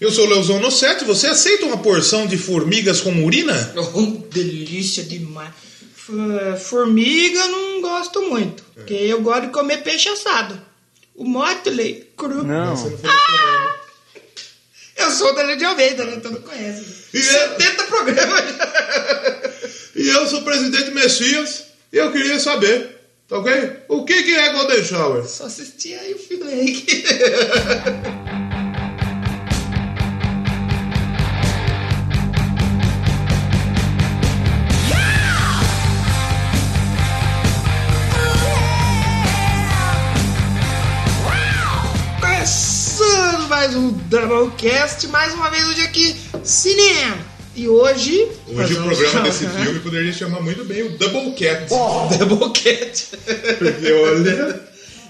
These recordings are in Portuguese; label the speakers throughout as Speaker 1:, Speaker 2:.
Speaker 1: Eu sou o Leozão no set. Você aceita uma porção de formigas como urina?
Speaker 2: Oh, delícia demais. F- Formiga não gosto
Speaker 1: É.
Speaker 2: muito, porque eu gosto de comer peixe assado. O Motley, cru.
Speaker 3: Não.
Speaker 1: Você não falou isso, não.
Speaker 2: Eu sou da Lady Almeida, né? Todo mundo conhece.
Speaker 1: E é-
Speaker 2: 70 programas já.
Speaker 1: E eu sou o presidente Messias e eu queria saber, tá ok? O que, que é Golden Shower?
Speaker 2: Só assistir aí o filme Henrique. Começando mais um Doublecast, mais uma vez hoje aqui, cinema. E hoje...
Speaker 1: Hoje
Speaker 2: um
Speaker 1: o
Speaker 2: fazemos-
Speaker 1: programa desse
Speaker 2: né?
Speaker 1: filme poderia chamar muito bem o Double Cat.
Speaker 2: Doublecast.
Speaker 1: Porque olha.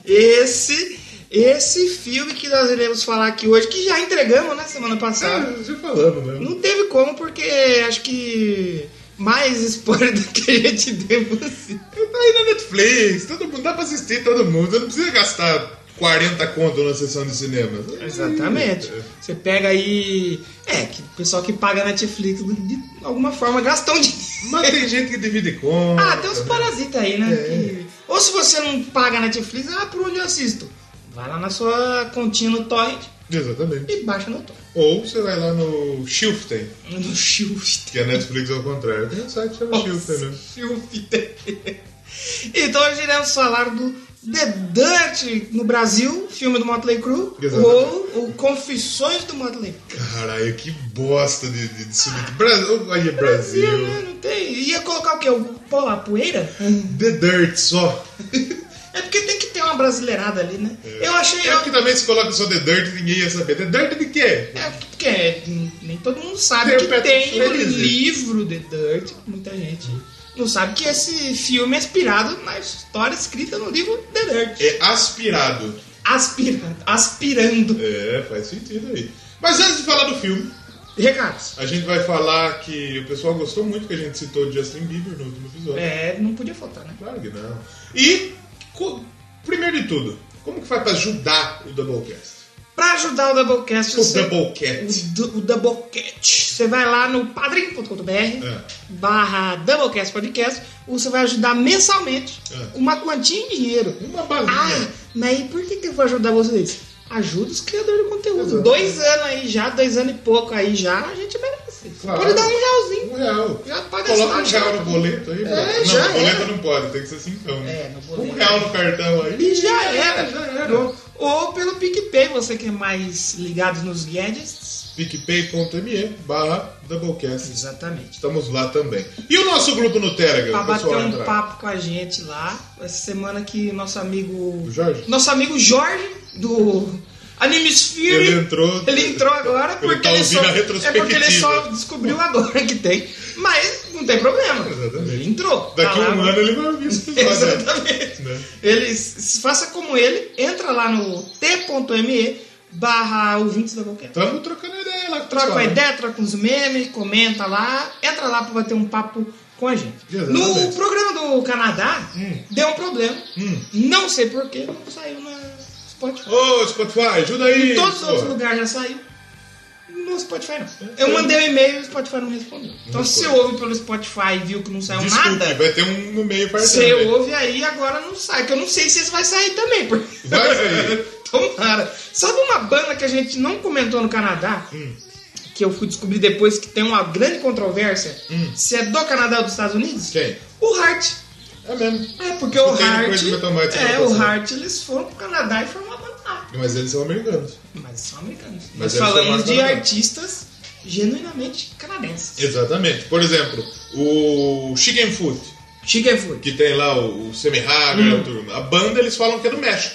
Speaker 2: Esse, esse filme que nós iremos falar aqui hoje, que já entregamos na semana passada.
Speaker 1: Você falando mesmo.
Speaker 2: Não teve como, porque acho que mais spoiler do que a gente deu assim.
Speaker 1: Tá aí na Netflix, todo mundo, dá pra assistir todo mundo. Você não precisa gastar 40 conto na sessão de cinema.
Speaker 2: Exatamente. Você pega aí. É, que o pessoal que paga Netflix de alguma forma gastou um dinheiro.
Speaker 1: Mas tem gente que divide conta.
Speaker 2: Ah, tem uns parasitas aí, né?
Speaker 1: É.
Speaker 2: Que- Ou se você não paga Netflix, ah, por onde eu assisto? Vai lá na sua continha no Torrent
Speaker 1: Exatamente.
Speaker 2: e baixa no Torrent.
Speaker 1: Ou você vai lá no Shiften,
Speaker 2: No Shift.
Speaker 1: que a Netflix é ao contrário. Tem um site né? que chama Shiften mesmo.
Speaker 2: Filme. Então hoje iremos falar do The Dirt no Brasil, filme do Motley Crue,
Speaker 1: Exatamente.
Speaker 2: ou, ou Confissões do Motley Crue.
Speaker 1: Caralho, que bosta de, de, de subtítulo. Brasil, olha Brasil.
Speaker 2: né? Não tem. Ia colocar o quê? O pó, a poeira?
Speaker 1: The Dirt só.
Speaker 2: É porque tem que ter uma brasileirada ali, né? Eu achei.
Speaker 1: É porque também se coloca só The Dirt ninguém ia saber. The Dirt de quê?
Speaker 2: É porque é, nem todo mundo sabe
Speaker 1: Tem o
Speaker 2: que
Speaker 1: Patrick
Speaker 2: tem o
Speaker 1: Swayze.
Speaker 2: livro The Dirt, muita gente não sabe que esse filme é inspirado na história escrita no livro The Dirt.
Speaker 1: É aspirado.
Speaker 2: Aspirando, aspirando.
Speaker 1: É, faz sentido aí. Mas antes de falar do filme,
Speaker 2: Recados.
Speaker 1: a gente vai falar que o pessoal gostou muito que a gente citou o Justin Bieber no último episódio.
Speaker 2: É, não podia faltar, né?
Speaker 1: Claro que não. E, co- primeiro de tudo, como que faz pra ajudar o Doublecast?
Speaker 2: Pra ajudar o Doublecast,
Speaker 1: O
Speaker 2: você-
Speaker 1: Doublecat.
Speaker 2: o, du- o Doublecat, você vai lá no padrim.com.br
Speaker 1: É.
Speaker 2: barra Doublecast Podcast, ou você vai ajudar mensalmente
Speaker 1: É.
Speaker 2: com uma quantia em dinheiro.
Speaker 1: Uma balinha.
Speaker 2: Ah, mas aí por que, que eu vou ajudar vocês? Ajuda os criadores de conteúdo.
Speaker 1: Exato.
Speaker 2: Dois anos aí já, dois anos e pouco aí já, a gente merece.
Speaker 1: Claro.
Speaker 2: Pode dar um realzinho.
Speaker 1: Um real.
Speaker 2: Já paga
Speaker 1: Coloca um
Speaker 2: essa taxa.
Speaker 1: real no boleto aí.
Speaker 2: É,
Speaker 1: bro. não,
Speaker 2: já
Speaker 1: no boleto
Speaker 2: é.
Speaker 1: não pode, tem que ser cincão. né?
Speaker 2: É, no boleto.
Speaker 1: Um real no cartão aí.
Speaker 2: E já era.
Speaker 1: Já era.
Speaker 2: Ou- Ou pelo PicPay, você que é mais ligado nos gadgets.
Speaker 1: picpay.me barra Doublecast.
Speaker 2: Exatamente.
Speaker 1: Estamos lá também. E o nosso grupo no Telegram,
Speaker 2: Pra
Speaker 1: o
Speaker 2: bater
Speaker 1: pessoal
Speaker 2: um
Speaker 1: entrar?
Speaker 2: papo com a gente lá. Essa semana que nosso amigo.
Speaker 1: O Jorge?
Speaker 2: Nosso amigo Jorge, do Animesphere.
Speaker 1: Ele entrou.
Speaker 2: Ele entrou agora
Speaker 1: Ele
Speaker 2: porque ele,
Speaker 1: tá ouvindo
Speaker 2: só.
Speaker 1: a
Speaker 2: é porque ele só
Speaker 1: retrospectiva.
Speaker 2: descobriu agora que tem. Mas não tem problema.
Speaker 1: Exatamente.
Speaker 2: Ele entrou.
Speaker 1: Daqui
Speaker 2: Tá
Speaker 1: a
Speaker 2: lá.
Speaker 1: um ano ele vai ouvir esse episódio.
Speaker 2: Exatamente.
Speaker 1: né?
Speaker 2: Ele, s- faça como ele, entra lá no t.me barra ouvintes da qualquer.
Speaker 1: Estamos trocando ideia lá. com o
Speaker 2: Troca
Speaker 1: pessoal,
Speaker 2: uma
Speaker 1: né?
Speaker 2: ideia, troca uns memes, comenta lá, entra lá pra bater um papo com a gente.
Speaker 1: Exatamente.
Speaker 2: No programa do Canadá,
Speaker 1: Hum.
Speaker 2: deu um problema.
Speaker 1: Hum.
Speaker 2: Não sei porquê, não saiu na Spotify.
Speaker 1: Ô, Spotify, ajuda aí.
Speaker 2: Em todos os
Speaker 1: porra.
Speaker 2: outros lugares né? já saiu. No Spotify não.
Speaker 1: Então-
Speaker 2: Eu mandei um e-mail e o Spotify não respondeu. Então se você
Speaker 1: respondeu.
Speaker 2: ouve pelo Spotify e viu que não saiu
Speaker 1: Desculpe,
Speaker 2: nada,
Speaker 1: vai ter um no meio partido.
Speaker 2: você ouve aí agora não sai. Que eu não sei se esse vai sair também. Porque...
Speaker 1: Vai sair.
Speaker 2: Tomara. Então, Sabe uma banda que a gente não comentou no Canadá?
Speaker 1: Hum.
Speaker 2: Que eu fui descobrir depois que tem uma grande controvérsia.
Speaker 1: Hum.
Speaker 2: Se é do Canadá ou dos Estados Unidos?
Speaker 1: Quem?
Speaker 2: O Heart.
Speaker 1: É mesmo.
Speaker 2: É, porque
Speaker 1: Escutei
Speaker 2: o
Speaker 1: depois
Speaker 2: Heart.
Speaker 1: do meu tomate
Speaker 2: É,
Speaker 1: semana
Speaker 2: o
Speaker 1: passada.
Speaker 2: Heart eles foram pro Canadá e formaram uma banda lá.
Speaker 1: Mas eles são americanos.
Speaker 2: Mas são americanos.
Speaker 1: Mas eles
Speaker 2: Nós
Speaker 1: são
Speaker 2: falamos
Speaker 1: mais
Speaker 2: de
Speaker 1: canadenses.
Speaker 2: artistas genuinamente canadenses.
Speaker 1: Exatamente. Por exemplo, o Chicken Foot,
Speaker 2: Chicken Food.
Speaker 1: que tem lá o, o Sammy Hagar e a turma. A banda eles falam que é do México.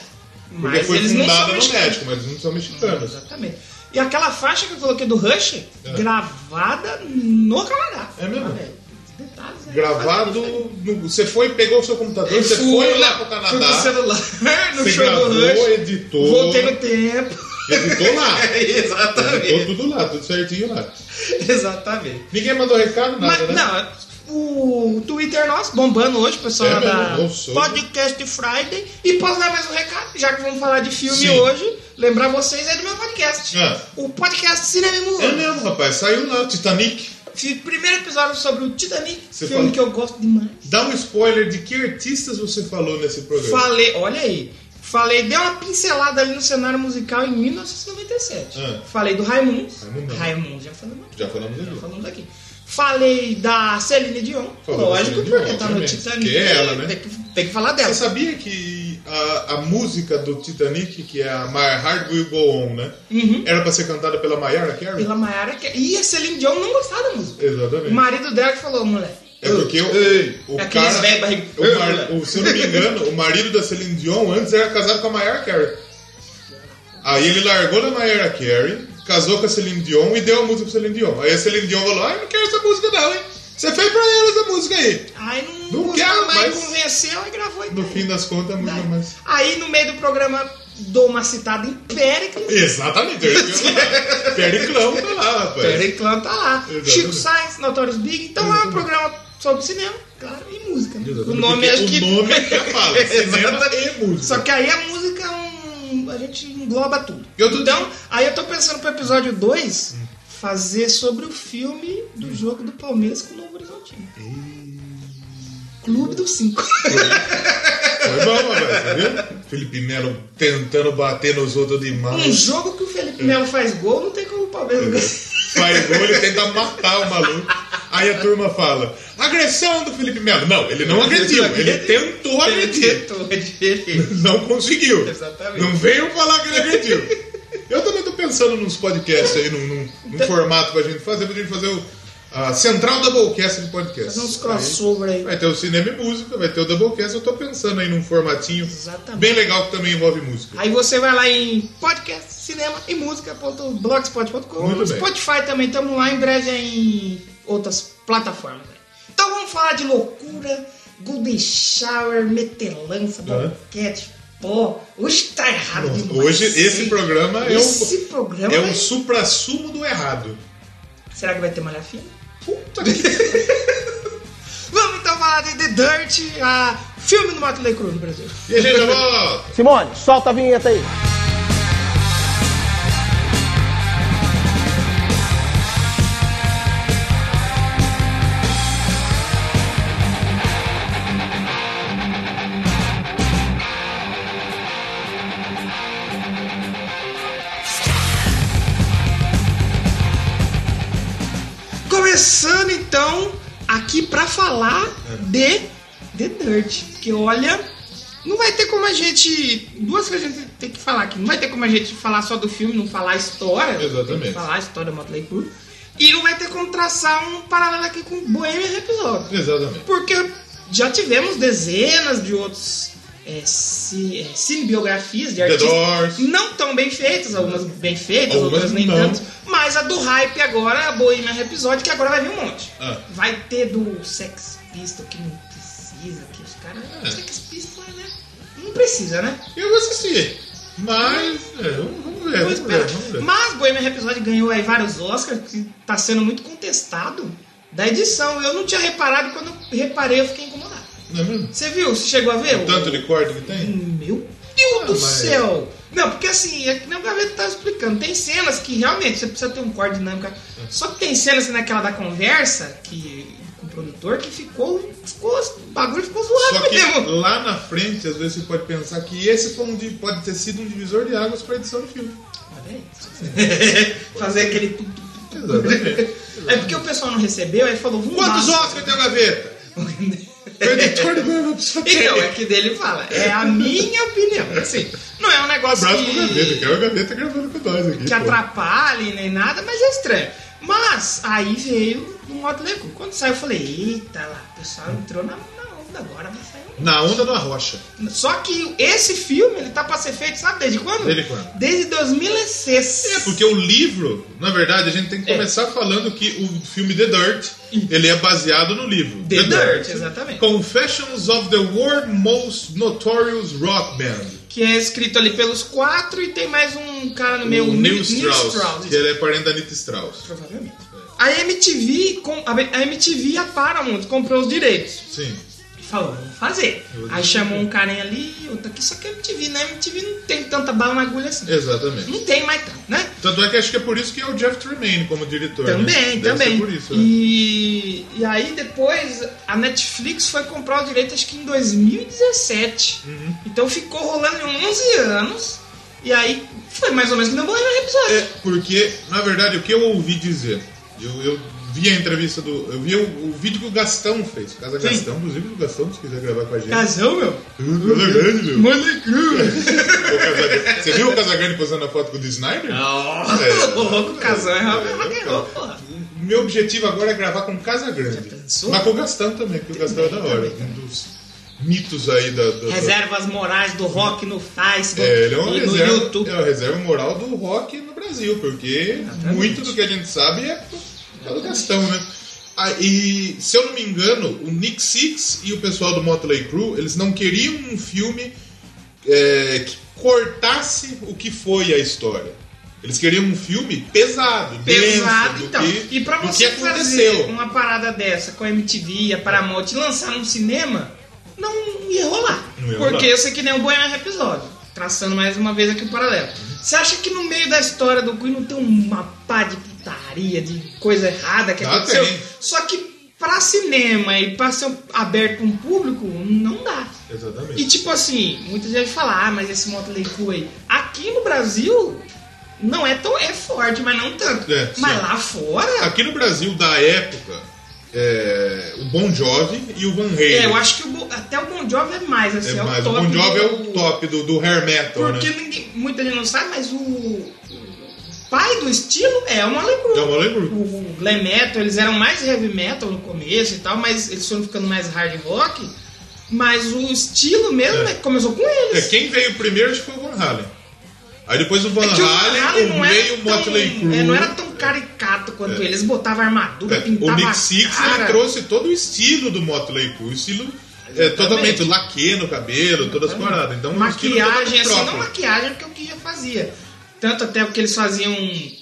Speaker 1: Porque
Speaker 2: Hum. Mas
Speaker 1: foi
Speaker 2: eles não
Speaker 1: fundada
Speaker 2: são
Speaker 1: no
Speaker 2: mexicanos.
Speaker 1: México, mas eles não são mexicanos.
Speaker 2: Exatamente. E aquela faixa que eu coloquei do Rush,
Speaker 1: É.
Speaker 2: gravada no Canadá.
Speaker 1: É mesmo?
Speaker 2: Ah, velho, detalhes, né?
Speaker 1: Gravado. no- você foi, pegou o seu computador,
Speaker 2: Eu
Speaker 1: você
Speaker 2: fui
Speaker 1: foi lá pro
Speaker 2: Fui no
Speaker 1: Canadá,
Speaker 2: celular, no
Speaker 1: você
Speaker 2: show
Speaker 1: gravou,
Speaker 2: do Rush.
Speaker 1: editou,
Speaker 2: Voltei no tempo.
Speaker 1: editou lá. Editou
Speaker 2: Exatamente.
Speaker 1: tudo lá, tudo certinho lá.
Speaker 2: Exatamente.
Speaker 1: Ninguém mandou recado, nada, né?
Speaker 2: Mas, não, o Twitter nosso bombando hoje, pessoal
Speaker 1: É
Speaker 2: lá da
Speaker 1: mesmo, eu sou.
Speaker 2: Podcast Friday. E posso dar mais um recado, já que vamos falar de filme
Speaker 1: Sim.
Speaker 2: hoje. Lembrar vocês é do meu podcast.
Speaker 1: Ah.
Speaker 2: O podcast Cinema e
Speaker 1: É
Speaker 2: Mundo.
Speaker 1: mesmo, rapaz. Saiu lá, Titanic.
Speaker 2: Fiz primeiro episódio sobre o Titanic,
Speaker 1: Você
Speaker 2: filme
Speaker 1: falou.
Speaker 2: que eu gosto demais.
Speaker 1: Dá um spoiler de que artistas você falou nesse programa.
Speaker 2: Falei, olha aí. Falei, dei uma pincelada ali no cenário musical em 1997.
Speaker 1: Ah.
Speaker 2: Falei do Raimundos.
Speaker 1: Raimundos. né?
Speaker 2: Raimundos, já falamos aqui.
Speaker 1: Já falamos
Speaker 2: Já
Speaker 1: aqui.
Speaker 2: falamos aqui. Falei da Celine Dion.
Speaker 1: Falou da
Speaker 2: Lógico,
Speaker 1: Celine
Speaker 2: porque
Speaker 1: Dion,
Speaker 2: tá no
Speaker 1: obviamente,
Speaker 2: Titanic.
Speaker 1: que é ela, né?
Speaker 2: tem, que, tem que falar dela.
Speaker 1: Você sabia que a, a música do Titanic, que é a My Heart Will Go On, né?
Speaker 2: Uhum.
Speaker 1: Era pra ser cantada pela Mariah Carey?
Speaker 2: Pela Mayara. Que... é- E a Celine Dion não gostava da música.
Speaker 1: Exatamente.
Speaker 2: O marido dela que falou, mulher.
Speaker 1: É porque o,
Speaker 2: Ei,
Speaker 1: o
Speaker 2: aqueles
Speaker 1: cara...
Speaker 2: velhos barrigudos.
Speaker 1: o mar- o- se eu não me engano, o marido da Celine Dion antes era casado com a Mariah Carey. Aí ele largou da Mariah Carey, casou com a Celine Dion e deu a música pra Celine Dion. Aí a Celine Dion falou, ah, eu não quero essa música não, hein? Você fez pra ela essa música aí.
Speaker 2: Aí não,
Speaker 1: Não
Speaker 2: gostava
Speaker 1: quero
Speaker 2: mais,
Speaker 1: mais.
Speaker 2: convenceu e gravou. a
Speaker 1: No
Speaker 2: ideia.
Speaker 1: fim das contas, a música
Speaker 2: Daí-
Speaker 1: mais...
Speaker 2: Aí no meio do programa dou uma citada em Péricles.
Speaker 1: Exatamente, é isso que eu ia falar. Periclão tá lá, rapaz.
Speaker 2: Periclão tá lá.
Speaker 1: Exatamente.
Speaker 2: Chico Sainz, Notorious Big. Então é um programa sobre cinema, claro, e música. né? O
Speaker 1: Exatamente,
Speaker 2: nome
Speaker 1: porque
Speaker 2: acho que.
Speaker 1: O nome é que fala, cinema
Speaker 2: Exatamente.
Speaker 1: e música.
Speaker 2: Só que aí a música é um. A gente engloba tudo.
Speaker 1: Eu tô-
Speaker 2: Então, aí eu tô pensando pro episódio 2 fazer sobre o filme do jogo do Palmeiras com o Novo Horizontino. Clube dos Cinco.
Speaker 1: Foi bom, rapaz, tá vendo? Felipe Melo tentando bater nos outros
Speaker 2: Um
Speaker 1: demais.
Speaker 2: jogo que o Felipe Melo faz gol, não tem como o
Speaker 1: É.
Speaker 2: Palmeiras ganhar.
Speaker 1: Faz gol, ele tenta matar o maluco. Aí a turma fala: agressão do Felipe Melo. Não, ele não agrediu, ele tentou
Speaker 2: Ele
Speaker 1: agredir.
Speaker 2: tentou agredir.
Speaker 1: Não conseguiu.
Speaker 2: Exatamente.
Speaker 1: Não veio falar que ele agrediu. Eu também tô pensando nos podcasts aí, num, num- num formato pra gente fazer, pra gente fazer o, a central Doublecast de podcast.
Speaker 2: Fazer uns crossover aí.
Speaker 1: Vai ter o cinema e música, vai ter o Doublecast. Eu tô pensando aí num formatinho
Speaker 2: Exatamente.
Speaker 1: bem legal que também envolve música.
Speaker 2: Aí você vai lá em podcast, cinema e música.blogspot.com.
Speaker 1: Muito
Speaker 2: No
Speaker 1: bem.
Speaker 2: Spotify também estamos lá, em breve é em outras plataformas. né? Então vamos falar de loucura, golden shower, metelança,
Speaker 1: Aham.
Speaker 2: banquete, pó. Hoje tá errado
Speaker 1: Nossa,
Speaker 2: demais.
Speaker 1: hoje esse
Speaker 2: hein?
Speaker 1: programa é um-
Speaker 2: Esse programa
Speaker 1: É um supra-sumo do errado.
Speaker 2: Será que vai ter malha fina?
Speaker 1: Puta que.
Speaker 2: Vamos então falar de The Dirt, a filme do Mato Lei Cruz no Brasil.
Speaker 1: E a gente já volta.
Speaker 3: Simone, solta a vinheta aí.
Speaker 2: Começando então aqui pra falar de The Dirt, porque olha, não vai ter como a gente, duas coisas a gente tem que falar aqui, não vai ter como a gente falar só do filme, não falar a história,
Speaker 1: Exatamente.
Speaker 2: tem que falar a história do Motley Crue, e não vai ter como traçar um paralelo aqui com Bohemian Rhapsody.
Speaker 1: Exatamente.
Speaker 2: Porque já tivemos dezenas de outros é, ci- é, cinebiografias de
Speaker 1: The
Speaker 2: artistas
Speaker 1: Doors.
Speaker 2: não tão bem feitas, algumas bem feitas,
Speaker 1: Algumas
Speaker 2: outras nem
Speaker 1: não.
Speaker 2: tanto. Mas a do hype agora, é a Bohemian Rhapsody, que agora vai vir um monte.
Speaker 1: Ah.
Speaker 2: Vai ter do Sex Pistol, que não precisa, que os caras...
Speaker 1: É.
Speaker 2: Sex Pistol, né? Não precisa, né?
Speaker 1: Eu vou assistir. Mas. É, vamos, vamos ver. Vamos
Speaker 2: Vou
Speaker 1: ver,
Speaker 2: esperar.
Speaker 1: vamos ver.
Speaker 2: Mas Bohemian Rhapsody ganhou aí vários Oscars, que tá sendo muito contestado da edição. Eu não tinha reparado, quando eu reparei eu fiquei incomodado.
Speaker 1: Não é mesmo?
Speaker 2: Você viu? Você chegou a ver? o-
Speaker 1: Tanto de corte que tem?
Speaker 2: Meu Deus
Speaker 1: Ah,
Speaker 2: do
Speaker 1: mas-
Speaker 2: céu! Não, porque assim, é que nem o Gaveta tá explicando, tem cenas que realmente você precisa ter um corte dinâmico. Só que tem cenas assim, naquela da conversa que, com o produtor que ficou. ficou o bagulho ficou zoado
Speaker 1: Só que
Speaker 2: mesmo.
Speaker 1: lá na frente, às vezes você pode pensar que esse foi um di- pode ter sido um divisor de águas para edição do filme.
Speaker 2: Olha aí. Fazer aquele. tu, tu, tu, tu.
Speaker 1: Exatamente.
Speaker 2: É porque o pessoal não recebeu, aí falou, vamos
Speaker 1: Quantos
Speaker 2: lá.
Speaker 1: Oscars tem a gaveta? O editor do Bohemian Rhapsody.
Speaker 2: Então, é que dele fala, é a minha opinião. Assim, não é um negócio
Speaker 1: Abraço pro Gaveta,
Speaker 2: que,
Speaker 1: que é o Gaveta gravando com nós aqui.
Speaker 2: que
Speaker 1: pô.
Speaker 2: atrapalhe nem nada, mas é estranho. Mas aí veio um modo legal. Quando saiu, eu falei, eita lá, o pessoal entrou na, na onda, agora vai sair um.
Speaker 1: Na onda da rocha.
Speaker 2: Só que esse filme, ele tá pra ser feito, sabe desde quando?
Speaker 1: Desde quando?
Speaker 2: Desde 2006.
Speaker 1: É, porque o livro, na verdade, a gente tem que
Speaker 2: É.
Speaker 1: começar falando que o filme The Dirt, ele é baseado no livro.
Speaker 2: The Dirt,
Speaker 1: né?
Speaker 2: exatamente.
Speaker 1: Confessions of the World Most Notorious Rock Band.
Speaker 2: Que é escrito ali pelos quatro e tem mais um cara no meio,
Speaker 1: o Neil Strauss,
Speaker 2: Strauss,
Speaker 1: que ele é parente da Nita Strauss.
Speaker 2: Provavelmente. A MTV, com, a, a MTV e a Paramount comprou os direitos.
Speaker 1: Sim.
Speaker 2: falou, vamos fazer.
Speaker 1: Eu
Speaker 2: Aí
Speaker 1: disse,
Speaker 2: chamou um carinha ali, outro aqui, só que a MTV, né? A MTV não tem tanta bala na agulha assim.
Speaker 1: Exatamente.
Speaker 2: Não tem mais tanto, né?
Speaker 1: Tanto é que acho que é por isso que é o Jeff Tremaine como diretor.
Speaker 2: Também,
Speaker 1: né? Deve
Speaker 2: também.
Speaker 1: ser por isso, né?
Speaker 2: e, e aí depois a Netflix foi comprar o direito acho que em 2017.
Speaker 1: Uhum.
Speaker 2: Então ficou rolando em 11 anos. E aí foi mais ou menos que não vou no episódio.
Speaker 1: É, porque, na verdade, o que eu ouvi dizer, eu, eu vi a entrevista do. Eu vi o, o vídeo que o Gastão fez. Casa
Speaker 2: Sim.
Speaker 1: Gastão, inclusive o Gastão, se quiser gravar com a gente.
Speaker 2: Casão, meu.
Speaker 1: Casa Grande, meu.
Speaker 2: Mano, cru.
Speaker 1: O Casagrande- Você viu o Casagrande postando a foto com o D. Snyder?
Speaker 2: Ô, louco, casão é rock and roll, porra.
Speaker 1: Meu objetivo agora é gravar com o Casagrande.
Speaker 2: Já pensou?
Speaker 1: Mas com o Gastão também, porque o Gastão é da hora. Um dos mitos aí da. da- da-
Speaker 2: Reservas morais do rock no Facebook
Speaker 1: É, ele é uma
Speaker 2: e no
Speaker 1: reserva,
Speaker 2: YouTube.
Speaker 1: é uma reserva moral do rock no Brasil, porque muito do que a gente sabe é por causa do Gastão, né? Ah, e se eu não me engano, o Nick Six e o pessoal do Motley Crue, eles não queriam um filme é, que cortasse o que foi a história. Eles queriam um filme pesado,
Speaker 2: Pesado,
Speaker 1: denso, do
Speaker 2: então.
Speaker 1: que,
Speaker 2: e pra
Speaker 1: do
Speaker 2: você
Speaker 1: que
Speaker 2: fazer
Speaker 1: aconteceu.
Speaker 2: uma parada dessa com a MTV e a Paramount e lançar num cinema, não ia rolar.
Speaker 1: Não ia
Speaker 2: porque
Speaker 1: rolar.
Speaker 2: isso aqui nem é um Boiânia episódio. Traçando mais uma vez aqui o paralelo. Você acha que no meio da história do Queen não tem uma pá de putaria, de coisa errada que
Speaker 1: Ah,
Speaker 2: aconteceu?
Speaker 1: tem.
Speaker 2: Só que pra cinema e pra ser aberto pra um público, não dá.
Speaker 1: Exatamente.
Speaker 2: E tipo assim, muita gente fala, ah, mas esse Motley Crue aí, aqui no Brasil não é tão é forte, mas não tanto.
Speaker 1: É, sim.
Speaker 2: mas lá fora,
Speaker 1: Aqui no Brasil, da época, é, o Bon Jovi e o Van Halen.
Speaker 2: é, eu acho que o Bo- até o Bon Jovi é mais
Speaker 1: É,
Speaker 2: assim, é, o
Speaker 1: mas o
Speaker 2: top.
Speaker 1: Bon Jovi é
Speaker 2: do-
Speaker 1: o top do, do hair metal,
Speaker 2: Porque
Speaker 1: né?
Speaker 2: ninguém, muita gente não sabe, mas o, o pai do estilo é o Motley Crue.
Speaker 1: É o Motley Crue.
Speaker 2: o glam metal, eles eram mais heavy metal no começo e tal, mas eles foram ficando mais hard rock. Mas o estilo mesmo
Speaker 1: É.
Speaker 2: né, começou com eles.
Speaker 1: É, quem veio primeiro acho que foi o Van Halen. Aí depois o Van
Speaker 2: É que o Van
Speaker 1: Halen,
Speaker 2: Halen
Speaker 1: o
Speaker 2: não
Speaker 1: meio
Speaker 2: era
Speaker 1: o
Speaker 2: tão,
Speaker 1: Motley Crue.
Speaker 2: é, não era tão caricato quanto eles. Botavam armadura,
Speaker 1: É,
Speaker 2: pintavam
Speaker 1: o
Speaker 2: a
Speaker 1: Nick Six
Speaker 2: cara.
Speaker 1: ele trouxe todo o estilo do Motley Crue, o estilo é, totalmente laque no cabelo, todas as paradas. Então, é um estilo
Speaker 2: maquiagem,
Speaker 1: totalmente
Speaker 2: assim, não
Speaker 1: próprio.
Speaker 2: maquiagem, porque o que já fazia. Tanto até porque eles faziam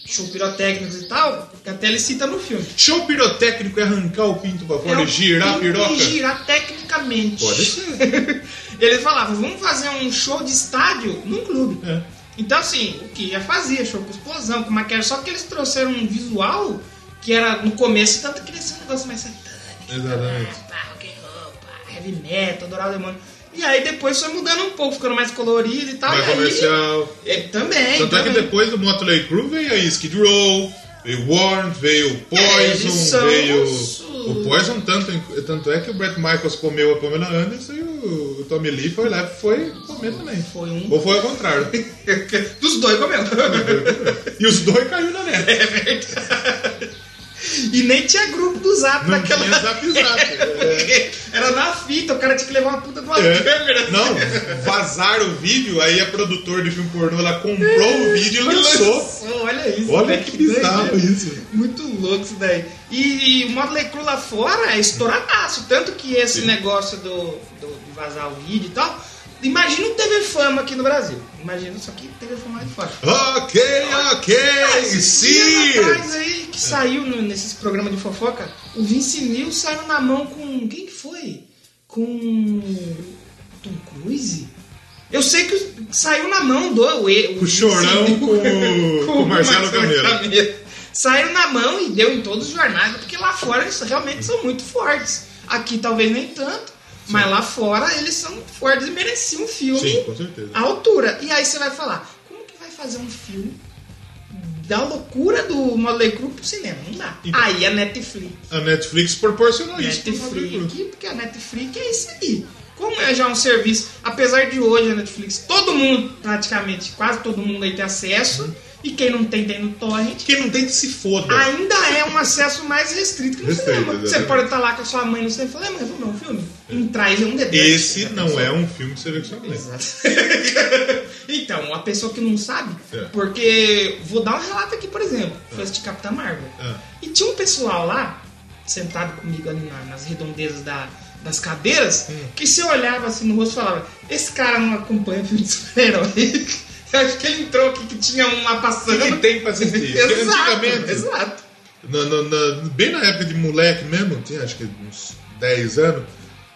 Speaker 2: show pirotécnicos e tal, que até ele cita no filme.
Speaker 1: Show pirotécnico é arrancar o pinto pra fora
Speaker 2: Era
Speaker 1: e girar a
Speaker 2: é- pinto
Speaker 1: piroca?
Speaker 2: E girar tecnicamente.
Speaker 1: Pode ser.
Speaker 2: Eles falavam, vamos fazer um show de estádio num clube.
Speaker 1: É.
Speaker 2: Então, assim, o que já fazia, show com explosão, com maquiagem, só que eles trouxeram um visual que era no começo, tanto que eles um negócio mais satânico. né?
Speaker 1: Exatamente.
Speaker 2: pá, rock and roll, pá, heavy metal, adorar o demônio. E aí depois foi mudando um pouco, ficando mais colorido e tal.
Speaker 1: Mais
Speaker 2: e aí-
Speaker 1: comercial.
Speaker 2: É, também.
Speaker 1: Tanto é que
Speaker 2: também.
Speaker 1: depois do Motley Crue veio aí Skid Row, veio Warren, veio
Speaker 2: É, eles
Speaker 1: Poison,
Speaker 2: são
Speaker 1: veio.
Speaker 2: os-
Speaker 1: O Poison, tanto, tanto é que o Bret Michaels comeu a Pamela Anderson e o Tommy Lee foi lá e foi comer também.
Speaker 2: Foi um.
Speaker 1: Ou foi ao contrário.
Speaker 2: Dos dois comendo.
Speaker 1: E os dois caiu na neta.
Speaker 2: É verdade. E nem tinha grupo do zap
Speaker 1: Não
Speaker 2: naquela.
Speaker 1: tinha zap zap. É.
Speaker 2: Era na fita, o cara tinha que levar uma puta de uma câmera.
Speaker 1: É. Não, vazaram o vídeo, aí a produtora de filme pornô ela comprou o vídeo e
Speaker 2: E
Speaker 1: lançou.
Speaker 2: lançou, Olha isso.
Speaker 1: Olha
Speaker 2: velho,
Speaker 1: que bizarro
Speaker 2: doideira.
Speaker 1: isso.
Speaker 2: Muito louco isso daí. E, e o Motley Crue lá fora é estouradaço. Tanto que esse
Speaker 1: Sim.
Speaker 2: negócio do, do- de vazar o vídeo e tal. Imagina um TV Fama aqui no Brasil. Imagina isso aqui, TV Fama é lá de fora.
Speaker 1: Ok, ok,
Speaker 2: Dias
Speaker 1: sim!
Speaker 2: atrás aí que saiu no- nesses programas de fofoca, o Vince Neil saiu na mão com. Quem que foi? Com. Tom Cruise? Eu sei que o- saiu na mão do. O, e-
Speaker 1: O Chorão
Speaker 2: Vince Neil
Speaker 1: com o- com o Marcelo Camelo.
Speaker 2: Saiu na mão e deu em todos os jornais, porque lá fora eles realmente são muito fortes. Aqui talvez nem tanto, mas lá fora eles são fortes e mereciam um filme
Speaker 1: Sim, com certeza.
Speaker 2: a altura. E aí você vai falar, como que vai fazer um filme da loucura do Motley Crue pro cinema? Não dá.
Speaker 1: Então-
Speaker 2: aí a Netflix.
Speaker 1: A Netflix proporcionou isso. pro Motley Crue.
Speaker 2: Netflix, porque a Netflix é isso aí. Como é já um serviço, apesar de hoje a Netflix, todo mundo, praticamente, quase todo mundo aí tem acesso, e quem não tem, tem no torrent.
Speaker 1: Quem não tem que se foda.
Speaker 2: Ainda é um acesso mais restrito que no
Speaker 1: Restrito,
Speaker 2: cinema. Você
Speaker 1: exatamente.
Speaker 2: pode estar lá com a sua mãe no cinema e falar, "É, mãe, vamos ver um filme? Entrar e ver um dedo.
Speaker 1: Esse não é um filme de seleção mesmo.
Speaker 2: Exato. então, a pessoa que não sabe,
Speaker 1: É.
Speaker 2: porque vou dar um relato aqui, por exemplo, foi assistir Capitã Marvel.
Speaker 1: Ah,
Speaker 2: E tinha um pessoal lá, sentado comigo ali na- nas redondezas da- das cadeiras,
Speaker 1: Hum.
Speaker 2: que se eu olhava assim no rosto e falava, esse cara não acompanha filme de super-herói. Eu acho que ele entrou aqui que tinha um lá
Speaker 1: O que
Speaker 2: passando.
Speaker 1: que tem pra assistir? Porque
Speaker 2: exato,
Speaker 1: antigamente,
Speaker 2: exato.
Speaker 1: na- na- na- bem na época de moleque mesmo, tinha acho que uns 10 anos,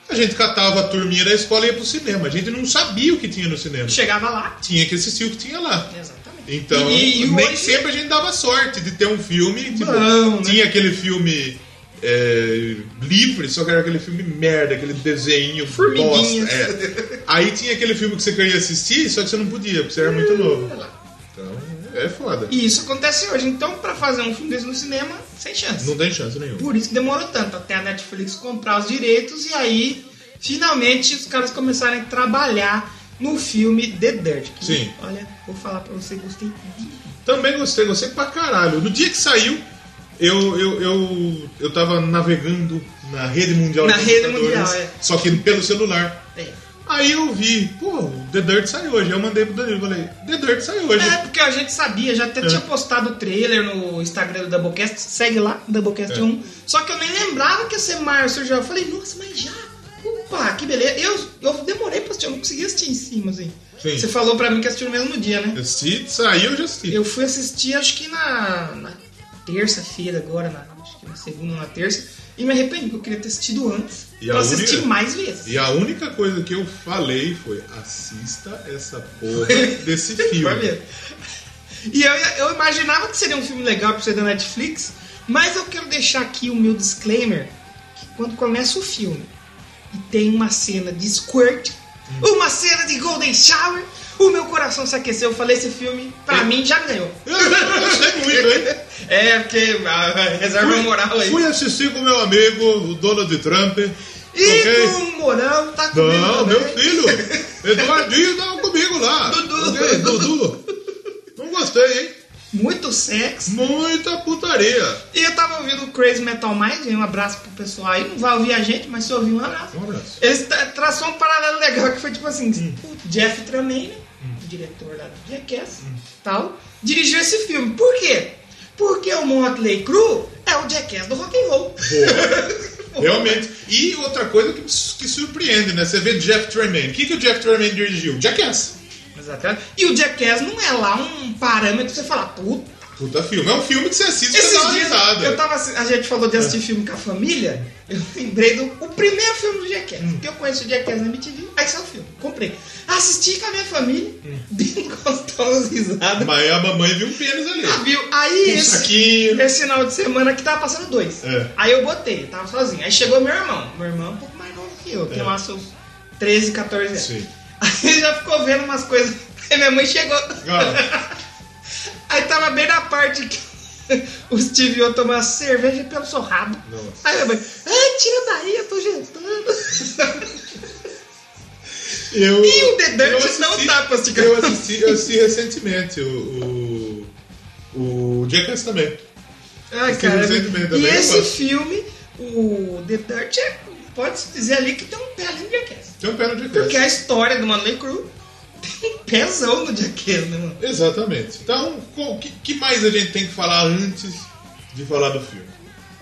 Speaker 1: A gente catava a turminha da escola e ia pro cinema. A gente não sabia o que tinha no cinema.
Speaker 2: Chegava lá.
Speaker 1: Tinha que assistir o que tinha lá.
Speaker 2: Exatamente.
Speaker 1: Então,
Speaker 2: E- e
Speaker 1: nem
Speaker 2: hoje-
Speaker 1: sempre a gente dava sorte de ter um filme. Tipo,
Speaker 2: Não, né?
Speaker 1: tinha aquele filme é, livre, só que era aquele filme merda, aquele desenho.
Speaker 2: Formiguinhas.
Speaker 1: bosta, é. Aí tinha aquele filme que você queria assistir, só que você não podia, porque você era
Speaker 2: Hum.
Speaker 1: muito novo. Então, é foda.
Speaker 2: E isso acontece hoje. Então, pra fazer um filme desse no cinema, sem chance.
Speaker 1: Não tem chance nenhuma.
Speaker 2: Por isso que demorou tanto até a Netflix comprar os direitos e aí finalmente os caras começarem a trabalhar no filme The Dirt. que,
Speaker 1: Sim.
Speaker 2: Olha, vou falar pra você, gostei.
Speaker 1: Também gostei, gostei pra caralho. No dia que saiu, eu, eu, eu, eu tava navegando na rede mundial
Speaker 2: Na
Speaker 1: de
Speaker 2: rede
Speaker 1: computadores,
Speaker 2: mundial, é.
Speaker 1: só que pelo celular.
Speaker 2: É.
Speaker 1: Aí eu vi, pô, o The Dirt saiu hoje. Eu mandei pro Danilo, falei, The Dirt saiu hoje.
Speaker 2: É, porque a gente sabia, já até
Speaker 1: É.
Speaker 2: tinha postado o trailer no Instagram do Doublecast, segue lá,
Speaker 1: É.
Speaker 2: Doublecast1. Só que eu nem lembrava que ia ser março já. Eu falei, nossa, mas já? Opa, que beleza. Eu, eu demorei pra assistir, eu não consegui assistir em cima, assim.
Speaker 1: Sim.
Speaker 2: Você falou pra mim que assistiu no mesmo dia, né?
Speaker 1: Se saiu, eu já assisti.
Speaker 2: Eu fui assistir, acho que na, na terça-feira, agora, na, acho que na segunda ou na terça, e me arrependi, porque eu queria ter assistido antes
Speaker 1: E
Speaker 2: pra
Speaker 1: a
Speaker 2: assistir
Speaker 1: única-
Speaker 2: mais vezes.
Speaker 1: E a única coisa que eu falei foi, assista essa porra desse
Speaker 2: Vai
Speaker 1: filme.
Speaker 2: ver. E eu, eu imaginava que seria um filme legal pra você da Netflix, mas eu quero deixar aqui o meu disclaimer: que quando começa o filme e tem uma cena de squirt,
Speaker 1: Hum.
Speaker 2: uma cena de Golden Shower, o meu coração se aqueceu. Eu falei: esse filme, pra
Speaker 1: É.
Speaker 2: mim, já ganhou.
Speaker 1: Eu gostei muito, hein?
Speaker 2: É, porque
Speaker 1: ah,
Speaker 2: a reserva moral aí.
Speaker 1: Fui assistir com meu amigo, o Donald Trump.
Speaker 2: E
Speaker 1: ok?
Speaker 2: do Morão tá comigo.
Speaker 1: Não,
Speaker 2: também.
Speaker 1: meu filho! Eduardinho tava comigo lá!
Speaker 2: Dudu.
Speaker 1: Ok, Dudu! Não gostei, hein?
Speaker 2: Muito sexy.
Speaker 1: Muita putaria!
Speaker 2: E eu tava ouvindo o Crazy Metal Mind, um abraço pro pessoal aí. Não vai ouvir a gente, mas se ouvir, um abraço.
Speaker 1: Um abraço.
Speaker 2: Eles tra- traçou um paralelo legal que foi tipo assim:
Speaker 1: Hum.
Speaker 2: o Jeff Tremaine, o diretor lá do Jackass,
Speaker 1: Hum.
Speaker 2: tal, dirigiu esse filme. Por quê? Porque o Motley Crue é o Jackass do rock and roll.
Speaker 1: Boa. Realmente. E outra coisa que, que surpreende, né? Você vê Jeff Tremaine. O que, que o Jeff Tremaine dirigiu? Jackass.
Speaker 2: Exatamente. E o Jackass não é lá um parâmetro pra você falar, puta.
Speaker 1: Puta filme. É um filme que você assiste e você dá
Speaker 2: Esses
Speaker 1: uma
Speaker 2: dias eu
Speaker 1: risada.
Speaker 2: tava, É. assi- a gente falou de assistir filme com a família. Eu lembrei do o primeiro filme do Jackass. Porque eu conheço o Jackass na MTV. Aí saiu o filme. Comprei. Assisti com a minha família. Bem gostosa risada.
Speaker 1: Mas a mamãe viu um pênis ali.
Speaker 2: Ah, Viu? Aí
Speaker 1: Um
Speaker 2: esse,
Speaker 1: saquinho.
Speaker 2: esse final de semana que tava passando dois.
Speaker 1: É.
Speaker 2: Aí eu botei. eu Tava sozinho. Aí chegou meu irmão. Meu irmão é um pouco mais novo que eu. Tem
Speaker 1: É.
Speaker 2: lá seus 13, 14 anos.
Speaker 1: Sim.
Speaker 2: Aí já ficou vendo umas coisas. Aí minha mãe chegou.
Speaker 1: Ah,
Speaker 2: Aí tava bem na parte que o Steve O tomou uma cerveja pelo seu rabo.
Speaker 1: Nossa.
Speaker 2: Aí minha mãe, ai, tira daí, eu tô jantando.
Speaker 1: eu,
Speaker 2: E o The Dirt
Speaker 1: eu
Speaker 2: não tá dá pra assistir.
Speaker 1: Eu assisti, eu assisti recentemente o, o, o Jackass também.
Speaker 2: Ai,
Speaker 1: Esse
Speaker 2: cara.
Speaker 1: recentemente
Speaker 2: E
Speaker 1: também eu
Speaker 2: esse
Speaker 1: gosto.
Speaker 2: filme, o The Dirt, é, pode-se dizer ali que tem um pé ali no Jackass.
Speaker 1: Tem um pé no Jackass.
Speaker 2: Porque a história do Manley Crew tem um pezão no Jackass, né, mano?
Speaker 1: Exatamente. Então, o que, que mais a gente tem que falar antes de falar do filme?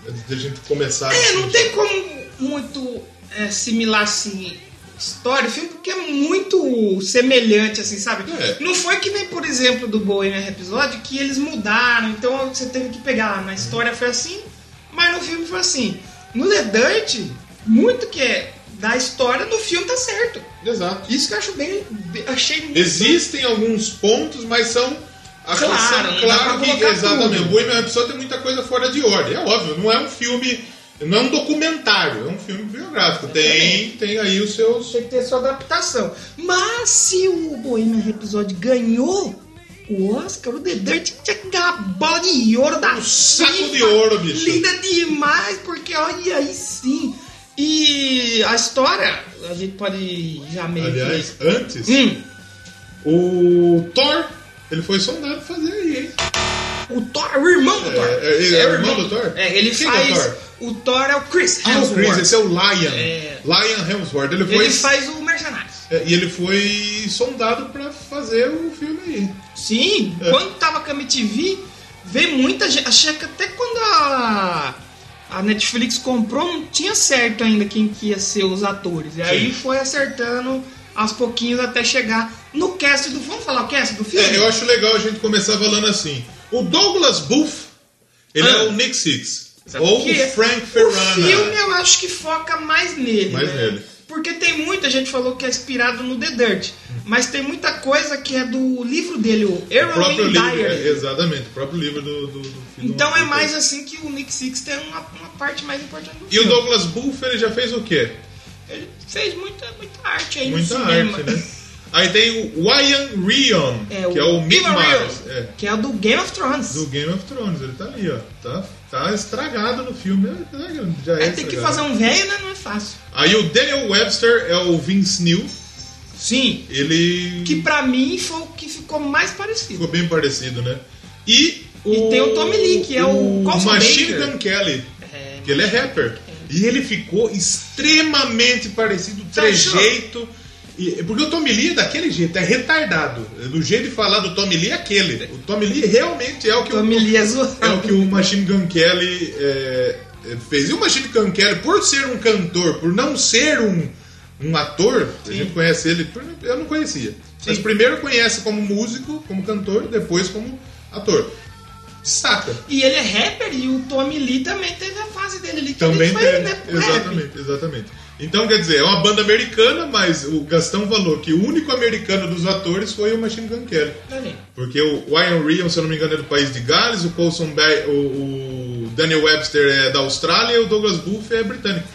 Speaker 1: Antes da gente começar.
Speaker 2: É,
Speaker 1: assim,
Speaker 2: não tem como muito é, similar assim história, e filme, porque é muito semelhante, assim, sabe?
Speaker 1: É.
Speaker 2: Não foi que nem, por exemplo, do Bohemian Rhapsody, que eles mudaram, então você teve que pegar. Na história foi assim, mas no filme foi assim. No The Dirt, muito que é da história, no filme tá certo.
Speaker 1: Exato.
Speaker 2: Isso que eu acho bem... bem- Achei muito...
Speaker 1: Existem alguns pontos, mas são. a-
Speaker 2: Claro,
Speaker 1: são-
Speaker 2: não dá pra
Speaker 1: claro que.
Speaker 2: colocar
Speaker 1: Exatamente.
Speaker 2: tudo.
Speaker 1: O Bohemian Rhapsody tem muita coisa fora de ordem. É óbvio, não é um filme. Não é um documentário, é um filme biográfico. Tem, tem aí os seus.
Speaker 2: Tinha que ter sua adaptação. Mas se o Bohemian Rhapsody ganhou o Oscar, o The Dirt tinha que ganhar a bola de ouro da
Speaker 1: Um Saco
Speaker 2: FIFA.
Speaker 1: de ouro, bicho.
Speaker 2: Linda demais, porque olha aí sim. E a história, a gente pode já meio que-
Speaker 1: Aliás, antes,
Speaker 2: Hum,
Speaker 1: o Thor, ele foi sondado pra fazer aí, hein?
Speaker 2: o Thor, o irmão do
Speaker 1: É,
Speaker 2: Thor.
Speaker 1: é, ele é o irmão do Thor?
Speaker 2: É, ele
Speaker 1: Quem é o
Speaker 2: faz.
Speaker 1: Thor?
Speaker 2: o Thor é o Chris
Speaker 1: Ah, o Chris,
Speaker 2: Hemsworth.
Speaker 1: esse é o Lion.
Speaker 2: É.
Speaker 1: Lion Hemsworth. Ele foi,
Speaker 2: ele faz o Mercenário.
Speaker 1: é, e ele foi sondado pra fazer o filme aí.
Speaker 2: Sim,
Speaker 1: É.
Speaker 2: quando tava com a MTV, veio muita gente. Achei que até quando a, a Netflix comprou, não tinha certo ainda quem que ia ser os atores. E aí
Speaker 1: Sim.
Speaker 2: foi acertando aos pouquinhos até chegar no cast do. Vamos falar o cast do filme?
Speaker 1: É, eu acho legal a gente começar falando assim. O Douglas Booth, ele
Speaker 2: Ah.
Speaker 1: é o Nick Six.
Speaker 2: Sabe
Speaker 1: Ou
Speaker 2: por quê?
Speaker 1: o Frank
Speaker 2: O
Speaker 1: Ferrana.
Speaker 2: filme eu acho que foca mais nele.
Speaker 1: Mais
Speaker 2: né?
Speaker 1: nele.
Speaker 2: Porque tem muita gente falou que é inspirado no The Dirt, mas tem muita coisa que é do livro dele, o
Speaker 1: O próprio
Speaker 2: Heroin
Speaker 1: livro, é,
Speaker 2: Diary.
Speaker 1: exatamente, o próprio livro do. do, do filho
Speaker 2: Então
Speaker 1: do-
Speaker 2: é mais assim que o Nick Six tem uma, uma parte mais importante do
Speaker 1: E o
Speaker 2: filme.
Speaker 1: Douglas Buffer ele já fez o quê?
Speaker 2: Ele fez muita, muita arte aí
Speaker 1: Muita
Speaker 2: no
Speaker 1: arte,
Speaker 2: cinema.
Speaker 1: né? Aí tem o Wyan Rion, que é o Mick
Speaker 2: Keanu
Speaker 1: Miles,
Speaker 2: Reeves,
Speaker 1: é,
Speaker 2: que é o do Game of Thrones.
Speaker 1: do Game of Thrones. Ele tá ali, ó. Tá, tá estragado no filme. né? Já é
Speaker 2: Aí tem que
Speaker 1: estragado.
Speaker 2: fazer um velho, né? Não é fácil.
Speaker 1: Aí o Daniel Webster é o Vince Neil.
Speaker 2: Sim.
Speaker 1: Ele
Speaker 2: Que pra mim foi o que ficou mais parecido.
Speaker 1: ficou bem parecido, né? E o,
Speaker 2: E tem o Tommy Lee, que é o- qual foi o
Speaker 1: Machine
Speaker 2: Baker?
Speaker 1: Gun Kelly.
Speaker 2: É,
Speaker 1: Que ele é rapper. E ele ficou extremamente parecido,
Speaker 2: Tá,
Speaker 1: o trejeito. E, porque o Tommy Lee é daquele jeito, é retardado. Do jeito de falar do Tommy Lee é aquele. O Tommy Lee realmente é o que, o,
Speaker 2: Tommy Lee é zoado.
Speaker 1: é o, que o Machine Gun Kelly é, é, fez. E o Machine Gun Kelly, por ser um cantor, por não ser um, um ator, a gente conhece ele, por- eu não conhecia. Mas primeiro conhece como músico, como cantor, depois como ator. Destaca.
Speaker 2: E ele é rapper e o Tommy Lee também teve a fase dele ali. Que
Speaker 1: Também
Speaker 2: ele foi,
Speaker 1: tem.
Speaker 2: né, pro rap.
Speaker 1: Exatamente, exatamente. Então, quer dizer, é uma banda americana, mas o Gastão falou que o único americano dos atores foi o Machine Gun Kelly.
Speaker 2: Tá vendo?
Speaker 1: Porque o Ryan Rion, se eu não me engano, é do país de Gales, o Colson Ba- o, o Daniel Webster é da Austrália e o Douglas Booth é britânico.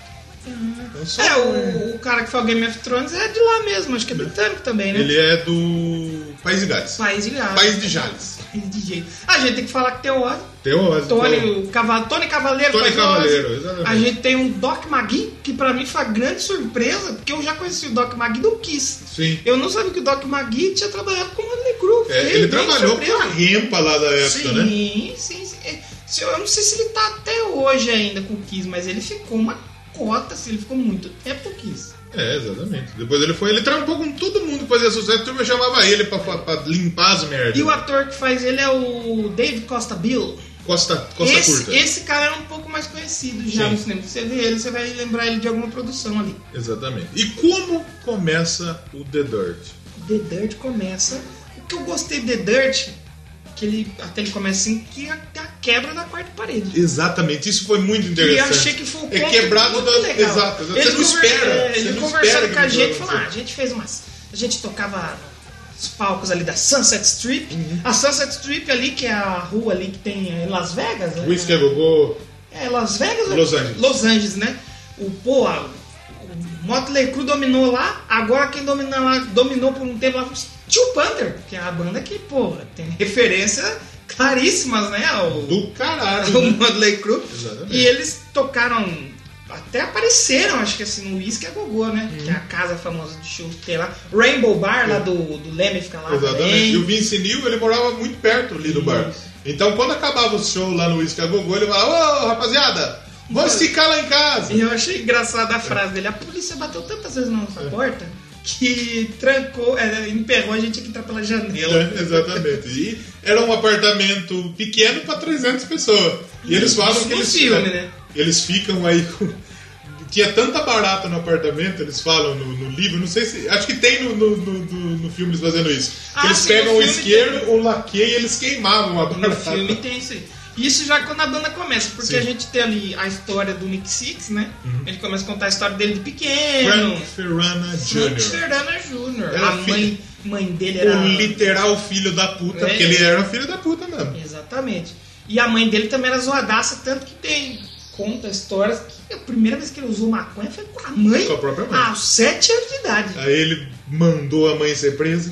Speaker 1: Então, só-
Speaker 2: É, o, o cara que foi o Game of Thrones é de lá mesmo, acho que é britânico também, né?
Speaker 1: Ele é do país de Gales.
Speaker 2: País de Gales.
Speaker 1: País de Jales.
Speaker 2: País de jeito. A gente tem que falar que tem o Ozzy,
Speaker 1: Tem um o Ozzy, tem o-
Speaker 2: Tony, o Cava- Tony Cavaleiro.
Speaker 1: Tony
Speaker 2: faz o
Speaker 1: Cavaleiro,
Speaker 2: Ozzy.
Speaker 1: exatamente.
Speaker 2: A gente tem um Doc Magui, que pra mim foi uma grande surpresa, porque eu já conheci o Doc Magui do Kiss.
Speaker 1: Sim.
Speaker 2: Eu não sabia que o Doc Magui tinha trabalhado com o Motley Crue.
Speaker 1: É,
Speaker 2: Fiquei
Speaker 1: ele
Speaker 2: bem
Speaker 1: trabalhou
Speaker 2: surpreso.
Speaker 1: com a Rempa lá da época,
Speaker 2: sim,
Speaker 1: né?
Speaker 2: Sim, sim. É, se- Eu não sei se ele tá até hoje ainda com o Kiss, mas ele ficou uma cota, assim, ele ficou muito tempo com o Kiss.
Speaker 1: É, exatamente. Depois ele foi, ele trampou com todo mundo que fazia sucesso, a turma chamava ele pra, fa- pra limpar as merdas.
Speaker 2: E o ator que faz ele é o David Costa Bill.
Speaker 1: Costa, Costa
Speaker 2: esse,
Speaker 1: Curta.
Speaker 2: esse cara é um pouco mais conhecido já
Speaker 1: Sim.
Speaker 2: no cinema. Você vê ele, você vai lembrar ele de alguma produção ali.
Speaker 1: Exatamente. E como começa o The Dirt?
Speaker 2: The Dirt começa. O que eu gostei de The Dirt, que ele até ele começa assim, que é a quebra da quarta parede.
Speaker 1: Exatamente, isso foi muito
Speaker 2: E eu
Speaker 1: interessante.
Speaker 2: achei que foi o ponto
Speaker 1: É quebrado
Speaker 2: muito
Speaker 1: da.
Speaker 2: legal.
Speaker 1: Exato, exato.
Speaker 2: Eles
Speaker 1: Você não
Speaker 2: conver-
Speaker 1: espera.
Speaker 2: é,
Speaker 1: você
Speaker 2: Eles
Speaker 1: não espera
Speaker 2: conversaram
Speaker 1: que
Speaker 2: com a
Speaker 1: isso
Speaker 2: gente e
Speaker 1: vai
Speaker 2: falaram, ah, a gente fez umas... A gente tocava os palcos ali da Sunset Strip.
Speaker 1: Uhum.
Speaker 2: A Sunset Strip ali, que é a rua ali que tem em Las Vegas. né?
Speaker 1: acontecer. Whisky a Gogô.
Speaker 2: É, Las Vegas ou-
Speaker 1: Los Angeles.
Speaker 2: Los Angeles, né? O, porra, o Motley Crue dominou lá, agora quem domina lá, dominou por um tempo lá foi o Steel Panther, que é a banda que, porra, tem referência claríssimas, né? Ao,
Speaker 1: Do caralho.
Speaker 2: ao
Speaker 1: né?
Speaker 2: Motley Crue.
Speaker 1: Exatamente.
Speaker 2: E eles tocaram, até apareceram, acho que assim, no Whisky a Gogô, né?
Speaker 1: Uhum.
Speaker 2: Que é a casa famosa de show que tem lá. Rainbow Bar, lá do, do Leme, fica lá
Speaker 1: Uhum. Exatamente.
Speaker 2: também.
Speaker 1: E o Vince Neil, ele morava muito perto ali do bar. Então, quando acabava o show lá no Whisky a Gogô, ele falava: Ô, rapaziada, vamos ficar lá em casa.
Speaker 2: E eu achei engraçada a frase dele. A polícia bateu tantas vezes na nossa
Speaker 1: É.
Speaker 2: porta que trancou, é, emperrou a gente aqui entrar pela janela.
Speaker 1: É, exatamente. E era um apartamento pequeno para 300 pessoas. E eles falam
Speaker 2: Isso
Speaker 1: que
Speaker 2: no
Speaker 1: eles,
Speaker 2: filme, né?
Speaker 1: eles ficam aí com. Tinha tanta barata no apartamento, eles falam no, no livro, não sei se. Acho que tem no, no, no- no- no filme eles fazendo isso. Que
Speaker 2: Ah,
Speaker 1: eles
Speaker 2: sim,
Speaker 1: pegam
Speaker 2: no
Speaker 1: o
Speaker 2: filme
Speaker 1: isqueiro, o laqueia e eles queimavam a
Speaker 2: No
Speaker 1: barata.
Speaker 2: filme tem isso aí. Isso já quando a banda começa, porque
Speaker 1: Sim. Uhum.
Speaker 2: a gente tem ali a história do Nick Six, né? Ele começa a contar a história dele de pequeno.
Speaker 1: Frank Ferrana
Speaker 2: Frank
Speaker 1: Jr.
Speaker 2: Ferdana Jr.
Speaker 1: Era
Speaker 2: A
Speaker 1: filho-
Speaker 2: mãe, mãe dele era.
Speaker 1: O literal filho da puta,
Speaker 2: É.
Speaker 1: porque ele era um filho da puta mesmo.
Speaker 2: Exatamente. E a mãe dele também era zoadaça, tanto que tem. Conta histórias que a primeira vez que ele usou maconha foi com a mãe.
Speaker 1: Com a própria mãe. É.
Speaker 2: Aos 7 anos de idade.
Speaker 1: Aí ele mandou a mãe ser presa,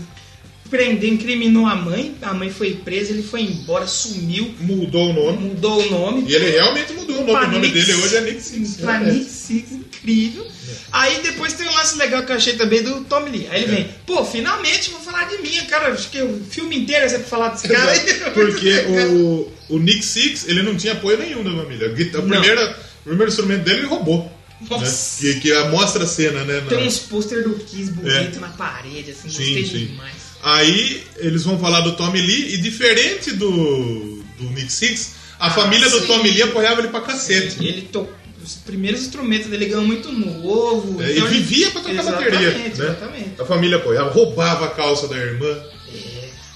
Speaker 2: prendeu, incriminou a mãe, a mãe foi presa, ele foi embora, sumiu,
Speaker 1: mudou o nome.
Speaker 2: mudou o nome.
Speaker 1: E ele realmente mudou o nome. O nome dele hoje é Nick Six.
Speaker 2: Pra Nick Six, incrível.
Speaker 1: É.
Speaker 2: Aí depois tem um lance legal que eu achei também do Tommy Lee.
Speaker 1: É.
Speaker 2: Aí ele vem, pô, finalmente vou falar de mim, cara. Acho que o filme inteiro é sempre falar desse cara.
Speaker 1: Exato. Porque o, o Nick Six, ele não tinha apoio nenhum da família. A guita- a
Speaker 2: Não.
Speaker 1: primeira- o primeiro instrumento dele ele roubou. Né?
Speaker 2: Nossa.
Speaker 1: Que, que mostra a cena, né? na-
Speaker 2: Tem uns pôster do Kiss bonito na parede, assim,
Speaker 1: É. Sim,
Speaker 2: gostei
Speaker 1: sim.
Speaker 2: demais.
Speaker 1: Aí eles vão falar do Tommy Lee e diferente do, do Nick Six, a
Speaker 2: Ah,
Speaker 1: família do
Speaker 2: sim.
Speaker 1: Tommy Lee apoiava ele pra cacete.
Speaker 2: Ele tocou os primeiros instrumentos dele ganhou muito novo. então
Speaker 1: É, e
Speaker 2: ele-
Speaker 1: vivia pra tocar bateria. Né?
Speaker 2: Exatamente, exatamente.
Speaker 1: A família apoiava, roubava a calça da irmã.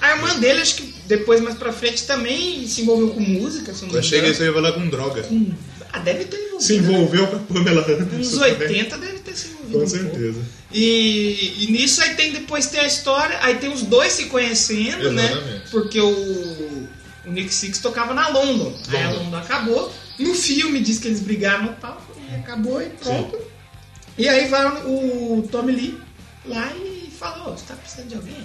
Speaker 2: A irmã dele, acho que depois, mais pra frente, também se envolveu com música, se eu não
Speaker 1: Eu
Speaker 2: me
Speaker 1: achei que
Speaker 2: engano. Uhum.
Speaker 1: isso ia falar com droga.
Speaker 2: Com... Ah, deve ter uns
Speaker 1: se envolveu com a Pamela Anderson.
Speaker 2: Nos
Speaker 1: também.
Speaker 2: 80 deve ter se envolvido.
Speaker 1: Com
Speaker 2: um pouco.
Speaker 1: certeza.
Speaker 2: E, e nisso aí tem depois tem a história, aí tem os dois se conhecendo, né?
Speaker 1: Exatamente.
Speaker 2: Porque o, o Nick Six tocava na London. Aí a
Speaker 1: London.
Speaker 2: London acabou. No filme diz que eles brigaram no palco e acabou e pronto. E aí vai o Tommy Lee lá e fala, ô, você tá precisando de alguém?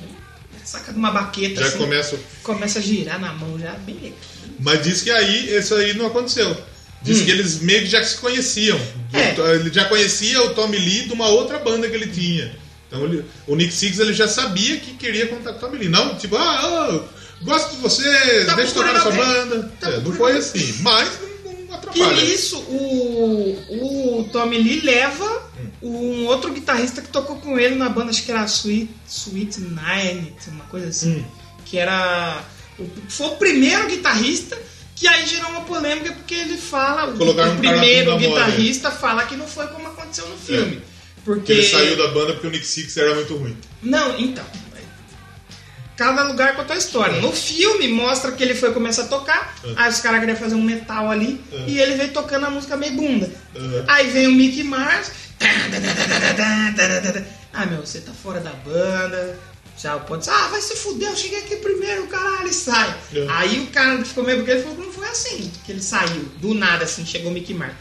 Speaker 2: Saca de uma baqueta
Speaker 1: Já
Speaker 2: assim,
Speaker 1: começa. o-
Speaker 2: começa a girar na mão já bem aqui.
Speaker 1: Mas diz que aí, isso aí não aconteceu. Diz
Speaker 2: Hum.
Speaker 1: que eles meio que já se conheciam.
Speaker 2: É.
Speaker 1: O- Ele já conhecia o Tommy Lee de uma outra banda que ele tinha. Então ele- o Nick Six ele já sabia que queria contar com o Tommy Lee. Não, tipo, ah, oh, gosto de você,
Speaker 2: Tá
Speaker 1: deixa eu tocar na sua
Speaker 2: procurando
Speaker 1: banda.
Speaker 2: Tá
Speaker 1: É, não
Speaker 2: procurando
Speaker 1: foi
Speaker 2: alguém.
Speaker 1: assim, mas não, não
Speaker 2: E
Speaker 1: atrapalha.
Speaker 2: nisso o, o Tommy Lee leva um outro guitarrista que tocou com ele na banda, acho que era a Sweet, Sweet Nine, uma coisa assim.
Speaker 1: Hum.
Speaker 2: Que era. o- Foi o primeiro guitarrista que aí gerou uma polêmica porque ele fala. o-
Speaker 1: Colocaram
Speaker 2: o
Speaker 1: um cara com
Speaker 2: primeiro
Speaker 1: uma moda.
Speaker 2: guitarrista fala que não foi como aconteceu no filme.
Speaker 1: Porque
Speaker 2: Porque.
Speaker 1: ele saiu da banda porque o Nick Six era muito ruim.
Speaker 2: Não, então. Cada lugar com a tua história. No filme mostra que ele foi começar a tocar,
Speaker 1: É.
Speaker 2: aí os caras queriam fazer um metal ali,
Speaker 1: É.
Speaker 2: e ele veio tocando a música meio bunda.
Speaker 1: É.
Speaker 2: Aí vem o Mickey Mars. tá, tá, tá, tá, tá, tá, tá, tá, tá. Ah, meu, você tá fora da banda. Já o ponto. Ah, vai se fuder, eu cheguei aqui primeiro, caralho, e sai.
Speaker 1: É.
Speaker 2: Aí o cara que ficou meio porque ele falou que não foi assim que ele saiu. Do nada, assim, chegou o Mickey Mars.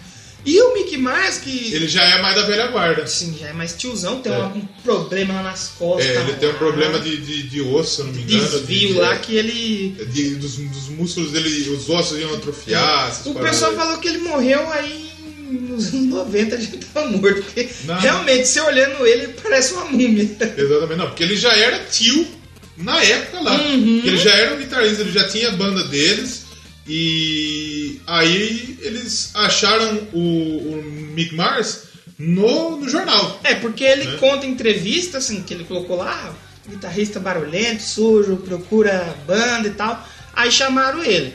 Speaker 2: E o Mickey Mars, que.
Speaker 1: Ele já é mais da velha guarda.
Speaker 2: Sim, já é mais tiozão, tem
Speaker 1: É.
Speaker 2: um problema lá nas costas.
Speaker 1: É, ele tem um
Speaker 2: lá,
Speaker 1: problema de, de, de osso, se eu não me engano.
Speaker 2: desvio
Speaker 1: de- é,
Speaker 2: lá que ele.
Speaker 1: de- dos, dos músculos dele, os ossos iam atrofiar. essas
Speaker 2: É. o
Speaker 1: paradas.
Speaker 2: pessoal falou que ele morreu aí nos anos 90, já tava morto. Porque
Speaker 1: Não.
Speaker 2: realmente, você olhando ele, ele parece uma múmia.
Speaker 1: Exatamente, não, porque ele já era tio na época lá.
Speaker 2: Uhum.
Speaker 1: Ele já era um guitarrista, ele já tinha a banda deles. E aí eles acharam o, o Mick Mars no, no jornal.
Speaker 2: É, porque ele
Speaker 1: Né?
Speaker 2: conta em entrevista, assim, que ele colocou lá, "Ah, guitarrista barulhento, sujo, procura banda e tal. Aí chamaram ele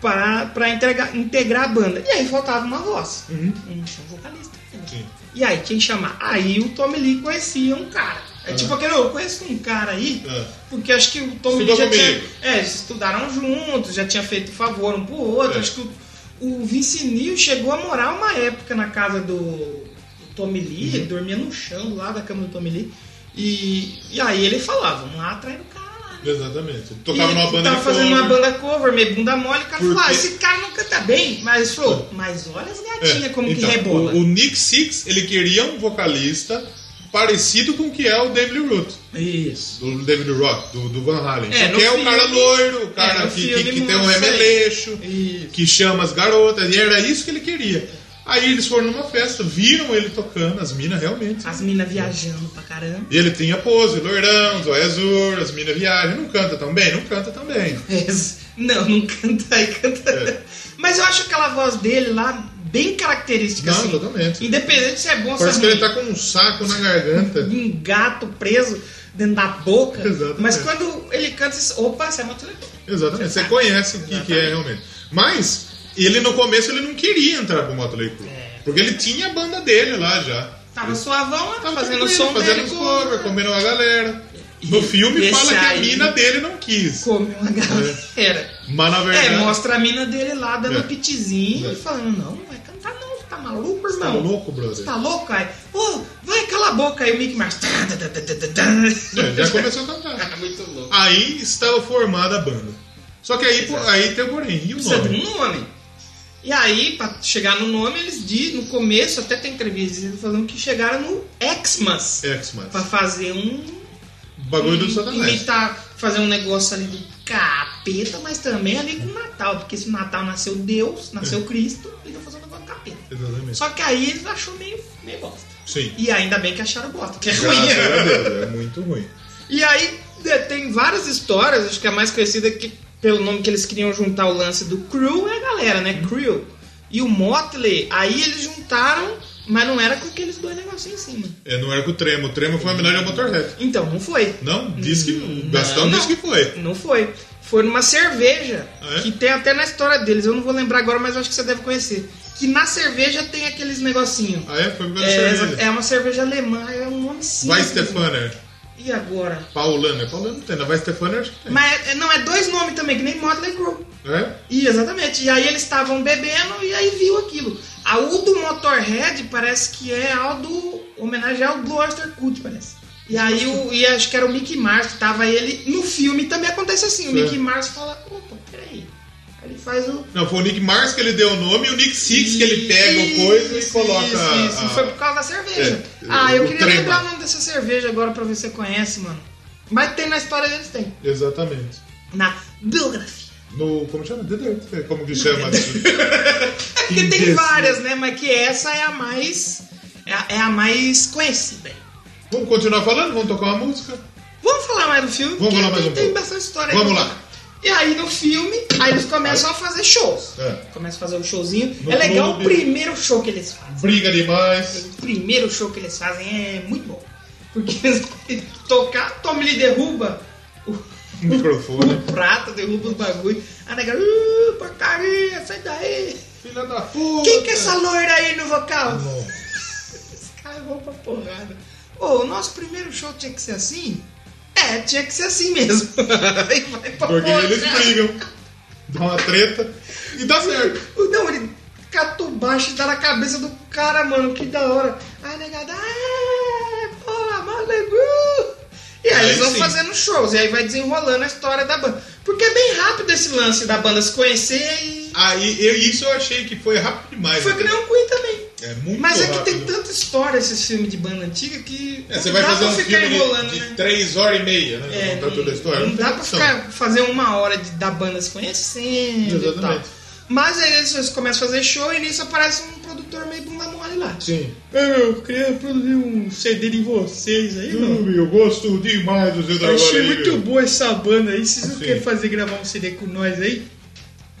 Speaker 2: pra, pra entregar- integrar a banda. E aí faltava uma voz.
Speaker 1: Uhum.
Speaker 2: Um vocalista. né?
Speaker 1: Sim.
Speaker 2: E aí, quem chamar? Aí o Tommy Lee conhecia um cara. É
Speaker 1: Ah.
Speaker 2: tipo aquele, eu conheço um cara aí,
Speaker 1: Ah,
Speaker 2: porque acho que o Tommy Lee
Speaker 1: Estudou
Speaker 2: já tinha.
Speaker 1: comigo.
Speaker 2: É, eles estudaram juntos, já tinha feito favor um pro outro.
Speaker 1: É.
Speaker 2: Acho que o, o Vince Neil chegou a morar uma época na casa do, do Tommy Lee,
Speaker 1: Uhum.
Speaker 2: ele dormia no chão lá da cama do Tommy Lee. E, e aí ele falava, vamos lá atrás do cara lá.
Speaker 1: exatamente. Ele tocava
Speaker 2: E
Speaker 1: numa banda
Speaker 2: tava
Speaker 1: de
Speaker 2: fazendo
Speaker 1: cover.
Speaker 2: uma banda cover, meio bunda mole, o cara
Speaker 1: Por
Speaker 2: falou, ah,
Speaker 1: quê?
Speaker 2: esse cara não canta bem. Mas falou, mas olha as gatinhas
Speaker 1: É,
Speaker 2: como
Speaker 1: então,
Speaker 2: que rebola.
Speaker 1: O, o Nick Six ele queria um vocalista parecido com o que é o David Lee Roth.
Speaker 2: Isso.
Speaker 1: do David Rock, do, do Van Halen.
Speaker 2: É,
Speaker 1: que
Speaker 2: no
Speaker 1: é
Speaker 2: filme-
Speaker 1: o cara loiro, o
Speaker 2: é,
Speaker 1: cara
Speaker 2: no
Speaker 1: que,
Speaker 2: filme
Speaker 1: que- que tem um
Speaker 2: mostra aí.
Speaker 1: remeleixo,
Speaker 2: Isso.
Speaker 1: que chama as garotas, e era isso que ele queria. Aí eles foram numa festa, viram ele tocando, as minas realmente.
Speaker 2: As minas viajando pra caramba.
Speaker 1: E ele tinha pose, loirão, zóia azul, as minas viajam, não canta tão bem, não canta tão bem.
Speaker 2: Não, não canta aí, canta.
Speaker 1: É.
Speaker 2: Mas eu acho aquela voz dele lá bem característica,
Speaker 1: Não,
Speaker 2: assim.
Speaker 1: totalmente.
Speaker 2: Independente se é bom ou se é
Speaker 1: Parece que
Speaker 2: ruim.
Speaker 1: ele tá com um saco na garganta.
Speaker 2: Um gato preso dentro da boca.
Speaker 1: Exatamente.
Speaker 2: Mas quando ele canta, você... opa, você é muito legal.
Speaker 1: Exatamente, você conhece o que, que é realmente. Mas ele no começo ele não queria entrar pro Motley Crue,
Speaker 2: É.
Speaker 1: porque ele tinha a banda dele lá já.
Speaker 2: Tava suavão, lá,
Speaker 1: Tava
Speaker 2: Tá fazendo o
Speaker 1: tranquilo,
Speaker 2: som
Speaker 1: Tá fazendo
Speaker 2: dele.
Speaker 1: os
Speaker 2: com-
Speaker 1: cover, comendo uma galera. No filme
Speaker 2: Esse
Speaker 1: fala que a
Speaker 2: aí-
Speaker 1: mina dele não quis.
Speaker 2: Comeu uma galera.
Speaker 1: Mas na
Speaker 2: É,
Speaker 1: verdade.
Speaker 2: mostra a mina dele lá dando
Speaker 1: É.
Speaker 2: um pitizinho
Speaker 1: É.
Speaker 2: e falando, não, não vai cantar não, você tá maluco,
Speaker 1: Tá
Speaker 2: irmão?
Speaker 1: louco, brother?
Speaker 2: Você tá louco, cara? Ô, vai, cala a boca aí, o Mickey Mars. Tá, tá, tá, tá, tá, tá.
Speaker 1: É, já começou a cantar.
Speaker 2: Muito louco.
Speaker 1: Aí estava formada a banda. Só que aí, pô, aí tem o porém. E o
Speaker 2: Precisa de
Speaker 1: nome?
Speaker 2: um nome. E aí, pra chegar no nome, eles dizem, no começo, até tem entrevista, eles falando que chegaram no Xmas.
Speaker 1: X-Mas.
Speaker 2: Pra fazer um.
Speaker 1: Bagulho do
Speaker 2: um-
Speaker 1: Satanás.
Speaker 2: Imitar, fazer um negócio ali do capeta, mas também ali com o Natal. Porque se o Natal nasceu Deus,
Speaker 1: É.
Speaker 2: nasceu Cristo, eles vão fazer um negócio do capeta.
Speaker 1: Exatamente.
Speaker 2: Só que aí eles achou meio, meio bosta.
Speaker 1: Sim.
Speaker 2: E ainda bem que acharam bosta, porque é ruim.
Speaker 1: Graças a Deus, é muito ruim.
Speaker 2: E aí né, tem várias histórias, acho que a mais conhecida que, pelo nome que eles queriam juntar o lance do Crew é a galera, né?
Speaker 1: Uhum.
Speaker 2: Crew. E o Motley, aí eles juntaram, mas não era com aqueles dois negocinhos em cima.
Speaker 1: É, não era com o Tremo. O Tremo foi uma homenagem ao Motorhead.
Speaker 2: Então, não foi.
Speaker 1: Não, diz que.
Speaker 2: Não,
Speaker 1: O Gastão
Speaker 2: Hum, não.
Speaker 1: disse que foi.
Speaker 2: Não foi. Foi numa cerveja,
Speaker 1: Ah, é?
Speaker 2: que tem até na história deles, eu não vou lembrar agora, mas eu acho que você deve conhecer. Que na cerveja tem aqueles negocinhos.
Speaker 1: Ah, é? Foi por causa da
Speaker 2: É,
Speaker 1: cerveja.
Speaker 2: é uma cerveja alemã, é um nome simples.
Speaker 1: Vai, Stefaner.
Speaker 2: E agora?
Speaker 1: Paulana. É Paulana não tem, mas Stefani eu acho que tem.
Speaker 2: Mas é- não, é dois nomes também, que nem Motley Crue.
Speaker 1: É?
Speaker 2: E, exatamente. E aí eles estavam bebendo e aí viu aquilo. A U do Motorhead parece que é ao do homenagem ao Blue Oyster Cult, parece. E aí o, e acho que era o Mickey Mars que tava ele no filme também acontece assim. O
Speaker 1: Certo.
Speaker 2: Mickey Mars fala, opa, peraí. Aí ele faz o.
Speaker 1: Não, foi o Nick Mars que ele deu o nome e o Nick Six que ele pega o coisa e
Speaker 2: Isso,
Speaker 1: coloca.
Speaker 2: Isso, isso.
Speaker 1: a-
Speaker 2: Foi por causa da cerveja.
Speaker 1: É,
Speaker 2: ah, eu
Speaker 1: o
Speaker 2: queria
Speaker 1: trem,
Speaker 2: lembrar o
Speaker 1: mano.
Speaker 2: nome dessa cerveja agora pra ver se você conhece, mano. Mas tem na história deles, tem.
Speaker 1: Exatamente.
Speaker 2: Na biografia.
Speaker 1: No. Como chama? The Dirt. é Como que chama?
Speaker 2: É porque tem
Speaker 1: Imbecil.
Speaker 2: várias, né? Mas que essa é a mais. É a, é a mais conhecida.
Speaker 1: vamos continuar falando? Vamos tocar uma música?
Speaker 2: Vamos falar mais do filme?
Speaker 1: Vamos
Speaker 2: porque
Speaker 1: falar mais
Speaker 2: tem,
Speaker 1: um
Speaker 2: tem
Speaker 1: pouco.
Speaker 2: bastante história
Speaker 1: Vamos
Speaker 2: aí.
Speaker 1: lá.
Speaker 2: E aí no filme, aí eles começam a fazer shows.
Speaker 1: É.
Speaker 2: Começam a fazer um showzinho.
Speaker 1: No
Speaker 2: é legal
Speaker 1: clube.
Speaker 2: o primeiro show que eles fazem.
Speaker 1: Briga demais.
Speaker 2: O primeiro show que eles fazem é muito bom. Porque eles tocar, toma, ele derruba o,
Speaker 1: Microfone.
Speaker 2: prato, derruba os bagulho. A nega, uh, porcaria, sai daí.
Speaker 1: Filha da puta.
Speaker 2: Quem que é essa loira aí no vocal?
Speaker 1: Nossa.
Speaker 2: Os caras vão é pra porrada. Ô, o nosso primeiro show tinha que ser assim? É, tinha que ser assim mesmo. Aí vai pra
Speaker 1: Porque
Speaker 2: porrada. Tá
Speaker 1: eles brigam. Dá uma treta e dá certo.
Speaker 2: Não, ele catou baixo e tá na cabeça do cara, mano. Que da hora. Aí negada, ah, porra, maluco. E aí,
Speaker 1: Aí
Speaker 2: eles vão
Speaker 1: sim.
Speaker 2: fazendo shows. E aí vai desenrolando a história da banda. Porque é bem rápido esse lance da banda se conhecer e...
Speaker 1: Aí eu, isso eu achei que foi rápido demais.
Speaker 2: Foi que nem o Queen também.
Speaker 1: É muito
Speaker 2: Mas é
Speaker 1: rápido.
Speaker 2: que tem tanta história esses filmes de banda antiga que...
Speaker 1: É, você vai
Speaker 2: não dá
Speaker 1: fazer
Speaker 2: pra
Speaker 1: um
Speaker 2: ficar
Speaker 1: filme
Speaker 2: enrolando,
Speaker 1: de,
Speaker 2: né?
Speaker 1: de três horas e meia, né? pra
Speaker 2: É,
Speaker 1: contar toda a história.
Speaker 2: Não dá pra
Speaker 1: São-
Speaker 2: ficar fazer uma hora de, da banda se conhecendo e tal.
Speaker 1: Exatamente.
Speaker 2: Mas aí eles começam a fazer show e nisso aparece um produtor meio bunda mole lá.
Speaker 1: Sim.
Speaker 2: Eu queria produzir um CD de vocês aí,
Speaker 1: Hum, eu gosto demais do seu
Speaker 2: Eu
Speaker 1: trabalho.
Speaker 2: achei
Speaker 1: aí,
Speaker 2: muito
Speaker 1: meu.
Speaker 2: boa essa banda aí. Vocês não
Speaker 1: Sim.
Speaker 2: querem fazer gravar um CD com nós aí?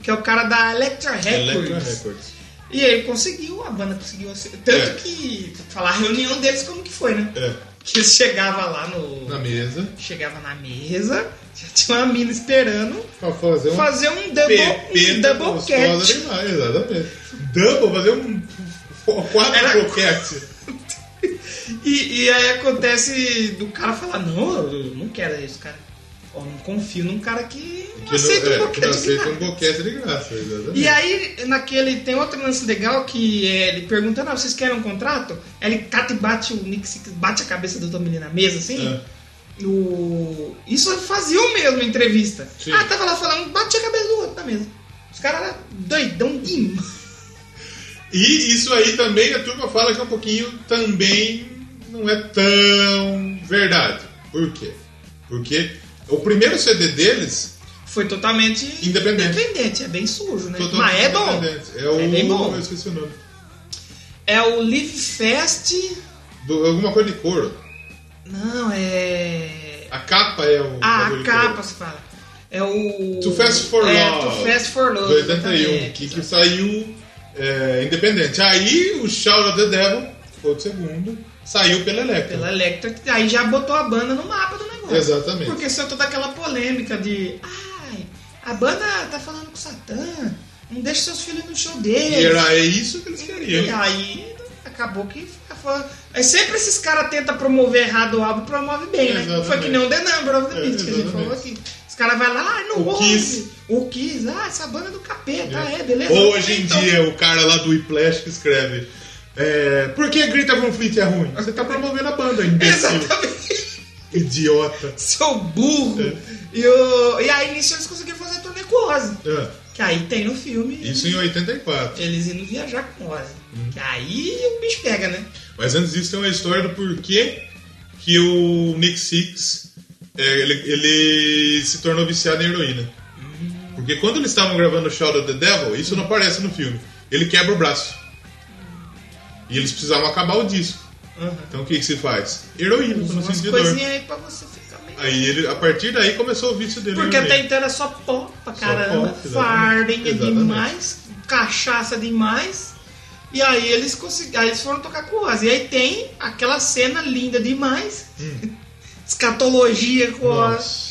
Speaker 2: Que é o cara da Electra Records.
Speaker 1: Electra É Records.
Speaker 2: E ele conseguiu, a banda conseguiu. Tanto
Speaker 1: É.
Speaker 2: que, falar a reunião deles como que foi, né?
Speaker 1: É,
Speaker 2: Que eles chegavam lá no...
Speaker 1: na mesa,
Speaker 2: Chegava na mesa, já tinha uma mina esperando
Speaker 1: pra fazer um
Speaker 2: fazer um double, um
Speaker 1: pepeta
Speaker 2: double
Speaker 1: gostosa né?
Speaker 2: cat.
Speaker 1: é demais, exatamente. Double, fazer um um quatro
Speaker 2: Era-
Speaker 1: boquete.
Speaker 2: E, e aí acontece do cara falar, não, eu não quero isso, cara. Ó, não confio num cara que não aceita um
Speaker 1: é, que
Speaker 2: boquete.
Speaker 1: não
Speaker 2: de
Speaker 1: aceita
Speaker 2: graça."
Speaker 1: um boquete de graça, exatamente.
Speaker 2: E aí, naquele. Tem outro lance legal que é, ele pergunta, não, vocês querem um contrato? Aí ele cata e bate o Nick Six, bate a cabeça do Tommy Lee na mesa, assim.
Speaker 1: É.
Speaker 2: O... Isso faziam mesmo em entrevista.
Speaker 1: Sim.
Speaker 2: Ah, tava lá falando, bate a cabeça do outro na mesa. Os caras eram doidão demais.
Speaker 1: E isso aí também a turma fala que é um pouquinho também não é tão verdade. Por quê? Porque o primeiro CD deles
Speaker 2: Foi totalmente
Speaker 1: Independente.
Speaker 2: independente, é bem sujo, né?
Speaker 1: totalmente
Speaker 2: Mas é bom.
Speaker 1: independente. É o.
Speaker 2: É bem bom.
Speaker 1: Eu esqueci o nome.
Speaker 2: É o Live Fest.
Speaker 1: Do- alguma coisa de couro.
Speaker 2: Não, é.
Speaker 1: A capa é o.
Speaker 2: Ah,
Speaker 1: bagulho
Speaker 2: a
Speaker 1: de
Speaker 2: capa
Speaker 1: couro.
Speaker 2: se fala. É o.
Speaker 1: Too Fast for
Speaker 2: é,
Speaker 1: Love.
Speaker 2: Too Fast for
Speaker 1: Do
Speaker 2: Love.
Speaker 1: 81,
Speaker 2: exatamente.
Speaker 1: que, que saiu é, independente. Aí o Shout of the Devil, que foi o segundo, saiu pela Electra.
Speaker 2: Pela Electra, que aí já botou a banda no mapa do negócio.
Speaker 1: Exatamente.
Speaker 2: Porque só toda aquela polêmica de. Ai, a banda tá falando com o Satã. Não deixa seus filhos no show
Speaker 1: E
Speaker 2: dele.
Speaker 1: era é isso que eles
Speaker 2: E
Speaker 1: queriam.
Speaker 2: aí acabou que foi- aí sempre esses caras tentam promover errado o álbum promove bem, né?
Speaker 1: Exatamente.
Speaker 2: Foi que nem o The Number of the
Speaker 1: É,
Speaker 2: Beast que a gente
Speaker 1: exatamente.
Speaker 2: falou aqui. Os caras vão lá, ah, não
Speaker 1: O
Speaker 2: ouve.
Speaker 1: Kiss.
Speaker 2: O Kiss, ah, essa banda é do capeta, é, beleza.
Speaker 1: Hoje em
Speaker 2: Então,
Speaker 1: dia, é o cara lá do Whiplash que escreve. É, Por que Greta Van Fleet é ruim? Você tá promovendo a banda, imbecil.
Speaker 2: Exatamente.
Speaker 1: Idiota.
Speaker 2: Seu burro.
Speaker 1: É.
Speaker 2: E, o- e aí nisso eles conseguiram fazer turnê com o Ozzy.
Speaker 1: É,
Speaker 2: Que aí tem no filme.
Speaker 1: Isso em Uhum. 84.
Speaker 2: Eles indo viajar com o Ozzy. Que aí o bicho pega, né?
Speaker 1: Mas antes disso tem uma história do porquê que o Nick Six é, ele, ele se tornou viciado em heroína. Porque quando eles estavam gravando Shout of the Devil, isso não aparece no filme. Ele quebra o braço. E eles precisavam acabar o disco.
Speaker 2: Uhum.
Speaker 1: Então o que, que se faz? Heroína, pra não
Speaker 2: Umas
Speaker 1: sentir dor.
Speaker 2: coisinhas aí pra você ficar meio.
Speaker 1: Aí ele, a partir daí começou o vício dele.
Speaker 2: Porque
Speaker 1: em heroína.
Speaker 2: até então era só pó pra caramba,
Speaker 1: pó, exatamente,
Speaker 2: fardem é
Speaker 1: exatamente.
Speaker 2: demais, cachaça demais. E aí eles conseguiram. Aí eles foram tocar com o Ozzy. E aí tem aquela
Speaker 1: Hum.
Speaker 2: cena linda demais. Escatologia com o Ozzy.
Speaker 1: Nossa.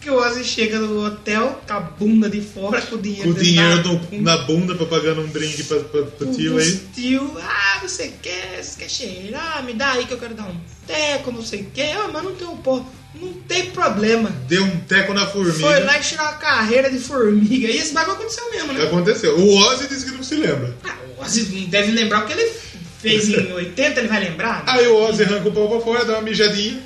Speaker 2: que o Ozzy chega no hotel com a bunda de fora, com o dinheiro
Speaker 1: Com o
Speaker 2: dentro
Speaker 1: dinheiro
Speaker 2: da
Speaker 1: do- na bunda pra pagar um drink pra, pra, pro tio aí.
Speaker 2: Tio, ah, você quer, você quer cheirar? Ah, Me dá aí que eu quero dar um teco, não sei o que. Ah, mas não tem um pó. Não tem problema.
Speaker 1: Deu um teco na formiga.
Speaker 2: Foi né? lá e tirou a carreira de formiga. E esse bagulho aconteceu mesmo,
Speaker 1: É.
Speaker 2: né?
Speaker 1: Aconteceu. O Ozzy disse que não se lembra.
Speaker 2: Ah, o Ozzy não deve lembrar o que ele fez em 80, ele vai lembrar?
Speaker 1: Aí o Ozzy arranca o pau pra fora, dá uma mijadinha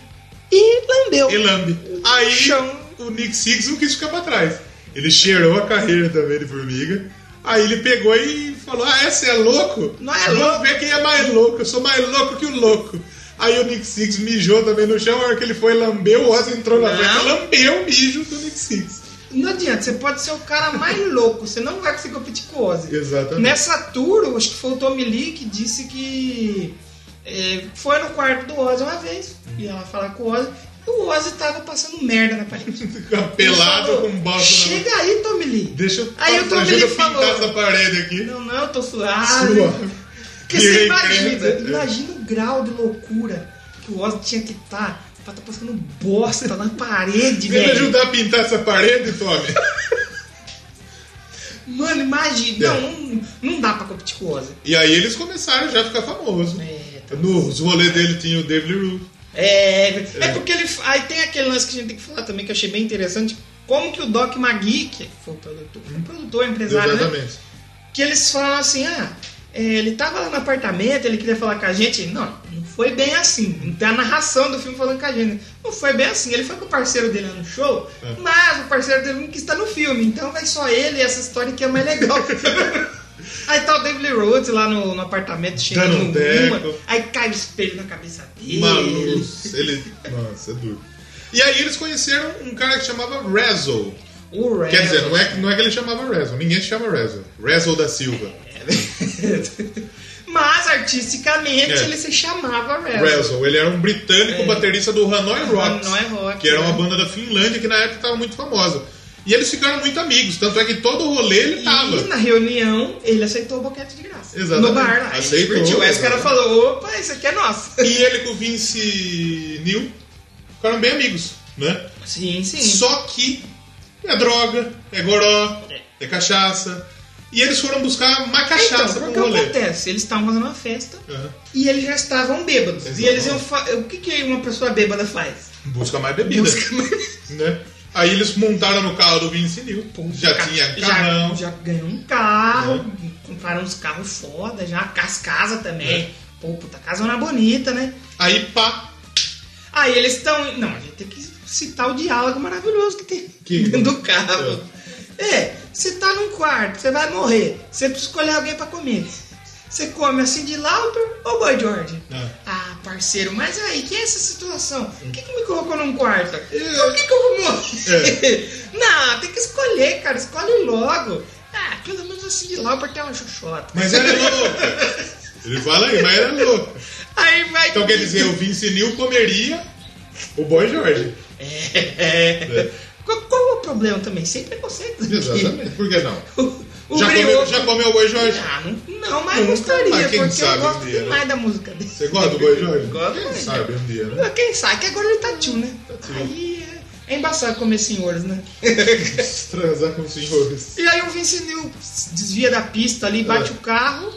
Speaker 2: E lambeu.
Speaker 1: Ah, e lambe. Aí
Speaker 2: Chão.
Speaker 1: o Nick Six não quis ficar pra trás. Ele cheirou a carreira também de formiga. Aí ele pegou e falou: Ah, essa é louco?
Speaker 2: Não é
Speaker 1: Vamos
Speaker 2: louco."
Speaker 1: ver quem é mais louco. Eu sou mais louco que o louco. Aí o Nick Six mijou também no chão. A hora que ele foi lambeu, o Ozzy entrou na
Speaker 2: Não.
Speaker 1: frente e lambeu o mijo do Nick Six.
Speaker 2: Não adianta, você pode ser o cara mais louco, você não vai conseguir competir com o Ozzy.
Speaker 1: Exatamente.
Speaker 2: Nessa tour, acho que foi o Tommy Lee que disse que é, foi no quarto do Ozzy uma vez, e ela falar com o Ozzy, e o Ozzy tava passando merda na parede. Ele
Speaker 1: Pelado
Speaker 2: falou,
Speaker 1: com bosta na mão.
Speaker 2: Chega aí, Tommy Lee.
Speaker 1: Deixa eu,
Speaker 2: Aí o Tom
Speaker 1: ajuda
Speaker 2: Lee
Speaker 1: a pintar
Speaker 2: falou.
Speaker 1: essa parede aqui.
Speaker 2: Não, não, eu tô suave.
Speaker 1: Suave.
Speaker 2: Porque você
Speaker 1: Virei
Speaker 2: imagina,
Speaker 1: crente.
Speaker 2: imagina o grau de loucura que o Ozzy tinha que estar pra tá passando bosta na parede,
Speaker 1: Vem me
Speaker 2: velho.
Speaker 1: ajudar a pintar essa parede, Tommy?
Speaker 2: Mano, imagina.
Speaker 1: É.
Speaker 2: Não, não, não dá pra competir com o Ozzy.
Speaker 1: E aí eles começaram já a ficar Então, famoso.
Speaker 2: É,
Speaker 1: Nos rolês dele tinha o David Lee Roth.
Speaker 2: É, é porque ele. Aí tem aquele lance que a gente tem que falar também, que eu achei bem interessante. Como que o Doc Magui, que foi o produtor, foi o produtor empresário, né?
Speaker 1: Exatamente.
Speaker 2: Que eles falam assim, ah, é, ele tava lá no apartamento, ele queria falar com a gente. Não, não foi bem assim. Não tem a narração do filme falando com a gente. né? Não foi bem assim. Ele foi com o parceiro dele lá no show,
Speaker 1: É.
Speaker 2: mas o parceiro dele não quis estar no filme. Então vai só ele e essa história que é mais legal. Aí tá o David Lee Roth lá no, no apartamento, chegando
Speaker 1: Dando um
Speaker 2: numa,
Speaker 1: teco.
Speaker 2: aí cai o espelho na cabeça dele.
Speaker 1: Uma luz. Ele... Nossa, é duro. E aí eles conheceram um cara que chamava Razzle.
Speaker 2: O Ram.
Speaker 1: Quer dizer, não é, que- não é que ele chamava Razzle. Ninguém se chama Razzle. Razzle da Silva.
Speaker 2: Mas artisticamente
Speaker 1: É.
Speaker 2: ele se chamava Ram.
Speaker 1: Razzle. Ele era um britânico
Speaker 2: É.
Speaker 1: baterista do Hanoi Rocks.
Speaker 2: Não é rock.
Speaker 1: que era uma
Speaker 2: né?
Speaker 1: banda da Finlândia que na época estava muito famosa. E eles ficaram muito amigos, tanto é que todo o rolê ele tava.
Speaker 2: E na reunião ele aceitou o boquete de graça.
Speaker 1: Exatamente.
Speaker 2: No bar lá. Ele
Speaker 1: Aceitou,
Speaker 2: curtiu. Aí os caras
Speaker 1: exatamente.
Speaker 2: falaram: opa, isso aqui é nosso.
Speaker 1: E ele com o Vince Neil ficaram bem amigos, né?
Speaker 2: Sim, sim.
Speaker 1: Só que é droga, é goró,
Speaker 2: É.
Speaker 1: é cachaça. E eles foram buscar uma
Speaker 2: então,
Speaker 1: cachaça
Speaker 2: o que
Speaker 1: pro rolê. É.
Speaker 2: acontece? Eles estavam fazendo uma festa
Speaker 1: Aham.
Speaker 2: e eles já estavam bêbados.
Speaker 1: Exatamente.
Speaker 2: E eles iam fa... O que, que uma pessoa bêbada faz?
Speaker 1: Busca mais bebida. Né? Aí eles montaram no carro do Vince Neil. Já tinha carrão. É.
Speaker 2: Já, já ganhou um carro, compraram uns carros foda, já as casas também.
Speaker 1: É.
Speaker 2: Pô, puta casona bonita, né?
Speaker 1: Aí pá,
Speaker 2: Aí eles estão. Não, a gente tem que citar o diálogo maravilhoso que tem
Speaker 1: Que-
Speaker 2: dentro do carro. É, você tá num quarto, você vai morrer. Você precisa escolher alguém pra comer. Você come assim de Lauper ou Boy George?
Speaker 1: É.
Speaker 2: Ah, parceiro, mas aí, que é essa situação? Por que, que me colocou num quarto?
Speaker 1: Hum. É.
Speaker 2: Por que, que eu vou morrer? Não, tem que escolher, cara. Escolhe logo. Ah, pelo menos assim de Lauper tem uma xoxota.
Speaker 1: mas era louca. Ele fala aí, mas era louca.
Speaker 2: Aí vai.
Speaker 1: Então quer dizer, o Vince Neil comeria o Boy Jorge.
Speaker 2: É. Qual, qual é o problema também? Sem preconceito. aqui.
Speaker 1: Exatamente. Por que não?
Speaker 2: O, o
Speaker 1: já, comeu,
Speaker 2: Brioco-
Speaker 1: já comeu o Boy Jorge?
Speaker 2: Ah, não, não, mas
Speaker 1: Nunca,
Speaker 2: gostaria,
Speaker 1: mas quem
Speaker 2: porque
Speaker 1: sabe
Speaker 2: eu gosto
Speaker 1: um dia, né?
Speaker 2: demais da música dele.
Speaker 1: Você gosta do Boy Jorge?
Speaker 2: Gosto.
Speaker 1: Quem sabe um dia, né?
Speaker 2: Quem sabe, que agora ele tá tio, né?
Speaker 1: tio.
Speaker 2: Aí é- é embaçado comer senhores, né?
Speaker 1: Transar com os senhores.
Speaker 2: E aí o Vince Neil desvia da pista ali, bate
Speaker 1: É.
Speaker 2: o carro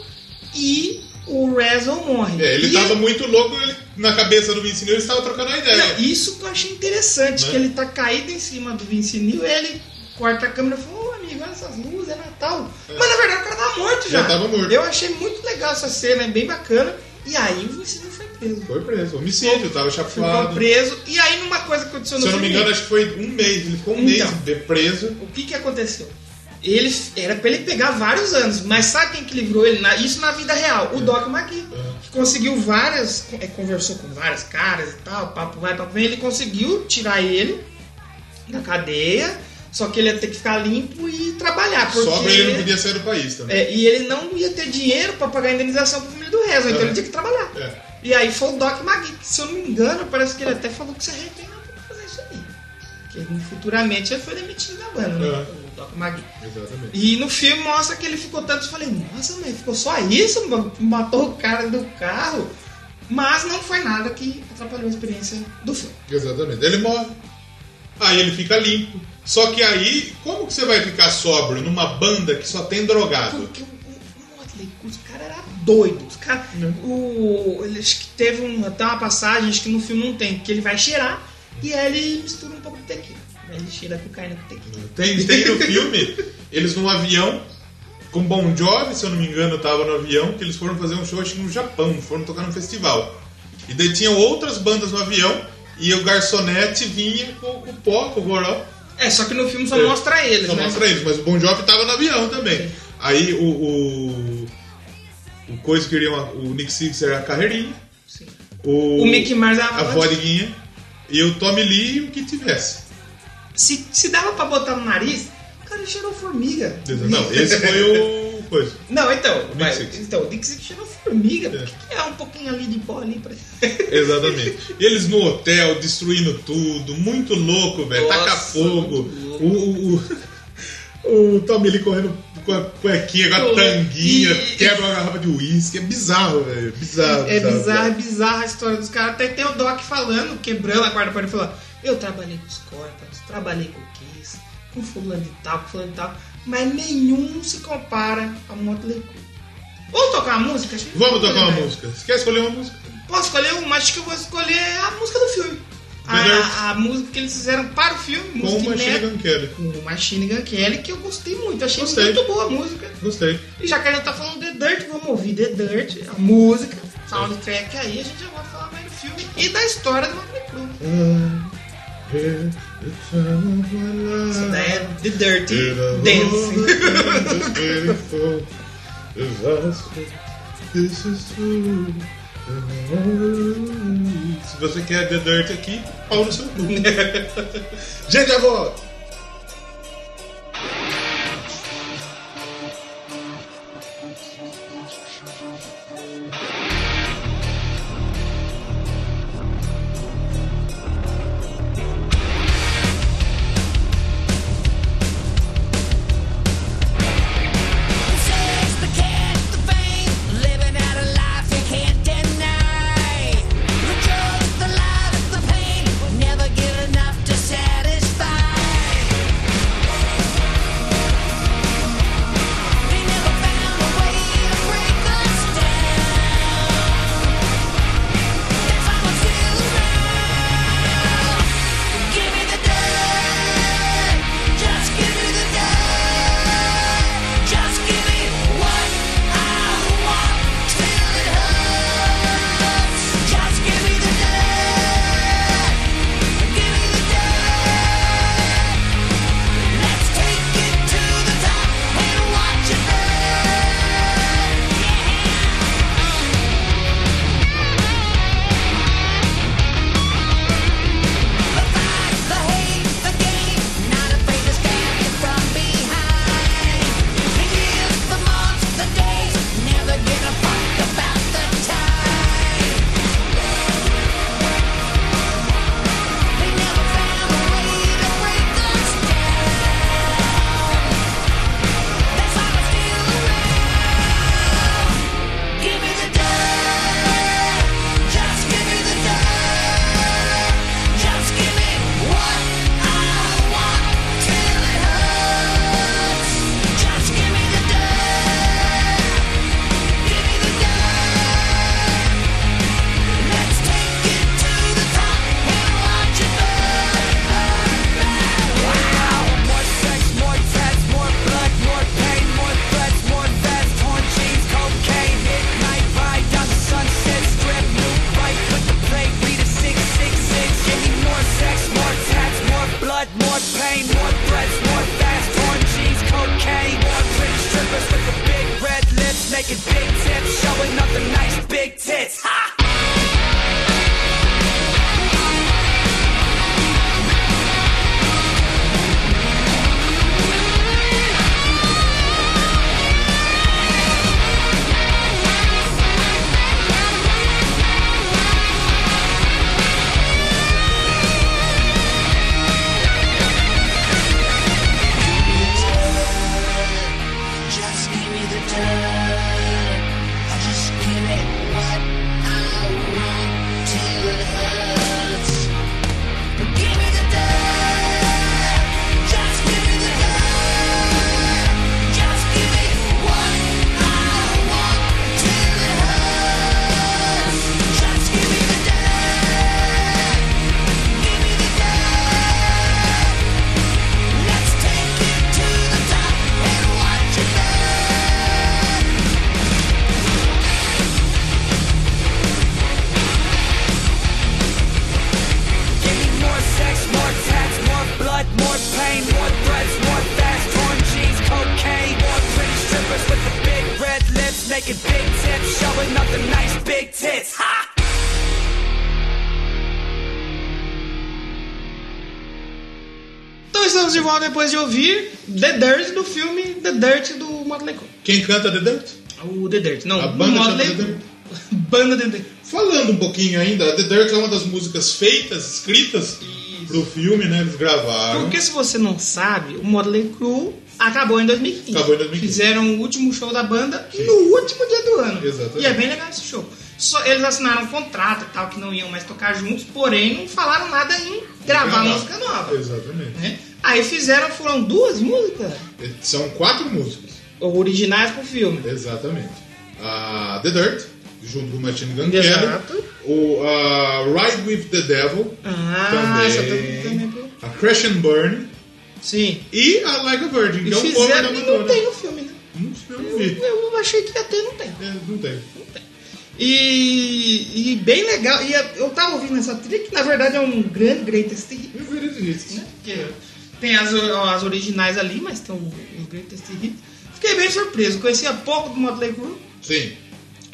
Speaker 2: e o Rezo morre.
Speaker 1: É, ele
Speaker 2: e
Speaker 1: tava muito louco, ele- na cabeça do Vince Neil, ele estava trocando a ideia.
Speaker 2: Não, isso que eu achei interessante,
Speaker 1: Né?
Speaker 2: que ele tá caído em cima do Vince Neil, ele corta a câmera e fala, ô amigo, olha essas luzes, é Natal. Mas na verdade o cara tá morto já.
Speaker 1: Já tava morto.
Speaker 2: Eu achei muito legal essa cena, é bem bacana. E aí o Vince Neil foi preso.
Speaker 1: Foi preso, homicídio, tava
Speaker 2: Ficou
Speaker 1: chapado.
Speaker 2: preso. E aí numa coisa que aconteceu no
Speaker 1: Se eu não me
Speaker 2: filme,
Speaker 1: engano, acho que foi um mês. Ele ficou um mês
Speaker 2: Então.
Speaker 1: de- preso.
Speaker 2: o que que aconteceu? Ele f- era pra ele pegar vários anos, mas sabe quem que livrou ele? na- isso na vida real, o Doc McGee. Que conseguiu várias, é, conversou com vários caras e tal, papo vai, papo vem, ele conseguiu tirar ele da cadeia, só que ele ia ter que ficar limpo e trabalhar, porque
Speaker 1: Só pra ele não podia sair do país também.
Speaker 2: é, e ele não ia ter dinheiro pra pagar a indenização pro filho do Rezo, então
Speaker 1: É.
Speaker 2: ele tinha que trabalhar.
Speaker 1: É.
Speaker 2: E aí foi o Doc Magui, que se eu não me engano, parece que ele até falou que se arrependeu por fazer isso aí. Porque futuramente ele foi demitido da banda, né?
Speaker 1: É.
Speaker 2: O Doc Magui.
Speaker 1: Exatamente.
Speaker 2: E no filme mostra que ele ficou tanto. Eu falei, nossa, mas ficou só isso? mano? Matou o cara do carro. Mas não foi nada que atrapalhou a experiência do filme.
Speaker 1: Exatamente. Ele morre. aí ele fica limpo. Só que aí, como que você vai ficar sóbrio numa banda que só tem drogado?
Speaker 2: Porque o, o Motley Crue, os caras eram doidos. Os cara, o, ele acho que teve um, até uma passagem, acho que no filme não tem, que ele vai cheirar e aí ele mistura um pouco de tequila. Aí Ele cheira cocaína com tequila.
Speaker 1: Tem, tem no filme, eles num avião, com Bon Jovi, se eu não me engano, tava no avião, que eles foram fazer um show, acho que no Japão, foram tocar num festival. E daí tinham outras bandas no avião, e o garçonete vinha com, com o pó, com o goró,
Speaker 2: É, só que no filme só
Speaker 1: É.
Speaker 2: mostra eles,
Speaker 1: só
Speaker 2: né?
Speaker 1: mostra eles, mas o Bon Jovi tava no avião também. Aí o... o... O coisa queria uma, o Nick Six era a carreirinha,
Speaker 2: Sim.
Speaker 1: o,
Speaker 2: O Mickey Mars dava
Speaker 1: a vodiguinha, e o Tommy Lee o que tivesse.
Speaker 2: Se, se dava pra botar no nariz, o cara cheirou formiga.
Speaker 1: Não, esse foi o coisa.
Speaker 2: Não, então,
Speaker 1: Dixie.
Speaker 2: mas, então, o Dixie cheirou formiga.
Speaker 1: É.
Speaker 2: Por que, que é um pouquinho ali de pó ali pra. É
Speaker 1: Exatamente. E Eles no hotel, destruindo tudo, muito louco, velho.
Speaker 2: Nossa,
Speaker 1: Taca fogo.
Speaker 2: muito louco.
Speaker 1: O, o, o, o Tommy Lee correndo com a cuequinha, com a
Speaker 2: Pô,
Speaker 1: tanguinha,
Speaker 2: e-
Speaker 1: quebra uma garrafa de uísque. É bizarro, velho. Bizarro.
Speaker 2: É bizarro, é bizarra a história dos caras. Até tem o Doc falando, quebrando a quarta parede, falando: Eu trabalhei com os Cortans, trabalhei com o Kiss, com fulano de tal, com fulano de tal, mas nenhum se compara a Motley Crue. Vamos tocar uma música? Acho que
Speaker 1: Vamos
Speaker 2: não
Speaker 1: tocar uma
Speaker 2: né?
Speaker 1: música. Você quer escolher uma música?
Speaker 2: Posso escolher uma? Acho que eu vou escolher a música do filme.
Speaker 1: Melhor.
Speaker 2: A, a música que eles fizeram para o filme,
Speaker 1: Com
Speaker 2: música
Speaker 1: uma
Speaker 2: inédita.
Speaker 1: Shinigan Kelly.
Speaker 2: com o Machine Gun Kelly, que eu gostei muito, achei
Speaker 1: Gostei.
Speaker 2: muito boa a música.
Speaker 1: Gostei.
Speaker 2: E já que a gente tá falando The Dirt, vamos ouvir The Dirt, a música, soundtrack aí, a gente já vai falar mais do filme e da história do Motley Crue.
Speaker 1: Ah.
Speaker 2: Isso daí é The Dirt, Dance.
Speaker 1: Se você quer The Dirt aqui, pau no seu cu. Gente, já volto!
Speaker 3: The sex, the cat, the fame, living out a life you can't deny. The drugs, the lies, the pain, will never get enough to satisfy. They never found a way to break us down. That's why we feel now. Give me the dirt, just give me the dirt. Just give me what I want till it hurts. Just give me the dirt, give me the dirt. Let's take it to the top and watch it burn. Yeah. The fight, the hate, the game, not afraid to stab you from behind. The years, the months, the days, never give a fuck about the time. They never found a way to break us down. That's why we're still around. Give me the dirt, just give me the dirt. Just give me what I want till it hurts. Just give me the dirt. Give me the dirt. Let's take it to the top and watch it burn, burn, burn. Wow. More sex, more sex, more blood, more pain, more threats, more vests, torn jeans, cocaine, midnight ride down the sunset strip, new right, put the plate, read a six, six, six. Give me more sex, more tats, more blood, more pain, more threats, more fast, torn jeans, cocaine, more rich strippers with the big red lips, making big tips, showing up the nice big tits. Ha! Just give me the dirt. I just give it what I want till it hurts. Give me the dirt.
Speaker 4: naked big tips, showing up the nice big tits. Ha!
Speaker 2: Então estamos de volta depois de ouvir The Dirt do filme The Dirt do Motley Crue.
Speaker 1: Quem canta The Dirt?
Speaker 2: O The Dirt, não,
Speaker 1: A
Speaker 2: o
Speaker 1: banda
Speaker 2: Motley
Speaker 1: chama The
Speaker 2: Crue. Banda The Dirt.
Speaker 1: Falando um pouquinho ainda, The Dirt é uma das músicas feitas, escritas pro filme, né? Eles gravaram.
Speaker 2: Porque se você não sabe, o Motley Crue acabou em 2015.
Speaker 1: Acabou em 2015.
Speaker 2: Fizeram o último show da banda no último dia do ano.
Speaker 1: Exatamente.
Speaker 2: E é bem legal esse show. Só, eles assinaram um contrato e tal, que não iam mais tocar juntos, porém não falaram nada em gravar
Speaker 1: Gravaram.
Speaker 2: música nova.
Speaker 1: Exatamente.
Speaker 2: né? Aí fizeram, foram duas músicas
Speaker 1: São quatro músicas.
Speaker 2: originais pro filme.
Speaker 1: Exatamente. A The Dirt, junto com o Machine Gun
Speaker 2: Exato.
Speaker 1: Kelly. O a Ride with the Devil.
Speaker 2: Ah, essa também-
Speaker 1: também.
Speaker 2: também.
Speaker 1: A Crash and Burn.
Speaker 2: Sim.
Speaker 1: E a Like a Virgin, que
Speaker 2: E
Speaker 1: é um cover da
Speaker 2: fizeram e
Speaker 1: Madonna.
Speaker 2: não tem no filme, né?
Speaker 1: Não sei, eu não
Speaker 2: Eu,
Speaker 1: vi.
Speaker 2: eu achei que ia ter, não tem.
Speaker 1: É, não tem.
Speaker 2: E, e bem legal, e eu tava ouvindo essa trilha, que na verdade é um grande greatest hit,
Speaker 1: Eu veria disso.
Speaker 2: né? Porque tem as, as originais ali, mas tem um, os greatest hits. Fiquei bem surpreso, conhecia pouco do Motley Crue,
Speaker 1: Sim.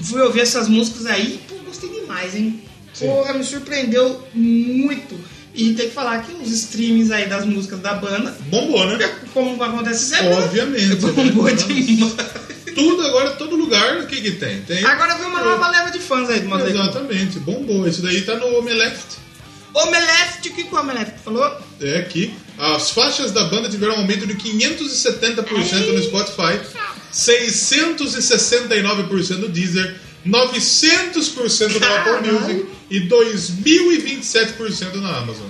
Speaker 2: fui ouvir essas músicas aí, pô, gostei demais, hein?
Speaker 1: Sim.
Speaker 2: Porra, me surpreendeu muito. E tem que falar que os streams aí das músicas da banda,
Speaker 1: Bombou, né?
Speaker 2: como acontece sempre, né?
Speaker 1: Obviamente,
Speaker 2: bombou
Speaker 1: né?
Speaker 2: demais.
Speaker 1: Tudo agora, todo lugar, o que que tem? Tem...
Speaker 2: Agora vem uma nova leva de fãs Ah, aí do Motley Crue.
Speaker 1: Exatamente, bombou. Isso daí tá no Omeleft.
Speaker 2: Omelete, o que que o Omelete falou?
Speaker 1: É aqui. As faixas da banda tiveram um aumento de 570% no Spotify, 669% no Deezer, 900% na Apple
Speaker 2: Caralho.
Speaker 1: Music e 2027% na Amazon.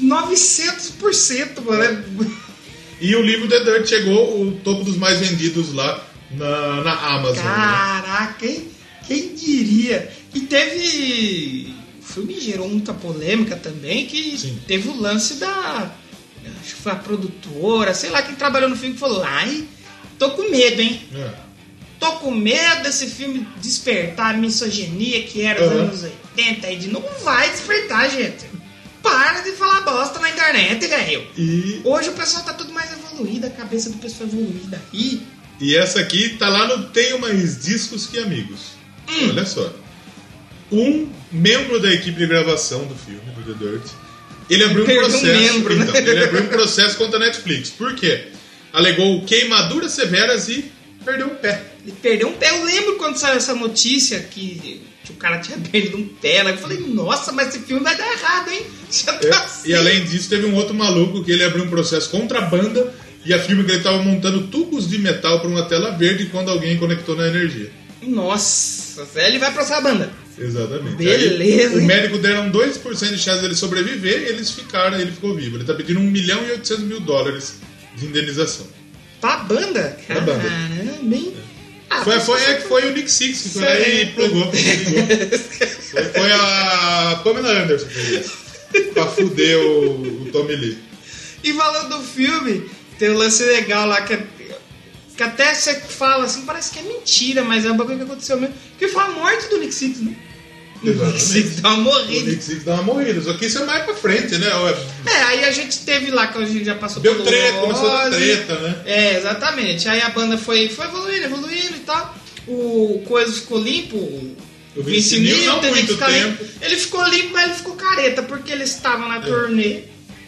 Speaker 2: 900%, mano. é-
Speaker 1: E o livro The Dirt chegou o topo dos mais vendidos lá na, na Amazon. né?
Speaker 2: Caraca, hein? Quem diria? E teve. O filme gerou muita polêmica também, que
Speaker 1: Sim.
Speaker 2: teve o lance da. Acho que foi a produtora, sei lá, quem trabalhou no filme que falou, ai, tô com medo, hein?
Speaker 1: É.
Speaker 2: Tô com medo desse filme despertar a misoginia que era nos
Speaker 1: Aham.
Speaker 2: anos 80 e de não vai despertar, gente. Para de falar bosta na internet, velho.
Speaker 1: E,
Speaker 2: Hoje o pessoal tá tudo mais evoluído, a cabeça do pessoal é evoluída. E
Speaker 1: e essa aqui tá lá no Tenho Mais Discos Que Amigos.
Speaker 2: Hum.
Speaker 1: Olha só. Um membro da equipe de gravação do filme, do The Dirt, ele abriu um
Speaker 2: Perdeu um
Speaker 1: processo.
Speaker 2: membro, né?
Speaker 1: então, Ele abriu um processo contra a Netflix. Por quê? Alegou queimaduras severas e perdeu um pé.
Speaker 2: ele perdeu um pé. Eu lembro quando saiu essa notícia que, que o cara tinha perdido um pé. lá. Eu falei, nossa, mas esse filme vai dar errado, hein? Já tá
Speaker 1: É,
Speaker 2: assim.
Speaker 1: E além disso, teve um outro maluco que ele abriu um processo contra a banda e afirma que ele estava montando tubos de metal para uma tela verde quando alguém conectou na energia.
Speaker 2: Nossa, velho, ele vai processar a banda.
Speaker 1: Exatamente.
Speaker 2: Beleza,
Speaker 1: Aí, o
Speaker 2: hein?
Speaker 1: médico deram 2% de chance dele sobreviver e eles ficaram, ele ficou vivo. Ele tá pedindo 1 milhão e 800 mil dólares de indenização.
Speaker 2: Pra banda?
Speaker 1: Pra banda.
Speaker 2: Caramba, hein? Ah,
Speaker 1: Foi,
Speaker 2: mas
Speaker 1: foi,
Speaker 2: você-
Speaker 1: é que foi o Nick Six que foi
Speaker 2: Foi.
Speaker 1: lá e plugou. ligou. Foi, foi a Pamela Anderson que fez isso. Pra fuder o, o Tommy Lee.
Speaker 2: E falando do filme, tem um lance legal lá que, é- que até você fala assim, parece que é mentira, mas é um bagulho que aconteceu mesmo. Que foi a morte do Nick Six, né? O Nick Six dá uma
Speaker 1: O
Speaker 2: morrida.
Speaker 1: Nick Six dá uma morrida. Só que isso é mais pra frente, né? É
Speaker 2: É, aí a gente teve lá, que a gente já passou
Speaker 1: Deu
Speaker 2: pelo
Speaker 1: treta, começou a dar
Speaker 2: Ozzy.
Speaker 1: treta, né?
Speaker 2: É, exatamente. Aí a banda foi, foi evoluindo, evoluindo e tal. O Coisa ficou limpo.
Speaker 1: O Vince Neil não
Speaker 2: teve que
Speaker 1: muito
Speaker 2: ficar
Speaker 1: tempo. É.
Speaker 2: limpo. Ele ficou limpo, mas ele ficou careta, porque eles estavam na turnê.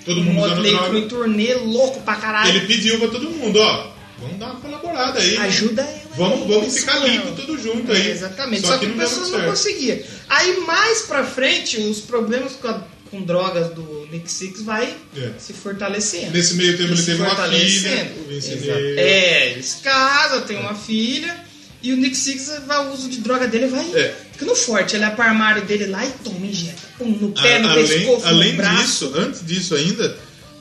Speaker 1: Todo mundo
Speaker 2: Um
Speaker 1: usando
Speaker 2: Motley
Speaker 1: droga.
Speaker 2: Crue em turnê, louco pra caralho.
Speaker 1: Ele pediu pra todo mundo, ó, vamos dar uma colaborada aí.
Speaker 2: Ajuda eu.
Speaker 1: Vamos,
Speaker 2: aí,
Speaker 1: vamos
Speaker 2: pessoal.
Speaker 1: ficar limpo tudo junto aí.
Speaker 2: É, exatamente.
Speaker 1: Só, que,
Speaker 2: o
Speaker 1: não deu
Speaker 2: pessoal
Speaker 1: muito
Speaker 2: não
Speaker 1: certo.
Speaker 2: conseguia. Aí mais pra frente, os problemas com, a- com drogas do Nick Six vai
Speaker 1: É.
Speaker 2: se fortalecendo.
Speaker 1: Nesse meio tempo ele
Speaker 2: se
Speaker 1: teve uma filha, um
Speaker 2: fortalecendo.
Speaker 1: o Vince
Speaker 2: Exato.
Speaker 1: Neil.
Speaker 2: É, eles casam, tem uma filha. E o Nick Six, vai, o uso de droga dele vai
Speaker 1: É.
Speaker 2: ficando forte. Ele é pro armário dele lá e toma, injeta. Pum, no
Speaker 1: A-
Speaker 2: pé, no
Speaker 1: além
Speaker 2: pescoço,
Speaker 1: além
Speaker 2: no braço.
Speaker 1: disso, antes disso ainda,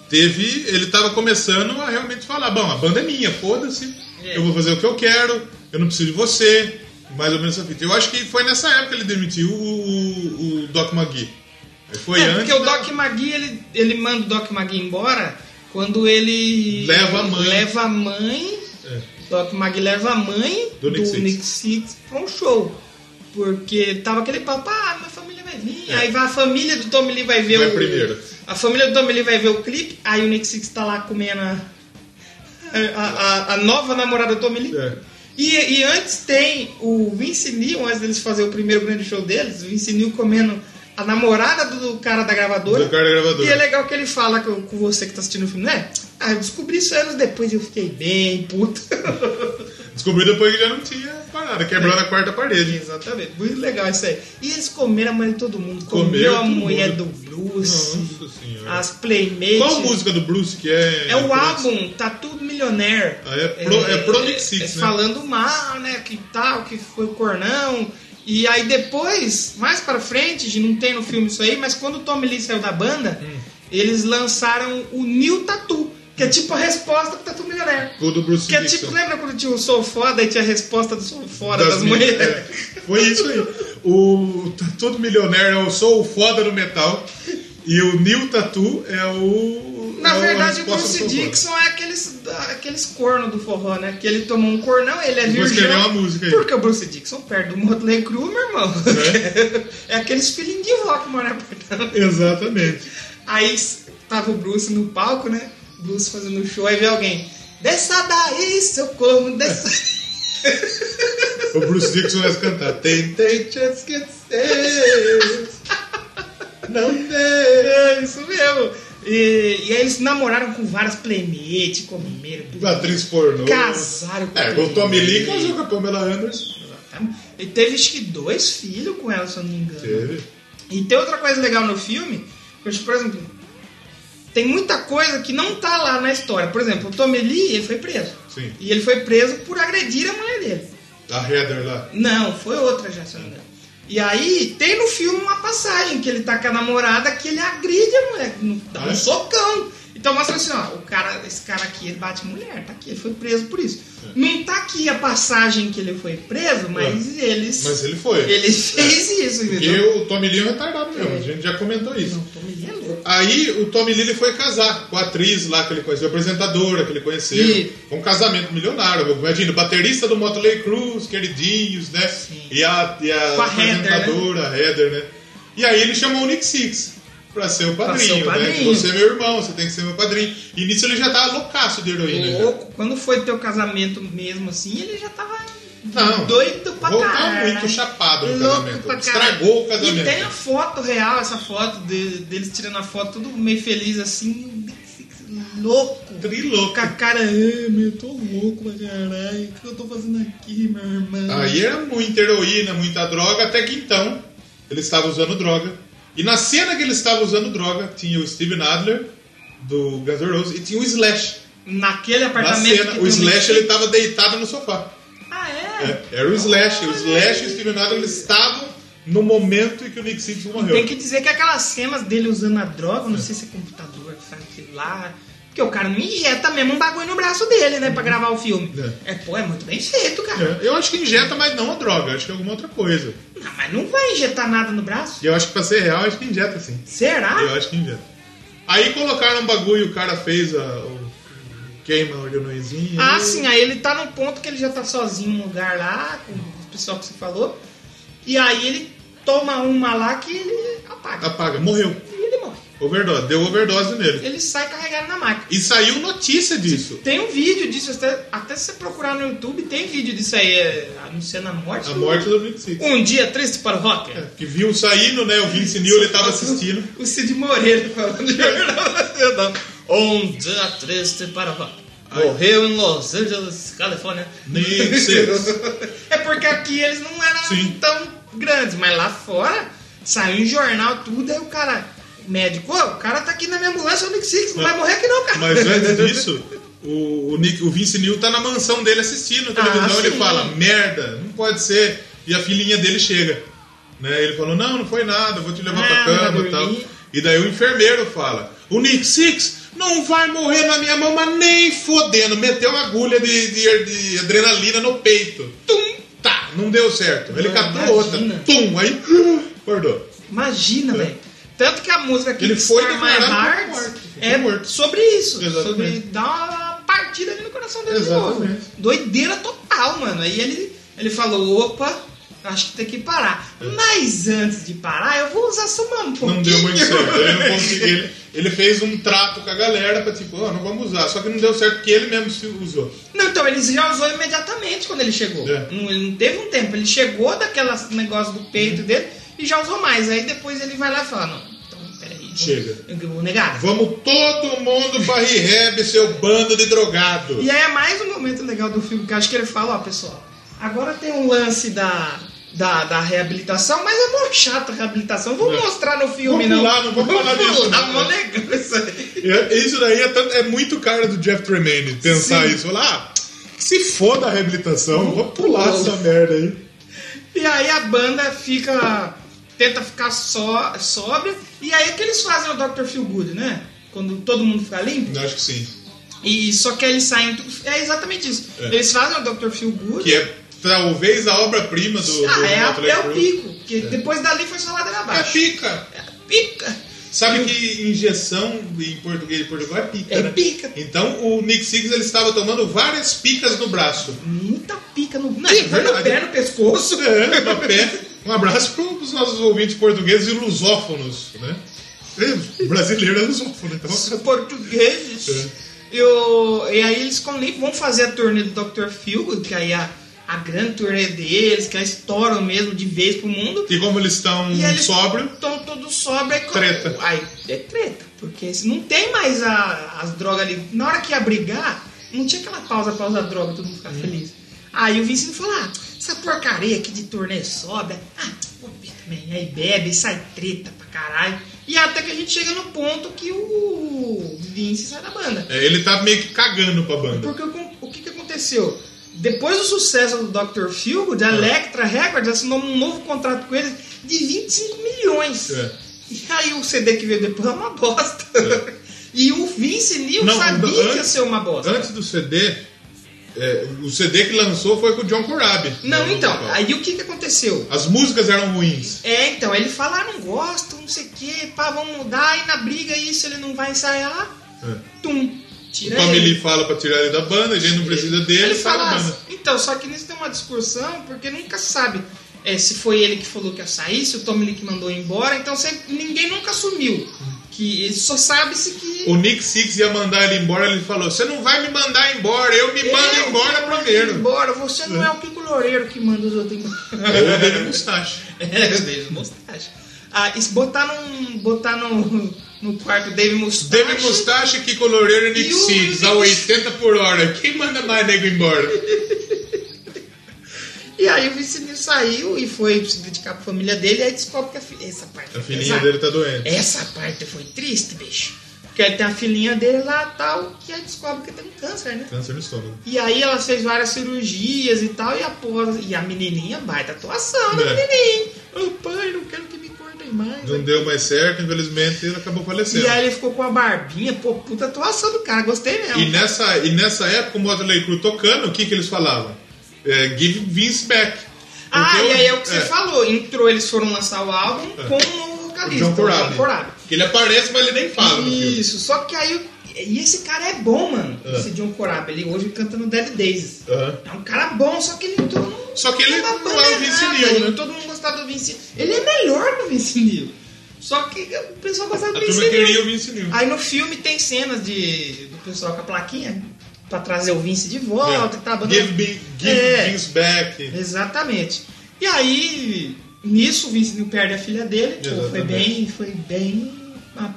Speaker 1: teve. Ele tava começando a realmente falar, bom, a banda é minha, foda-se,
Speaker 2: É.
Speaker 1: eu vou fazer o que eu quero, eu não preciso de você. Mais ou menos essa fita. Eu acho que foi nessa época que ele demitiu o, o- o Doc McGee. Aí Foi
Speaker 2: é,
Speaker 1: antes.
Speaker 2: porque o
Speaker 1: da-
Speaker 2: Doc Magui, ele, ele manda o Doc Magui embora quando ele.
Speaker 1: Leva a mãe.
Speaker 2: Leva a mãe.
Speaker 1: É.
Speaker 2: Doc Magui leva a mãe
Speaker 1: Do
Speaker 2: do,
Speaker 1: Nick
Speaker 2: Nick,
Speaker 1: Six.
Speaker 2: Six. pra um show. Porque tava aquele papo, ah, minha família vai vir.
Speaker 1: É.
Speaker 2: Aí vai a família do Tommy Lee vai ver
Speaker 1: Vai
Speaker 2: o.
Speaker 1: primeiro.
Speaker 2: A família do Tommy Lee vai ver o clipe, aí o Nick Six tá lá comendo a, a, a- a nova namorada do Tommy Lee.
Speaker 1: É.
Speaker 2: E, e antes tem o Vince Neil, antes deles fazer o primeiro grande show deles, o Vince Neil comendo a namorada do cara da gravadora.
Speaker 1: Do cara da gravadora.
Speaker 2: E é legal que ele fala com, com você que tá assistindo o filme, né? Ah, eu descobri isso anos depois e eu fiquei bem puto.
Speaker 1: Descobri depois que já não tinha parada, quebrando a quarta parede.
Speaker 2: Exatamente, muito legal isso aí. E eles comeram a mulher de todo mundo.
Speaker 1: Comeram
Speaker 2: Comeu a
Speaker 1: todo
Speaker 2: mulher
Speaker 1: mundo.
Speaker 2: do Bruce,
Speaker 1: Nossa senhora.
Speaker 2: as playmates.
Speaker 1: Qual música do Bruce que é.
Speaker 2: É o álbum Tatu Millionaire.
Speaker 1: Ah, é pro- é pro Nick Six, né?
Speaker 2: Falando mal, né? Que tal, que foi cornão. E aí depois, mais pra frente, gente, não tem no filme isso aí, mas quando o Tommy Lee saiu da banda,
Speaker 1: Hum.
Speaker 2: eles lançaram o New Tatu, que é tipo a resposta pro Tatu Millionaire.
Speaker 1: O do Bruce
Speaker 2: Que é
Speaker 1: Dixon.
Speaker 2: tipo, né? lembra quando tinha o Sou Foda e tinha a resposta do Sou Foda das,
Speaker 1: mil-
Speaker 2: mulheres?
Speaker 1: é, Foi isso aí. O Tatu do Milionário é o Sou o Foda do Metal. E o Neil Tatu é o.
Speaker 2: Na
Speaker 1: é o- a
Speaker 2: verdade, o
Speaker 1: resposta do
Speaker 2: Bruce
Speaker 1: Sou Foda.
Speaker 2: Dixon é aqueles, aqueles corno do forró, né? Que ele tomou um cornão, ele é
Speaker 1: Vou
Speaker 2: virgão.
Speaker 1: escrever uma música aí.
Speaker 2: Porque o Bruce Dixon perde do Motley Crue, meu irmão. É, aqueles filhinhos de rock mora apertando.
Speaker 1: Exatamente.
Speaker 2: Aí tava o Bruce no palco, né? Bruce fazendo show, aí vê alguém. Desça daí, seu corno, desça.
Speaker 1: O Bruce Dixon vai cantar. Tentei te esquecer. Não deu.
Speaker 2: É isso mesmo. E, e aí eles namoraram com várias playmates, comeram,
Speaker 1: Atriz pornô.
Speaker 2: casaram com
Speaker 1: É, com o Tommy Lee
Speaker 2: playmates.
Speaker 1: casou com a Pamela Anderson.
Speaker 2: Ele teve acho que dois filhos com ela, se eu não me engano.
Speaker 1: Teve.
Speaker 2: E tem outra coisa legal no filme, que eu acho, por exemplo, tem muita coisa que não tá lá na história. Por exemplo, o Tommy Lee, ele foi preso.
Speaker 1: Sim.
Speaker 2: E ele foi preso por agredir a mulher dele.
Speaker 1: A Heather lá.
Speaker 2: Não, foi outra já, se eu não me engano. E aí tem no filme uma passagem que ele tá com a namorada que ele agride a mulher, não- dá
Speaker 1: É?
Speaker 2: um socão. Então mostra assim, ó, o cara, esse cara aqui, ele bate mulher, tá aqui, ele foi preso por isso.
Speaker 1: É.
Speaker 2: Não tá aqui a passagem que ele foi preso, mas eles.
Speaker 1: É. Mas ele foi.
Speaker 2: Ele fez isso,
Speaker 1: Porque
Speaker 2: entendeu?
Speaker 1: o Tommy Lee é um retardado mesmo. A gente já comentou isso.
Speaker 2: Não, Tommy Lee é louco.
Speaker 1: Aí o Tommy Lee ele foi casar com a atriz lá que ele conheceu, a apresentadora que ele conheceu.
Speaker 2: E-
Speaker 1: Foi um casamento milionário. Imagina, o baterista do Motley Cruz, queridinhos, né?
Speaker 2: Sim.
Speaker 1: E a, e a
Speaker 2: Com a Heather, né?
Speaker 1: apresentadora, a Heather, né? E aí ele chamou o Nick Six pra ser o
Speaker 2: Pra ser
Speaker 1: padrinho,
Speaker 2: o
Speaker 1: né?
Speaker 2: padrinho.
Speaker 1: Você é meu irmão, você tem que ser meu padrinho. E nisso ele já tava loucaço de heroína. já.
Speaker 2: É louco. Quando foi teu casamento mesmo, assim, ele já tava
Speaker 1: Não.
Speaker 2: doido pra
Speaker 1: Voltar
Speaker 2: caralho.
Speaker 1: muito chapado no
Speaker 2: Louco
Speaker 1: casamento.
Speaker 2: pra
Speaker 1: Estragou o casamento.
Speaker 2: E tem a foto real, essa foto de- deles tirando a foto, tudo meio feliz assim, um louco.
Speaker 1: Trilouco.
Speaker 2: Com a cara, "Ah, meu, eu tô louco pra caralho, o que eu tô fazendo aqui, meu irmão?
Speaker 1: Aí é era muita heroína, muita droga, até que então ele estava usando droga. E na cena que ele estava usando droga, tinha o Steven Adler, do Guns N' Roses, e tinha o Slash.
Speaker 2: Naquele
Speaker 1: Na
Speaker 2: apartamento. que
Speaker 1: cena,
Speaker 2: tem um
Speaker 1: o Slash
Speaker 2: Nick-
Speaker 1: ele estava deitado no sofá.
Speaker 2: Ah, é?
Speaker 1: É, era o Slash. O Slash e o Steven Adler eles estavam no momento em que o Nick Simpson morreu.
Speaker 2: Tem que dizer que aquelas cenas dele usando a droga, não sei se é computador, sabe que lá. Porque o cara não injeta mesmo um bagulho no braço dele, né? Pra gravar o filme. É, pô, é muito bem feito, cara.
Speaker 1: É, Eu acho que injeta, mas não a droga, acho que é alguma outra coisa.
Speaker 2: Não, mas não vai injetar nada no braço?
Speaker 1: E eu acho que pra ser real, acho que injeta sim. Eu
Speaker 2: Será?
Speaker 1: acho que inventa. Aí colocaram um bagulho, o cara fez a. O, queima o Leonoizinho.
Speaker 2: Ah, sim, aí ele tá num ponto que ele já tá sozinho no lugar lá, com o pessoal que você falou. E aí ele toma uma lá que ele apaga.
Speaker 1: Apaga, morreu.
Speaker 2: E ele morre.
Speaker 1: Overdose, deu overdose nele.
Speaker 2: Ele sai carregado na máquina.
Speaker 1: E saiu notícia disso.
Speaker 2: Tem um vídeo disso, até, até se você procurar no YouTube, tem vídeo disso aí, é, anunciando a morte.
Speaker 1: A
Speaker 2: do-
Speaker 1: morte do Nick Six.
Speaker 2: Um dia triste para o rocker.
Speaker 1: Que viu saindo, né? O Vince Neil, ele tava assistindo.
Speaker 2: O Cid Moreira falando de Jornal Nacional. Um dia triste para o rocker. Morreu em Los Angeles, Califórnia.
Speaker 1: Nick Six.
Speaker 2: É porque aqui eles não eram
Speaker 1: Sim.
Speaker 2: tão grandes, mas lá fora saiu em jornal tudo, aí o cara, médico, "Ô, o cara tá aqui na minha ambulância, o Nick Six, não vai morrer aqui não, cara.
Speaker 1: Mas antes disso, o, o, Nick, o Vince Neil tá na mansão dele assistindo a televisão.
Speaker 2: Ah,
Speaker 1: ele
Speaker 2: sim.
Speaker 1: fala, merda, não pode ser. E a filhinha dele chega. Né? Ele falou, não, não foi nada, eu vou te levar
Speaker 2: Ah,
Speaker 1: pra cama
Speaker 2: vai
Speaker 1: e tal.
Speaker 2: dormir.
Speaker 1: E daí o enfermeiro fala, o Nick Six não vai morrer na minha mão, mas nem fodendo. Meteu uma agulha de, de- de adrenalina no peito. Tum, tá, não deu certo. Ele
Speaker 2: Não,
Speaker 1: catou outra.
Speaker 2: imagina.
Speaker 1: Tum, aí acordou.
Speaker 2: Imagina,
Speaker 1: É.
Speaker 2: velho. Tanto que a música que
Speaker 1: Ele foi declarado
Speaker 2: Heart
Speaker 1: morto, ficou
Speaker 2: é
Speaker 1: morto.
Speaker 2: sobre isso.
Speaker 1: Exatamente.
Speaker 2: Sobre dar uma partida ali no coração dele de novo.
Speaker 1: Exatamente.
Speaker 2: Doideira total, mano. Aí ele, ele falou, opa, Acho que tem que parar. Mas antes de parar, eu vou usar só uma um pouquinho.
Speaker 1: É. Não deu muito certo. Ele não conseguiu. Ele, ele fez um trato com a galera pra tipo, ó, não vamos usar. Só que não deu certo porque ele mesmo se usou.
Speaker 2: Não, então ele já usou imediatamente quando ele chegou.
Speaker 1: É.
Speaker 2: Não, ele não teve um tempo. Ele chegou daquela negócio do
Speaker 1: Uhum.
Speaker 2: peito dele e já usou mais. Aí depois ele vai lá e fala, não, então peraí. vou-
Speaker 1: Chega.
Speaker 2: Eu vou negar.
Speaker 1: Vamos todo mundo pra Rehab, seu bando de drogado.
Speaker 2: E aí é mais um momento legal do filme, que eu acho que ele fala, ó, pessoal, agora tem um lance da, da, da reabilitação, mas é mó chato a reabilitação, vamos
Speaker 1: É.
Speaker 2: mostrar no filme,
Speaker 1: Vamos
Speaker 2: não.
Speaker 1: pular, não vamos falar disso, né?
Speaker 2: pular,
Speaker 1: não.
Speaker 2: mó legal isso aí.
Speaker 1: É- Isso daí é, tanto- é muito cara do Jeff Tremaine pensar
Speaker 2: Sim.
Speaker 1: isso. Falar, ah, se foda a reabilitação, vou pular
Speaker 2: pular.
Speaker 1: essa merda aí.
Speaker 2: E aí a banda fica, tenta ficar só, sóbria, e aí é que eles fazem o Dr. Feel Good, né? Quando todo mundo fica limpo,
Speaker 1: Eu acho que sim.
Speaker 2: e só que eles saem, tudo- é exatamente isso.
Speaker 1: É.
Speaker 2: Eles fazem o Dr. Feel Good,
Speaker 1: Que é talvez a obra-prima do, do
Speaker 2: ah, é
Speaker 1: Motley
Speaker 2: até o
Speaker 1: Crue.
Speaker 2: pico, que depois dali foi só ladeira
Speaker 1: É
Speaker 2: abaixo.
Speaker 1: pica.
Speaker 2: Pica!
Speaker 1: Sabe que injeção em português de Portugal é pica,
Speaker 2: É
Speaker 1: né?
Speaker 2: pica.
Speaker 1: Então o Nick Six ele estava tomando várias picas no braço.
Speaker 2: Muita pica no, não,
Speaker 1: Sim,
Speaker 2: foi no
Speaker 1: é verdade.
Speaker 2: pé, no pescoço.
Speaker 1: É, no pé. Um abraço para os nossos ouvintes portugueses e lusófonos, né? É, Brasileiro é lusófono, então.
Speaker 2: Os portugueses. É. E, o- e aí eles quando nem vão fazer a turnê do Dr. Feelgood, que aí é a, a grande turnê deles, que aí estouram mesmo de vez pro mundo.
Speaker 1: E como eles estão
Speaker 2: E eles
Speaker 1: sóbrio,
Speaker 2: Estão todos sobra. Aí,
Speaker 1: Treta.
Speaker 2: Aí é treta, porque se não tem mais a- as drogas ali. Na hora que ia brigar, não tinha aquela pausa pra usar droga, todo mundo ficar feliz. Aí o Vincent fala, ah, essa porcaria aqui de turnê sobra, ah, vou ver também. Aí bebe, aí sai treta pra caralho. E até que a gente chega no ponto que o Vince sai da banda.
Speaker 1: é, ele tá meio que cagando pra banda.
Speaker 2: Porque o con- o que, que aconteceu? Depois do sucesso do Dr. Feelgood, a Electra Records assinou um novo contrato com eles de 25 milhões.
Speaker 1: É.
Speaker 2: E aí o CD que veio depois é uma bosta. E o Vince Neil
Speaker 1: Não,
Speaker 2: sabia que ia
Speaker 1: antes-
Speaker 2: ser uma bosta.
Speaker 1: Antes do CD, é, o CD que lançou foi com o John Corabi.
Speaker 2: Não,
Speaker 1: né,
Speaker 2: então,
Speaker 1: local.
Speaker 2: aí o que, que aconteceu?
Speaker 1: As músicas eram ruins.
Speaker 2: É, então, ele fala, ah, não gosto, não sei o que, pá, vamos mudar, e na briga isso ele não vai ensaiar,
Speaker 1: É.
Speaker 2: tum,
Speaker 1: O
Speaker 2: tira
Speaker 1: Tommy
Speaker 2: ele.
Speaker 1: Lee fala pra tirar ele da banda, a gente não precisa dele,
Speaker 2: Né? Ele
Speaker 1: sai da
Speaker 2: fala,
Speaker 1: banda.
Speaker 2: "Ah, então, só que nisso tem uma discussão, porque nunca se sabe eh, se foi ele que falou que ia sair, se o Tommy Lee que mandou embora, então sempre- ninguém nunca assumiu. Que ele só sabe-se que.
Speaker 1: O Nick Six ia mandar ele embora, ele falou: Você não vai me mandar embora, eu me mando
Speaker 2: Eu
Speaker 1: embora é
Speaker 2: mando
Speaker 1: primeiro.
Speaker 2: Embora, você não é o Kiko Loureiro que manda os outros embora.
Speaker 1: Ou dele É mustache.
Speaker 2: é, eu deixo mostache. Ah, e se botar num. botar no, no quarto Dave Mustache.
Speaker 1: Dave Mustache, Kiko Loureiro e Nick
Speaker 2: E o-
Speaker 1: Six, a 80 por hora. Quem manda mais nego embora?
Speaker 2: E aí o Vicinho saiu e foi se dedicar pra família dele, aí descobre que a filha. Essa parte.
Speaker 1: A
Speaker 2: é
Speaker 1: filhinha
Speaker 2: pesada.
Speaker 1: dele tá doente.
Speaker 2: Essa parte foi triste, bicho. Porque aí tem a filhinha dele lá tal, que aí descobre que tem um câncer, né?
Speaker 1: Câncer no estômago.
Speaker 2: E aí ela fez várias cirurgias e tal, e após. E a menininha baita atuação, né,
Speaker 1: É.
Speaker 2: menininho? Ô pai, não quero que me cortem mais.
Speaker 1: Não deu mais certo, infelizmente, ele acabou falecendo.
Speaker 2: E aí ele ficou com a barbinha, pô, puta atuação do cara, gostei mesmo.
Speaker 1: E nessa, e nessa época, o Motley Crue tocando, o que, que eles falavam? É, Give Vince back.
Speaker 2: ah,
Speaker 1: Porque
Speaker 2: e
Speaker 1: o-
Speaker 2: aí é o que você
Speaker 1: é,
Speaker 2: falou, entrou, eles foram lançar o álbum
Speaker 1: É.
Speaker 2: com o
Speaker 1: o
Speaker 2: vocalista,
Speaker 1: John
Speaker 2: o
Speaker 1: Corabi.
Speaker 2: John Corabi.
Speaker 1: Que ele aparece, mas ele nem fala. no filme.
Speaker 2: Isso, só que aí. E esse cara é bom, mano.
Speaker 1: É.
Speaker 2: Esse John Corabi, ele hoje canta no Dead Days.
Speaker 1: Aham.
Speaker 2: É um cara bom, só que ele entrou num-
Speaker 1: Só que ele
Speaker 2: numa
Speaker 1: não é o
Speaker 2: banda
Speaker 1: Vince
Speaker 2: errada,
Speaker 1: Neil,
Speaker 2: ele-
Speaker 1: né?
Speaker 2: Todo mundo gostava do Vince Ele é melhor que o Vince Neil. Só que o pessoal gostava
Speaker 1: A
Speaker 2: do Vince
Speaker 1: turma
Speaker 2: Neil.
Speaker 1: queria o Vince Neil.
Speaker 2: Aí no filme tem cenas de, do pessoal com a plaquinha pra trazer o Vince de volta e tal. a banda-
Speaker 1: É. Give, me, give
Speaker 2: tá É.
Speaker 1: Vince back.
Speaker 2: Exatamente. E aí, nisso, o Vince Neil perde a filha dele. Pô, foi
Speaker 1: Exatamente.
Speaker 2: bem, foi bem.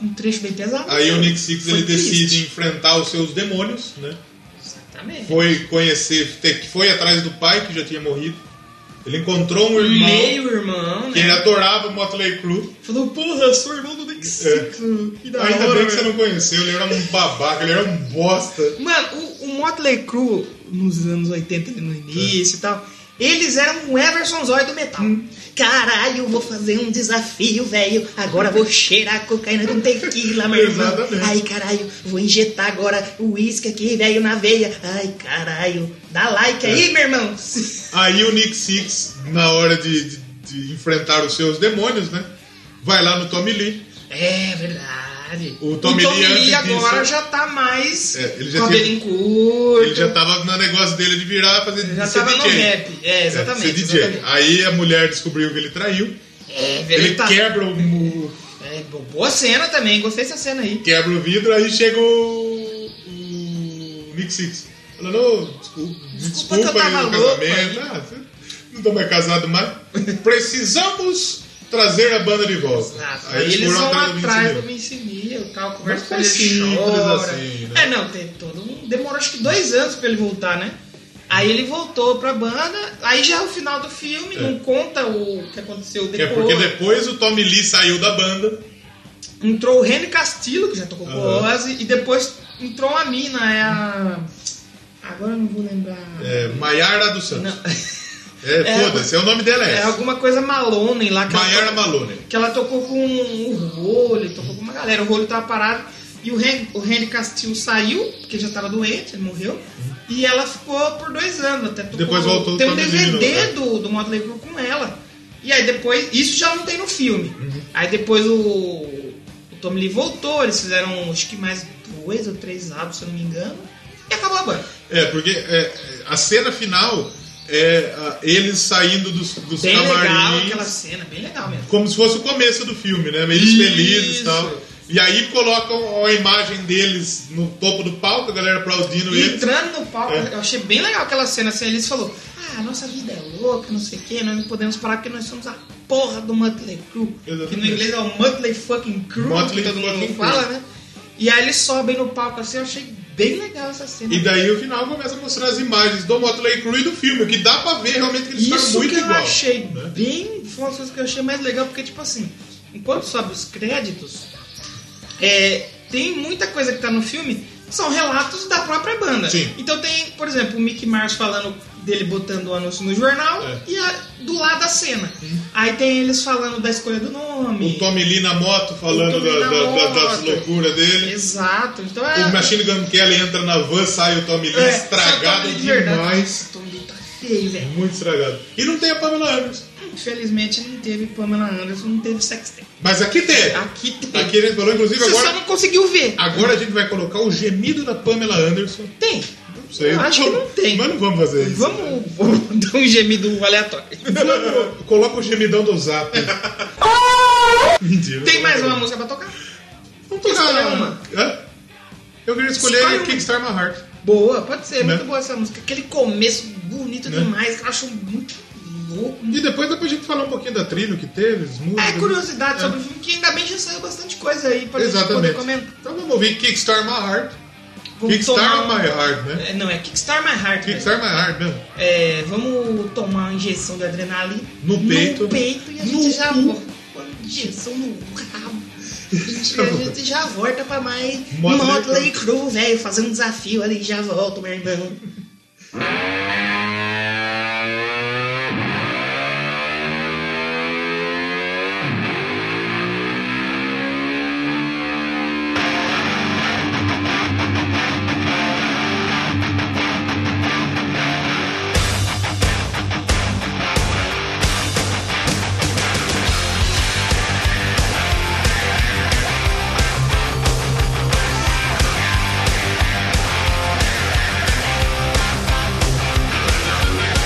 Speaker 2: Um trecho bem pesado.
Speaker 1: Aí o Nick Six
Speaker 2: Foi
Speaker 1: ele decide
Speaker 2: triste.
Speaker 1: enfrentar os seus demônios, né?
Speaker 2: Exatamente.
Speaker 1: Foi conhecer, ter- foi atrás do pai que já tinha morrido. Ele encontrou um irmão
Speaker 2: Meio irmão,
Speaker 1: que ele
Speaker 2: né?
Speaker 1: adorava o Motley Crue.
Speaker 2: Falou, porra, eu sou irmão do Nick Six. Que da
Speaker 1: É. Ainda
Speaker 2: hora, né?
Speaker 1: bem que você
Speaker 2: velho."
Speaker 1: não conheceu, ele era um babaca, ele era um bosta.
Speaker 2: Mano, o, o Motley Crue, nos anos 80, ali no início e tal, eles eram um Everson Zóio do metal.
Speaker 1: Hum.
Speaker 2: Caralho, vou fazer um desafio, velho. Agora vou cheirar cocaína com tequila, meu irmão.
Speaker 1: Exatamente.
Speaker 2: Ai, caralho, vou injetar agora o uísque aqui, velho, na veia. Ai, caralho. Dá like
Speaker 1: É.
Speaker 2: aí, meu irmão.
Speaker 1: Aí o Nick Six, na hora de, de- de enfrentar os seus demônios, né? Vai lá no Tommy Lee.
Speaker 2: É verdade. verdade.
Speaker 1: O Tommy Lee antes disso-
Speaker 2: agora já tá mais
Speaker 1: É, ele já
Speaker 2: cabelinho curto.
Speaker 1: Ele já tava no negócio dele de virar fazer
Speaker 2: já
Speaker 1: de ser
Speaker 2: tava no
Speaker 1: DJ.
Speaker 2: rap. É, exatamente.
Speaker 1: É, ser DJ.
Speaker 2: exatamente.
Speaker 1: Aí a mulher descobriu que ele traiu.
Speaker 2: É,
Speaker 1: Ele,
Speaker 2: tá-
Speaker 1: quebra, o, mu-
Speaker 2: É, bo- boa cena também, gostei dessa cena aí.
Speaker 1: quebra o vidro, aí chega o, o Nick Six. Falando, "Ô, desculpa,
Speaker 2: Desculpa que eu
Speaker 1: desculpa aí
Speaker 2: tava
Speaker 1: o
Speaker 2: louco
Speaker 1: casamento. Ah, você não tô mais casado mais. Precisamos trazer a banda de volta.
Speaker 2: Ah, aí
Speaker 1: eles
Speaker 2: eles
Speaker 1: foram
Speaker 2: vão
Speaker 1: do Vince
Speaker 2: atrás
Speaker 1: Neil.
Speaker 2: do Vince Neil, tal, conversa
Speaker 1: né? Mas
Speaker 2: com
Speaker 1: foi
Speaker 2: ele,
Speaker 1: simples
Speaker 2: chora.
Speaker 1: assim, né?
Speaker 2: É, não, tem todo um... Demorou acho que dois anos pra ele voltar, né? Aí ele voltou pra banda, aí já é o final do filme,
Speaker 1: É.
Speaker 2: não conta o que aconteceu
Speaker 1: Que é
Speaker 2: depois.
Speaker 1: porque depois o Tommy Lee saiu da banda.
Speaker 2: Entrou o Rene Castillo, que já tocou com o
Speaker 1: Aham.
Speaker 2: Ozzy, e depois entrou uma mina, é a... Agora eu não vou lembrar...
Speaker 1: É, Maiara dos Santos.
Speaker 2: Não,
Speaker 1: É,
Speaker 2: É,
Speaker 1: foda-se, é, o nome dela é
Speaker 2: é
Speaker 1: essa.
Speaker 2: alguma coisa Malone lá. que ela
Speaker 1: Maiara
Speaker 2: tocou-
Speaker 1: Malone.
Speaker 2: Que ela tocou com o Rolo, tocou com uma galera. O Rolo tava parado e o Henry, o Henry Castillo saiu, porque já tava doente, ele morreu. E ela ficou por dois anos. Até tocou-
Speaker 1: Depois voltou
Speaker 2: Tem um
Speaker 1: também de novo,
Speaker 2: DVD
Speaker 1: né?
Speaker 2: do, do Motley Crue com ela. E aí depois, isso já não tem no filme.
Speaker 1: Uhum.
Speaker 2: Aí depois o, o Tom Lee voltou, eles fizeram acho que mais dois ou três álbuns, se eu não me engano. E acabou a banda.
Speaker 1: É, porque é, a cena final é a- eles saindo dos, dos
Speaker 2: Bem legal
Speaker 1: camarins.
Speaker 2: aquela cena, bem legal mesmo.
Speaker 1: Como se fosse o começo do filme, né? Meio felizes e
Speaker 2: Isso.
Speaker 1: tal. E aí colocam a imagem deles no topo do palco, a galera aplaudindo
Speaker 2: E
Speaker 1: eles.
Speaker 2: entrando no palco,
Speaker 1: É.
Speaker 2: eu achei bem legal aquela cena assim, eles falou: Ah, nossa vida é louca, não sei o que, nós não podemos parar porque nós somos a porra do Motley Crue. Que no
Speaker 1: Exatamente.
Speaker 2: inglês é o Motley fucking Crew,
Speaker 1: Motley
Speaker 2: que todo
Speaker 1: fucking
Speaker 2: mundo fala,
Speaker 1: Crue.
Speaker 2: né? E aí eles sobem no palco assim, eu achei bem legal essa cena.
Speaker 1: E daí o final começa a mostrar as imagens do Motley Crue e do filme, que dá pra ver realmente que eles ficaram
Speaker 2: Isso
Speaker 1: muito
Speaker 2: que eu
Speaker 1: igual.
Speaker 2: achei
Speaker 1: né?
Speaker 2: bem. Foi uma das coisas que eu achei mais legal, porque, tipo assim, enquanto sobe os créditos, é, tem muita coisa que tá no filme que são relatos da própria banda.
Speaker 1: Sim.
Speaker 2: Então tem, por exemplo, o Mickey Mars falando dele botando o anúncio no jornal
Speaker 1: É.
Speaker 2: e a- do lado da cena. Aí tem eles falando da escolha do nome.
Speaker 1: O Tommy Lee na moto
Speaker 2: O
Speaker 1: falando
Speaker 2: Tommy
Speaker 1: da-
Speaker 2: na
Speaker 1: da- da- das
Speaker 2: moto.
Speaker 1: loucuras dele.
Speaker 2: Exato. Então é.
Speaker 1: O Machine Gun Kelly entra na van, sai o Tommy Lee
Speaker 2: é,
Speaker 1: estragado
Speaker 2: só o Tom Lee de verdade.
Speaker 1: demais. É
Speaker 2: Nossa, o Tom Lee tá feio, velho.
Speaker 1: Muito estragado. E não tem a Pamela Anderson.
Speaker 2: Infelizmente não teve Pamela Anderson, não teve sextape.
Speaker 1: Mas aqui tem.
Speaker 2: Aqui teve.
Speaker 1: Aqui ele falou, inclusive,
Speaker 2: Você Ah, só
Speaker 1: agora,
Speaker 2: não conseguiu ver.
Speaker 1: agora a gente vai colocar o gemido da Pamela Anderson.
Speaker 2: Tem.
Speaker 1: Não sei.
Speaker 2: Eu acho que não tem.
Speaker 1: Mas não vamos fazer isso.
Speaker 2: Vamos vamos dar um gemido aleatório.
Speaker 1: Vamos- Coloca o gemidão do zap. Mentira.
Speaker 2: Tem mais uma música pra tocar?
Speaker 1: Vamos
Speaker 2: Escolhe
Speaker 1: tocar
Speaker 2: uma.
Speaker 1: Hã? Eu queria escolher
Speaker 2: Escolhe uma.
Speaker 1: Kickstar My Heart.
Speaker 2: Boa, pode ser.
Speaker 1: Né?
Speaker 2: Muito boa essa música. Aquele começo bonito
Speaker 1: Né?
Speaker 2: demais. Eu acho muito louco.
Speaker 1: E depois dá pra gente falar um pouquinho da trilha que teve, as músicas.
Speaker 2: É curiosidade
Speaker 1: É.
Speaker 2: sobre o filme, que ainda bem já saiu bastante coisa aí pra gente poder
Speaker 1: Exatamente.
Speaker 2: comentar.
Speaker 1: Então vamos ouvir Kickstar My Heart.
Speaker 2: Vamos
Speaker 1: Kickstar
Speaker 2: tomar um-
Speaker 1: My Heart, né?
Speaker 2: É, Não, é Kickstar My Heart.
Speaker 1: Kickstar My Heart mesmo.
Speaker 2: velho. É, vamos tomar uma injeção de adrenalina
Speaker 1: No peito.
Speaker 2: No peito e a
Speaker 1: No
Speaker 2: gente já
Speaker 1: cu.
Speaker 2: volta. Uma injeção no rabo. E a gente já volta pra mais
Speaker 1: Motley
Speaker 2: Motley Crue, velho, né? fazendo um desafio ali, já volto, meu irmão.
Speaker 3: Thank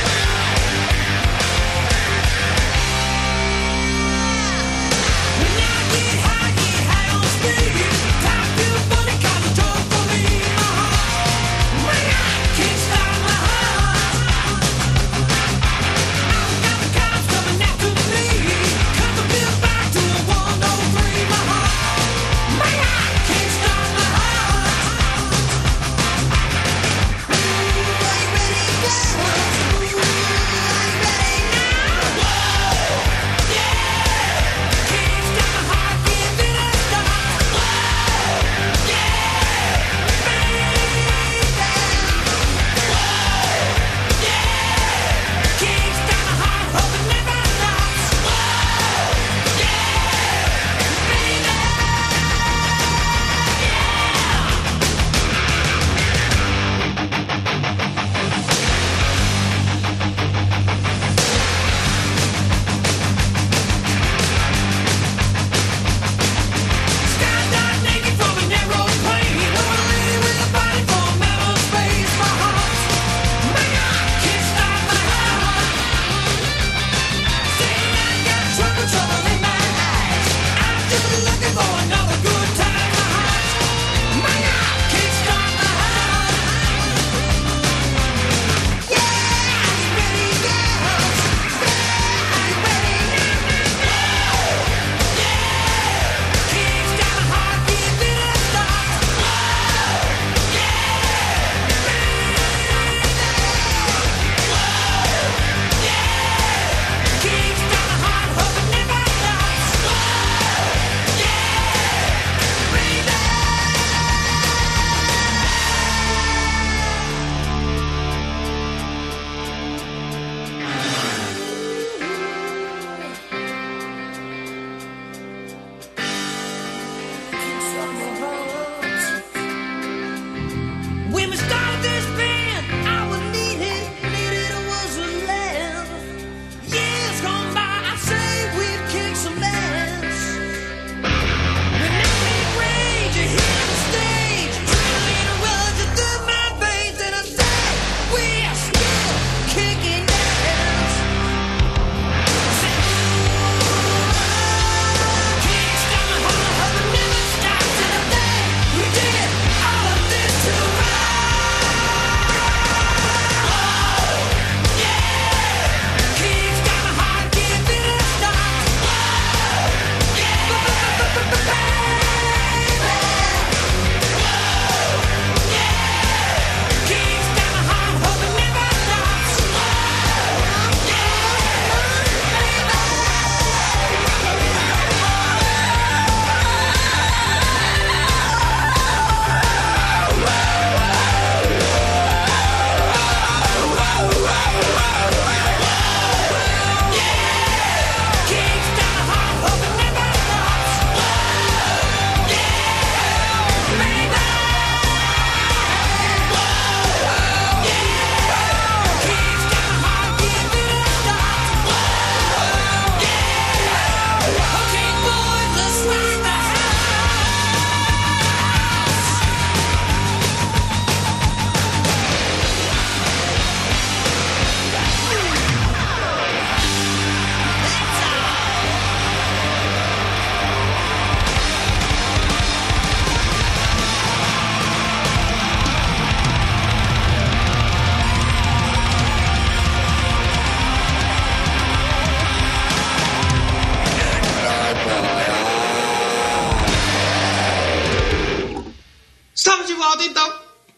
Speaker 2: então.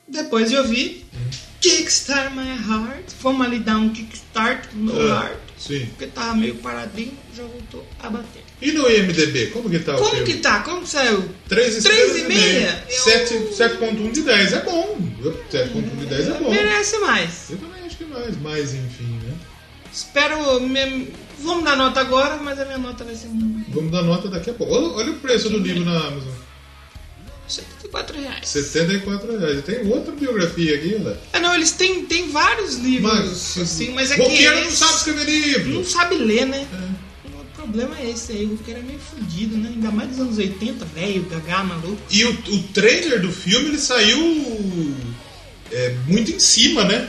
Speaker 2: depois de ouvir Kickstart My Heart. Fomos ali dar um kickstart no meu
Speaker 1: Ah,
Speaker 2: heart.
Speaker 1: sim.
Speaker 2: Porque tava meio paradinho, já voltou a bater.
Speaker 1: E no IMDB, como que tá o
Speaker 2: Como
Speaker 1: filme?
Speaker 2: que tá? Como que saiu?
Speaker 1: 3
Speaker 2: Três e meia? Eu-
Speaker 1: 7.1 de 10 é bom. 7.1 de 10 é bom.
Speaker 2: Merece mais.
Speaker 1: Eu também acho que é mais, mas enfim, né?
Speaker 2: Espero. me- Vamos dar nota agora, mas a minha nota vai ser um.
Speaker 1: Vamos dar nota daqui a pouco. Olha, olha o preço do livro na Amazon.
Speaker 2: R$ 74 reais.
Speaker 1: 74 reais. Tem outra biografia aqui, olha.
Speaker 2: Ah, não, eles têm, têm vários livros.
Speaker 1: Mas,
Speaker 2: assim, mas é que.
Speaker 1: roqueiro não
Speaker 2: eles
Speaker 1: um sabe escrever livro.
Speaker 2: não sabe ler, né? O problema é esse aí. O roqueiro é meio fudido, né? Ainda mais dos anos 80, velho, gaga, maluco.
Speaker 1: E o, o trailer do filme, ele saiu é, muito em cima, né?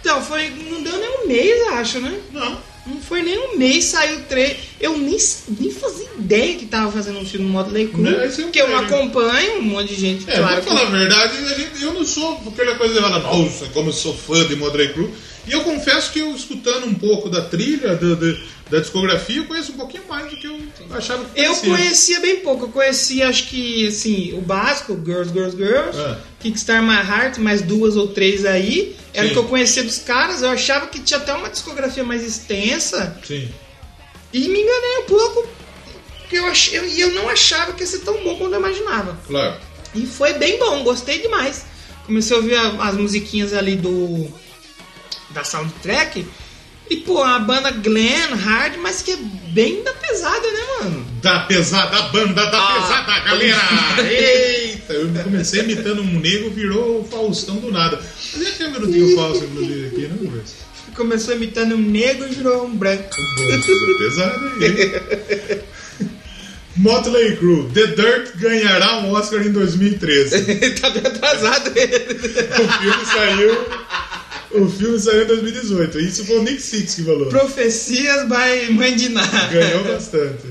Speaker 2: Então, foi. Não deu nem um mês, acho, né?
Speaker 1: Não.
Speaker 2: Não foi nem um mês, saiu o trailer. Eu nem, nem fazia ideia que tava fazendo um filme no modo lei
Speaker 1: Não, esse é um
Speaker 2: Porque eu não
Speaker 1: trailer.
Speaker 2: acompanho um monte de gente,
Speaker 1: É,
Speaker 2: claro.
Speaker 1: pra
Speaker 2: que-
Speaker 1: falar a verdade, a gente- eu não sou aquela coisa de falar, nossa, como eu sou fã de Modrey Crew. E eu confesso que eu, escutando um pouco da trilha, da, da, da discografia, eu conheço um pouquinho mais do que eu achava que
Speaker 2: Eu
Speaker 1: conhecia.
Speaker 2: conhecia bem pouco. Eu conhecia, acho que, assim, o básico, Girls, Girls, Girls,
Speaker 1: Ah.
Speaker 2: Kickstar My Heart, mais duas ou três aí. Era
Speaker 1: Sim.
Speaker 2: o que eu conhecia dos caras. Eu achava que tinha até uma discografia mais extensa.
Speaker 1: Sim.
Speaker 2: E me enganei um pouco. Porque eu, ach... eu, e eu não achava que ia ser tão bom quanto eu imaginava.
Speaker 1: Claro.
Speaker 2: E foi bem bom, gostei demais. Comecei a ouvir a- as musiquinhas ali do. da soundtrack. E, pô, a banda Glenn, Hard, mas que é bem da pesada, né, mano?
Speaker 1: Da pesada, a banda da
Speaker 2: Ah. é.
Speaker 1: pesada, galera! Eita! Eu comecei imitando um negro, virou o Faustão do nada. Mas é que é o minutinho falso, inclusive, aqui, né, Conversa?
Speaker 2: Começou imitando um negro e virou um branco.
Speaker 1: Nossa, é pesado aí. Motley Crue, The Dirt ganhará um Oscar em 2013.
Speaker 2: tá bem atrasado ele.
Speaker 1: O filme saiu. O filme saiu em 2018. Isso foi o Nick Six que falou. né?
Speaker 2: Profecias by Mãe de Ná.
Speaker 1: Ganhou bastante.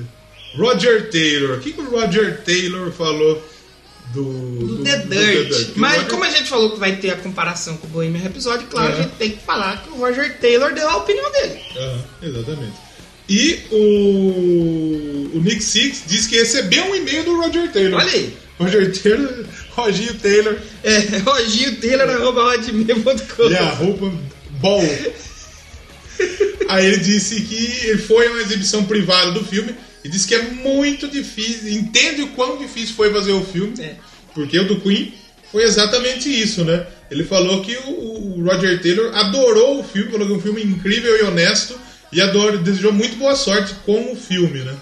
Speaker 1: Roger Taylor. O que, que o Roger Taylor falou do,
Speaker 2: Do
Speaker 1: do-
Speaker 2: The
Speaker 1: do
Speaker 2: é Dirt.
Speaker 1: é Dirt?
Speaker 2: Mas
Speaker 1: O Roger-
Speaker 2: como é a gente falou que vai ter a comparação com o Bohemian Episódio, claro,
Speaker 1: É.
Speaker 2: a gente tem que falar que o Roger Taylor deu a opinião dele.
Speaker 1: Aham, exatamente. E o, o Nick Six disse que recebeu um e-mail do Roger Taylor.
Speaker 2: Olha aí.
Speaker 1: Roger Taylor, Roginho Taylor
Speaker 2: É, Roginho Taylor, arroba hotmail.com.
Speaker 1: e a roupa bom. Aí ele disse que ele foi a uma exibição privada do filme e disse que é muito difícil, entende o quão difícil foi fazer o filme,
Speaker 2: É.
Speaker 1: porque o do Queen foi exatamente isso, né? Ele falou que o, o Roger Taylor adorou o filme, falou que é um filme incrível e honesto e adora, desejou muito boa sorte com o filme, né?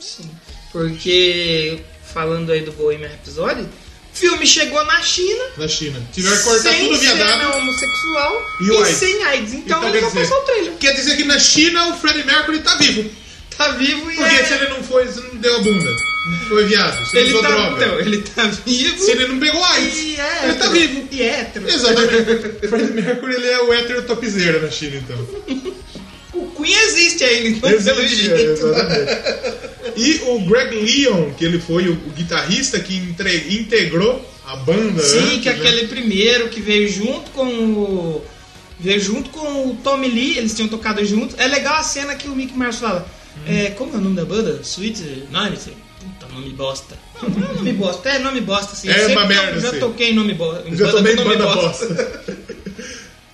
Speaker 2: Sim, Porque, falando aí do Bohemian Episódio, o filme chegou na China
Speaker 1: Na China. Tiveram que cortar
Speaker 2: sem
Speaker 1: tudo
Speaker 2: cena
Speaker 1: viadado.
Speaker 2: homossexual
Speaker 1: E
Speaker 2: e,
Speaker 1: o AIDS.
Speaker 2: sem AIDS. Então,
Speaker 1: Então,
Speaker 2: ele
Speaker 1: quer
Speaker 2: não
Speaker 1: dizer-
Speaker 2: passou o trailer.
Speaker 1: Quer dizer que na China o Freddie Mercury tá vivo.
Speaker 2: Tá vivo e
Speaker 1: Porque
Speaker 2: é-
Speaker 1: se ele não foi, se não deu a bunda, não foi viado, se ele
Speaker 2: ele
Speaker 1: usou
Speaker 2: tá,
Speaker 1: droga,
Speaker 2: então, ele tá vivo
Speaker 1: se ele não pegou AIDS,
Speaker 2: e é
Speaker 1: ele tá
Speaker 2: hétero.
Speaker 1: vivo.
Speaker 2: E é hétero.
Speaker 1: Exatamente. Fred Mercury ele é o hétero topzera na China, então.
Speaker 2: O Queen existe ainda, então, pelo
Speaker 1: Existe, é,
Speaker 2: jeito.
Speaker 1: exatamente. E o Greg Leon, que ele foi o, o guitarrista que entre- integrou a banda.
Speaker 2: Sim,
Speaker 1: antes,
Speaker 2: que é
Speaker 1: né?
Speaker 2: aquele primeiro que veio junto com o. Veio junto com o Tommy Lee, eles tinham tocado juntos. É legal a cena que o Mick Mars fala.
Speaker 1: Hum.
Speaker 2: É, como é o nome da banda? Sweet Nine? Puta, nome bosta. Não, não é nome bosta, é nome bosta, sim.
Speaker 1: É
Speaker 2: Sempre
Speaker 1: uma
Speaker 2: to-
Speaker 1: merda,
Speaker 2: Já
Speaker 1: sim.
Speaker 2: toquei em nome bosta.
Speaker 1: Já tomei banda bosta.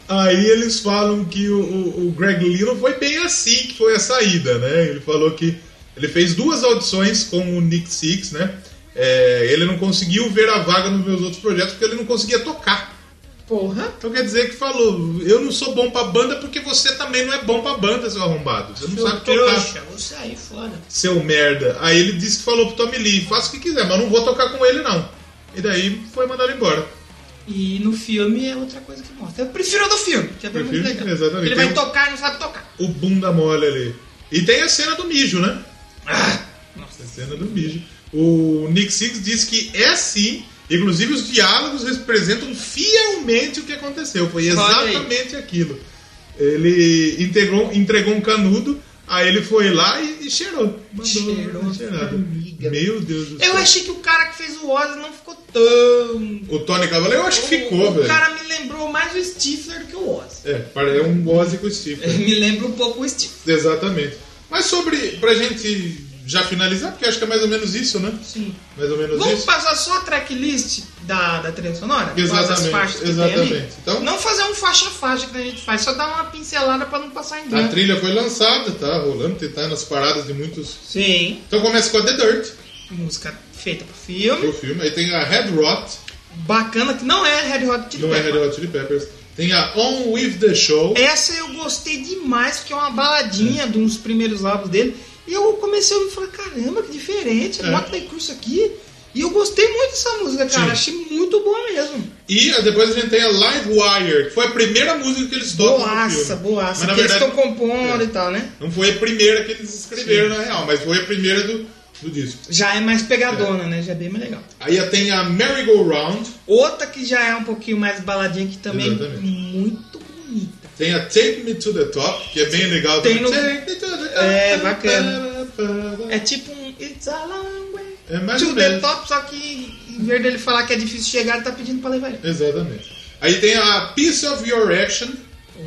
Speaker 1: Aí eles falam que o, o- o Greg Lee não foi bem assim que foi a saída, né? Ele falou que ele fez duas audições com o Nick Six, né? É, ele não conseguiu ver a vaga nos meus outros projetos porque ele não conseguia tocar.
Speaker 2: Porra.
Speaker 1: Então quer dizer que falou, eu não sou bom pra banda porque você também não é bom pra banda, seu arrombado. Você não
Speaker 2: Seu
Speaker 1: sabe tocar
Speaker 2: trouxa, vou sair fora.
Speaker 1: seu merda. Aí ele disse que falou pro Tommy Lee, faça o que quiser, mas não vou tocar com ele não. E daí foi mandado embora.
Speaker 2: E no filme é outra coisa que mostra. Eu prefiro o do filme, que é bem
Speaker 1: Prefiro,
Speaker 2: muito legal.
Speaker 1: exatamente.
Speaker 2: Ele
Speaker 1: Tem
Speaker 2: vai
Speaker 1: um-
Speaker 2: tocar e não sabe tocar.
Speaker 1: O bunda mole ali. E tem a cena do mijo, né?
Speaker 2: Nossa.
Speaker 1: A cena do mijo. O Nick Six diz que é sim. Inclusive os diálogos representam fielmente o que aconteceu. Foi
Speaker 2: Olha aí.
Speaker 1: exatamente aquilo. Ele integrou, entregou um canudo, aí ele foi lá e, e cheirou. Mandou
Speaker 2: Cheirou
Speaker 1: uma
Speaker 2: a
Speaker 1: cheirada.
Speaker 2: formiga.
Speaker 1: Meu Deus do céu.
Speaker 2: Eu achei que o cara que fez o Oz não ficou tão.
Speaker 1: O Tony Cavaleiro, eu acho que ficou,
Speaker 2: o,
Speaker 1: velho.
Speaker 2: O cara me lembrou mais o Stifler do que o Oz.
Speaker 1: É, pare- é um Ozzy com o Steve.
Speaker 2: Ele me lembra um pouco o Stifler.
Speaker 1: Exatamente. Mas sobre. Pra gente já finalizar, porque acho que é mais ou menos isso, né?
Speaker 2: Sim.
Speaker 1: Mais ou menos
Speaker 2: Vamos
Speaker 1: isso.
Speaker 2: passar só a tracklist da, da trilha sonora? Quais as
Speaker 1: Exatamente,
Speaker 2: faixas que tem
Speaker 1: exatamente.
Speaker 2: ali?
Speaker 1: Então-
Speaker 2: Não fazer um faixa a faixa que a gente faz, só dar uma pincelada pra não passar
Speaker 1: A
Speaker 2: em branco.
Speaker 1: trilha foi lançada, tá rolando, tá nas paradas de muitos.
Speaker 2: Sim.
Speaker 1: Então começa com a The Dirt,
Speaker 2: Música feita pro filme.
Speaker 1: pro filme. Aí tem a Red Rot,
Speaker 2: Bacana, que não é Red Hot Chili
Speaker 1: não é
Speaker 2: Peppers.
Speaker 1: Red Hot Chili Peppers. Tem a On With The Show.
Speaker 2: Essa eu gostei demais, porque é uma baladinha de uns primeiros álbuns dele. E eu comecei a ouvir e falei, caramba, que diferente,
Speaker 1: É.
Speaker 2: Motley Crue isso aqui. E eu gostei muito dessa música, cara.
Speaker 1: Sim.
Speaker 2: Achei muito boa mesmo.
Speaker 1: E ah, depois a gente tem a Live Wire, que foi a primeira música que eles tocam no
Speaker 2: Boaça,
Speaker 1: filme.
Speaker 2: boaça.
Speaker 1: Mas na
Speaker 2: que eles
Speaker 1: verdade
Speaker 2: estão compondo
Speaker 1: é.
Speaker 2: e tal, né?
Speaker 1: não foi a primeira que eles escreveram, na real, mas foi a primeira do, do disco.
Speaker 2: Já é mais pegadona, né? Já é bem mais legal.
Speaker 1: Aí tem a Merry Go Round,
Speaker 2: Outra que já é um pouquinho mais baladinha, que também é
Speaker 1: Exatamente.
Speaker 2: muito bonita.
Speaker 1: tem a Take Me To The Top, que é bem legal.
Speaker 2: Tem no-
Speaker 1: Take Me To The
Speaker 2: É, bacana. É tipo um It's a long way.
Speaker 1: É mais
Speaker 2: to
Speaker 1: ou
Speaker 2: the
Speaker 1: menos.
Speaker 2: top, só que em vez dele falar que é difícil chegar, ele tá pedindo pra levar ele.
Speaker 1: Exatamente. Aí tem a Piece of Your Action,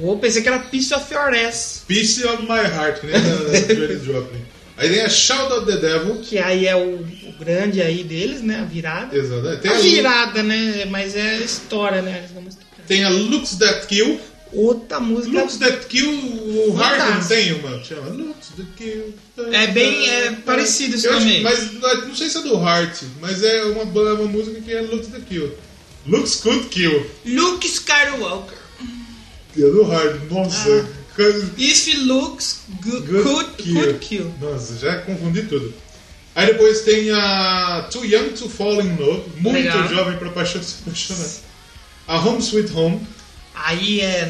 Speaker 2: Ou pensei que era Piece of Your Ass.
Speaker 1: Piece of My Heart, que nem a Janis Joplin. Aí tem a Shout of the Devil.
Speaker 2: Que aí é o, o grande aí deles, né? A virada.
Speaker 1: Exatamente. Tem
Speaker 2: A
Speaker 1: a,
Speaker 2: virada, né? Mas é história, né? Eles não estouram.
Speaker 1: tem a Looks That Kill.
Speaker 2: Outra música.
Speaker 1: Looks That Kill, o Harden
Speaker 2: Tá. Fantástico.
Speaker 1: tem uma. que Chama Looks That Kill.
Speaker 2: É bem, é, parecido isso
Speaker 1: Eu acho-
Speaker 2: também.
Speaker 1: Mas não não sei se é do Heart, mas é uma, ba- uma música que é Looks That Kill. Looks Could Kill.
Speaker 2: Luke Skywalker.
Speaker 1: Que é do Heart. Nossa.
Speaker 2: Ah.
Speaker 1: coisa-
Speaker 2: If it looks good,
Speaker 1: Good
Speaker 2: could,
Speaker 1: Kill.
Speaker 2: could kill.
Speaker 1: Nossa, já confundi tudo. Aí depois tem a Too Young to Fall in Love, muito
Speaker 2: Legal.
Speaker 1: jovem pra paixão se apaixonar. A Home Sweet Home,
Speaker 2: Aí é.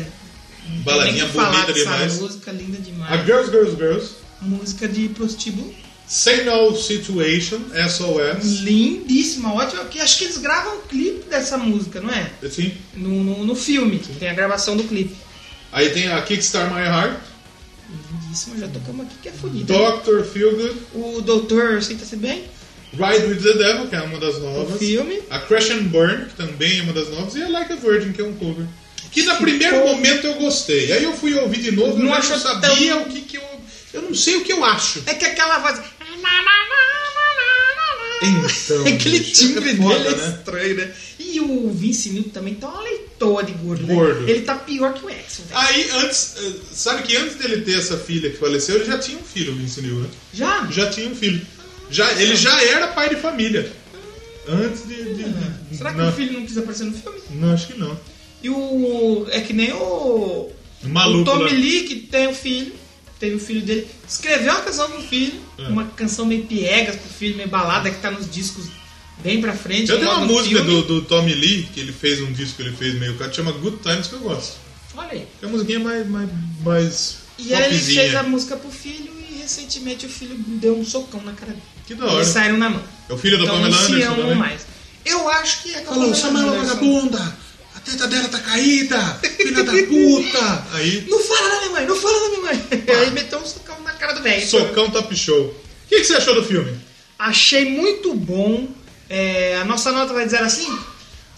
Speaker 2: não tem
Speaker 1: Baladinha
Speaker 2: nem o que falar
Speaker 1: bonita
Speaker 2: dessa
Speaker 1: demais.
Speaker 2: música linda
Speaker 1: a
Speaker 2: demais.
Speaker 1: Girls, Girls, Girls,
Speaker 2: Música de prostíbulo.
Speaker 1: Say No Situation, SOS,
Speaker 2: Lindíssima, ótima. Que acho que eles gravam o clipe dessa música, não é?
Speaker 1: assim.
Speaker 2: No, no, no filme. Tem a gravação do clipe.
Speaker 1: Aí tem a Kickstart My Heart,
Speaker 2: Lindíssima, já tocamos aqui que é fodida.
Speaker 1: Dr. Feelgood,
Speaker 2: O Doutor Sinta-se Bem,
Speaker 1: Ride With The Devil, que é uma das
Speaker 2: o
Speaker 1: novas,
Speaker 2: filme.
Speaker 1: a Crash and Burn, que também é uma das novas, e a Like a Virgin, que é um cover. Que no primeiro momento eu gostei, aí eu fui ouvir de novo, eu
Speaker 2: Não
Speaker 1: não
Speaker 2: achou
Speaker 1: sabia
Speaker 2: tão-
Speaker 1: o que que eu... Eu não sei o que eu acho.
Speaker 2: É que aquela voz.
Speaker 1: Então,
Speaker 2: Aquele
Speaker 1: bicho,
Speaker 2: timbre
Speaker 1: é foda,
Speaker 2: dele é
Speaker 1: né?
Speaker 2: estranho, né? E o Vince Neil também tá uma leitoa de gordo. né?
Speaker 1: Gordo.
Speaker 2: Ele tá pior que o Exxon, velho.
Speaker 1: Aí, antes, eh, sabe que antes dele ter essa filha que faleceu, ele já tinha um filho, o Vince Neil, né?
Speaker 2: Já?
Speaker 1: Já tinha um filho. Já, ele já era pai de família. Antes de. de- de-
Speaker 2: Será que
Speaker 1: não,
Speaker 2: o filho não quis aparecer no filme?
Speaker 1: não, acho que não.
Speaker 2: E o. É que nem o.
Speaker 1: O maluco
Speaker 2: O Tommy
Speaker 1: lá.
Speaker 2: Lee, que tem o filho. Teve o filho dele. Escreveu uma canção pro filho.
Speaker 1: É.
Speaker 2: Uma canção meio piegas pro filho, meio balada, que tá nos discos bem pra frente.
Speaker 1: Eu tenho
Speaker 2: logo
Speaker 1: uma
Speaker 2: no
Speaker 1: música do,
Speaker 2: filme.
Speaker 1: do Tommy Lee, que ele fez um disco que ele fez meio que chama Good Times, que eu gosto.
Speaker 2: Olha aí.
Speaker 1: É uma musiquinha mais. mais, mais
Speaker 2: E aí ele
Speaker 1: popzinha.
Speaker 2: fez a música pro filho e recentemente o filho deu um socão na cara dele.
Speaker 1: Que da hora.
Speaker 2: Eles saíram na mão.
Speaker 1: É o filho da
Speaker 2: então
Speaker 1: Pamela
Speaker 2: não se
Speaker 1: Anderson
Speaker 2: amam
Speaker 1: também.
Speaker 2: mais. Eu acho que é com a
Speaker 1: Falou,
Speaker 2: Pamela
Speaker 1: chama ela
Speaker 2: Anderson.
Speaker 1: vagabunda! A teta dela tá caída! Filha da puta! Aí,
Speaker 2: Não fala da minha mãe, não fala da minha mãe. aí meteu um socão na cara do velho.
Speaker 1: socão top show. O que, que você achou do filme?
Speaker 2: Achei muito bom. É, a nossa nota vai dizer assim?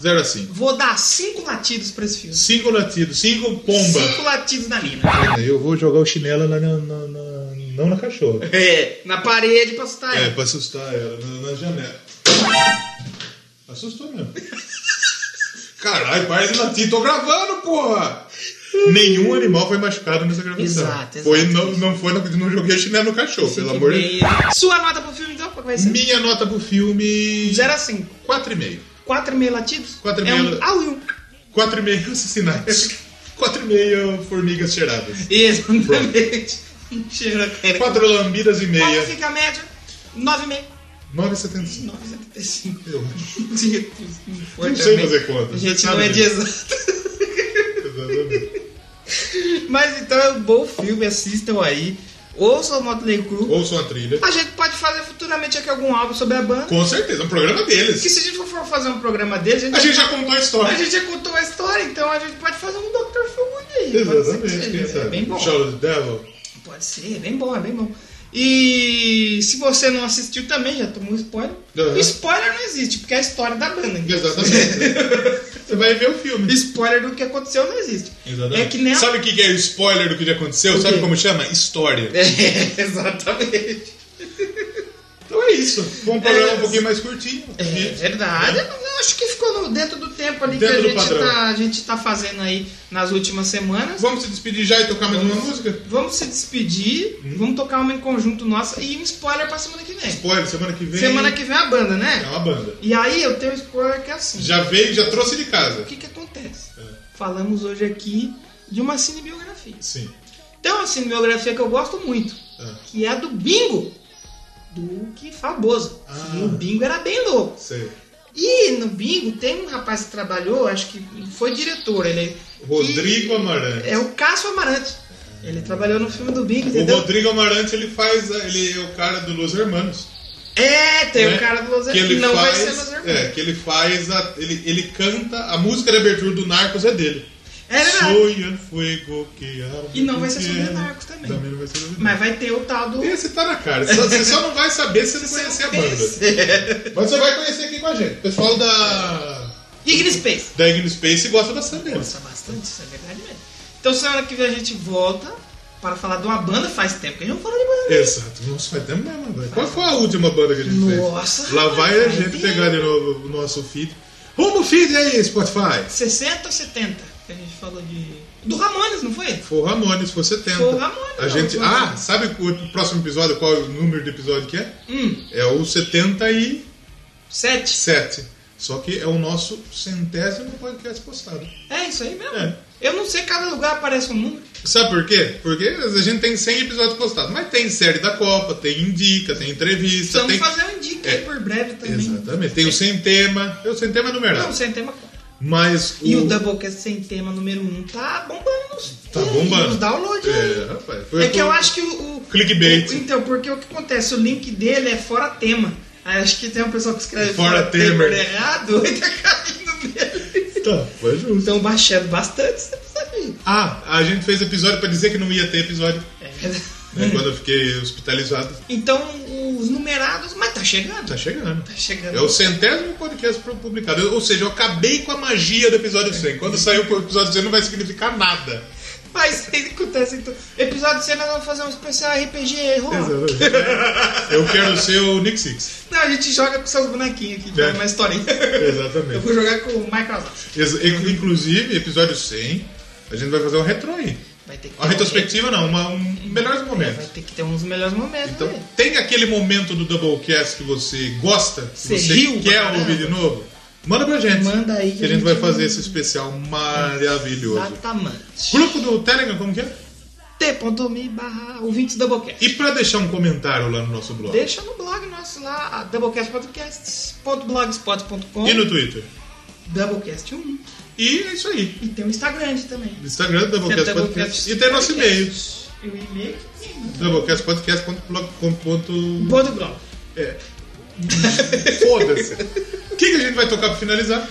Speaker 1: Zero a cinco.
Speaker 2: Vou dar cinco latidos pra esse filme.
Speaker 1: Cinco latidos, cinco pomba.
Speaker 2: Cinco latidos na mina.
Speaker 1: Eu vou jogar o chinelo lá na, na- na- não na cachorra.
Speaker 2: É, na parede pra assustar
Speaker 1: É,
Speaker 2: ela.
Speaker 1: pra assustar ela, na, na janela. Assustou mesmo. Caralho, para de latir, tô gravando, porra! Nenhum animal foi machucado nessa gravação.
Speaker 2: Exato, exato.
Speaker 1: Foi, não, não foi, não joguei chinelo no cachorro, pelo amor de Deus.
Speaker 2: Sua nota pro filme então? Qual que vai ser?
Speaker 1: Minha nota pro filme...
Speaker 2: Zero a cinco.
Speaker 1: 4,5.
Speaker 2: 4,5 latidos?
Speaker 1: Quatro e
Speaker 2: é
Speaker 1: meio
Speaker 2: um
Speaker 1: la-
Speaker 2: ao e um.
Speaker 1: 4,5 assassinatos. 4,5 formigas cheiradas.
Speaker 2: Exatamente. Cheira, cara.
Speaker 1: 4 lambidas e
Speaker 2: Qual que
Speaker 1: meia.
Speaker 2: fica a média? 9,5.
Speaker 1: 9,75.
Speaker 2: 9,75.
Speaker 1: Eu acho.
Speaker 2: Não
Speaker 1: Não sei fazer conta.
Speaker 2: A gente não
Speaker 1: Sabe
Speaker 2: é de
Speaker 1: disso.
Speaker 2: exato.
Speaker 1: Exatamente.
Speaker 2: Mas então é um bom filme, assistam aí. Ouçam o Motley Crue.
Speaker 1: Ouçam a trilha.
Speaker 2: A gente pode fazer futuramente aqui algum álbum sobre a banda.
Speaker 1: Com certeza, é um programa
Speaker 2: Porque
Speaker 1: deles.
Speaker 2: se a gente for fazer um programa deles, a gente,
Speaker 1: A gente já contou a
Speaker 2: a
Speaker 1: história.
Speaker 2: gente já contou a história, então a gente pode fazer um Dr. Fogo aí. Pode ser que
Speaker 1: Exatamente,
Speaker 2: seja.
Speaker 1: quem
Speaker 2: É bem bom.
Speaker 1: sabe? Show the Devil.
Speaker 2: Pode ser, é bem bom, é bem bom. E se você não assistiu também, já tomou spoiler.
Speaker 1: Aham.
Speaker 2: Spoiler não existe, porque é a história da banda. então.
Speaker 1: Exatamente. Você vai ver o filme.
Speaker 2: Spoiler do que aconteceu não existe. É que nem a-
Speaker 1: Sabe o que que é o spoiler do que já aconteceu? Sabe
Speaker 2: quê?
Speaker 1: como chama? História.
Speaker 2: É, exatamente.
Speaker 1: isso. Foi um programa
Speaker 2: É.
Speaker 1: um pouquinho mais curtinho.
Speaker 2: É
Speaker 1: E-
Speaker 2: verdade. Eu não- acho que ficou no- dentro do tempo ali
Speaker 1: Dentro do
Speaker 2: que a gente,
Speaker 1: padrão.
Speaker 2: tá, a gente tá fazendo aí nas últimas semanas.
Speaker 1: Vamos se despedir já e tocar mais uma música?
Speaker 2: Vamos se despedir,
Speaker 1: Hum?
Speaker 2: vamos tocar uma em conjunto nossa e um spoiler pra semana que vem.
Speaker 1: Spoiler, semana que vem.
Speaker 2: Semana que vem a banda,
Speaker 1: É
Speaker 2: né?
Speaker 1: uma banda.
Speaker 2: E aí eu tenho um spoiler que é assim.
Speaker 1: Já veio, já trouxe de
Speaker 2: O
Speaker 1: casa.
Speaker 2: que que acontece?
Speaker 1: É.
Speaker 2: Falamos hoje aqui de uma cinebiografia.
Speaker 1: Sim.
Speaker 2: Tem uma cinebiografia que eu gosto muito,
Speaker 1: Ah,
Speaker 2: que é a do Bingo, do que Faboso.
Speaker 1: Ah.
Speaker 2: E o Bingo era bem louco.
Speaker 1: sei.
Speaker 2: E no Bingo tem um rapaz que trabalhou, acho que foi diretor, ele
Speaker 1: Rodrigo Amarante.
Speaker 2: é o Cássio Amarante. Ele trabalhou no filme do Bingo,
Speaker 1: O
Speaker 2: entendeu?
Speaker 1: Rodrigo Amarante, ele faz. a- Ele é o cara do Los Hermanos.
Speaker 2: É, tem
Speaker 1: né?
Speaker 2: o cara do Los
Speaker 1: Que ele
Speaker 2: Angeles. Não
Speaker 1: faz.
Speaker 2: vai ser Los Hermanos.
Speaker 1: é, que ele faz. a- ele, ele canta. A música de abertura do Narcos é dele.
Speaker 2: É verdade.
Speaker 1: Soy el fuego que arde
Speaker 2: E não vai ser
Speaker 1: en
Speaker 2: sobre
Speaker 1: cielo.
Speaker 2: Narcos também.
Speaker 1: É, Também não vai ser sobre
Speaker 2: Mas vai ter o tal do.
Speaker 1: Esse tá na cara. Só- Você só não vai saber se você conhecer a banda. Mas você vai conhecer aqui com a gente. O pessoal da.
Speaker 2: Ignis Space.
Speaker 1: Da Igno Space gosta bastante deles.
Speaker 2: Gosta bastante, isso é verdade mesmo. Então semana que vem a gente volta para falar de uma banda. Faz tempo que a gente não fala de banda.
Speaker 1: Exato. Nossa, faz tempo mesmo, velho. Qual foi a última banda que a gente fez?
Speaker 2: Nossa,
Speaker 1: Lá
Speaker 2: rapaz,
Speaker 1: vai a
Speaker 2: faz
Speaker 1: gente
Speaker 2: tempo.
Speaker 1: pegar de novo o nosso feed. Rumo feed aí, Spotify.
Speaker 2: 60 ou 70 que a gente falou de. Do Ramones, não foi?
Speaker 1: Foi o Ramones, foi 70.
Speaker 2: Foi o Ramones,
Speaker 1: A
Speaker 2: não,
Speaker 1: gente.
Speaker 2: foi o
Speaker 1: Ah,
Speaker 2: Ramones.
Speaker 1: sabe o próximo episódio, qual é o número de episódio que é?
Speaker 2: Hum,
Speaker 1: É o 77.
Speaker 2: 7.
Speaker 1: Só que é o nosso centésimo podcast postado.
Speaker 2: É isso aí mesmo.
Speaker 1: É.
Speaker 2: Eu não sei, cada lugar aparece um número.
Speaker 1: Sabe por quê? Porque a gente tem 100 episódios postados, mas tem série da Copa, tem indica, tem entrevista,
Speaker 2: Precisamos
Speaker 1: tem.
Speaker 2: fazer um indica
Speaker 1: É.
Speaker 2: aí por breve também.
Speaker 1: Exatamente, tem o sem tema, é o sem tema
Speaker 2: Não,
Speaker 1: numerado.
Speaker 2: sem tema.
Speaker 1: Mas o.
Speaker 2: E o Doublecast sem tema número 1 um tá bombando nos,
Speaker 1: Tá bombando.
Speaker 2: nos downloads
Speaker 1: É,
Speaker 2: um aí.
Speaker 1: rapaz.
Speaker 2: É que eu
Speaker 1: por-
Speaker 2: acho que o. o-
Speaker 1: Clickbait.
Speaker 2: o- então, porque o que acontece? O link dele é fora tema. Aí Acho que tem uma pessoa que escreve
Speaker 1: Fora Temer.
Speaker 2: né? Ah, doido, tá caindo nele.
Speaker 1: Tá, foi justo.
Speaker 2: Estão baixando bastante esse episódio aí.
Speaker 1: Ah, a gente fez episódio pra dizer que não ia ter episódio.
Speaker 2: É verdade.
Speaker 1: né, Quando eu fiquei hospitalizado.
Speaker 2: Então, os numerados. Mas tá chegando.
Speaker 1: Tá chegando.
Speaker 2: Tá chegando.
Speaker 1: É o centésimo podcast publicado. Eu- Ou seja, eu acabei com a magia do episódio 100. Quando sair o episódio 100 não vai significar nada.
Speaker 2: Mas isso acontece então. Episódio 100 nós vamos fazer um especial RPG rola.
Speaker 1: Eu quero ser o Nick Six.
Speaker 2: Não, a gente joga com seus bonequinhos aqui,
Speaker 1: É.
Speaker 2: é. uma historinha. Eu
Speaker 1: Exatamente.
Speaker 2: vou jogar com o Michael Zaz.
Speaker 1: Ex- e- Inclusive, episódio 100, a gente vai fazer um retro aí.
Speaker 2: Vai ter que
Speaker 1: Uma retrospectiva não, uma, um melhores
Speaker 2: Vai
Speaker 1: momentos.
Speaker 2: ter que ter uns melhores momentos.
Speaker 1: Então,
Speaker 2: né?
Speaker 1: tem aquele momento do Doublecast que você gosta, que
Speaker 2: Você
Speaker 1: você
Speaker 2: riu pra
Speaker 1: quer
Speaker 2: caramba.
Speaker 1: ouvir de novo? Manda pra gente.
Speaker 2: Manda aí que
Speaker 1: Que a
Speaker 2: a
Speaker 1: gente vai
Speaker 2: gente
Speaker 1: fazer esse especial maravilhoso.
Speaker 2: Exatamente.
Speaker 1: Grupo do Telegram, como que é?
Speaker 2: T.me barra ouvintes Doublecast.
Speaker 1: E pra deixar um comentário lá no nosso blog.
Speaker 2: Deixa no blog nosso lá, a doublecastpodcasts.blogspot.com
Speaker 1: E no Twitter.
Speaker 2: Doublecast1.
Speaker 1: E é isso aí.
Speaker 2: E tem o Instagram também.
Speaker 1: No Instagram, Doublecast
Speaker 2: Tem
Speaker 1: Podcast. E tem nosso e-mail.
Speaker 2: E o e-mail que tem.
Speaker 1: Doublecastpodcast.blog.com.
Speaker 2: Boa do Globo.
Speaker 1: É. Foda-se. O que, que a gente vai tocar pra finalizar?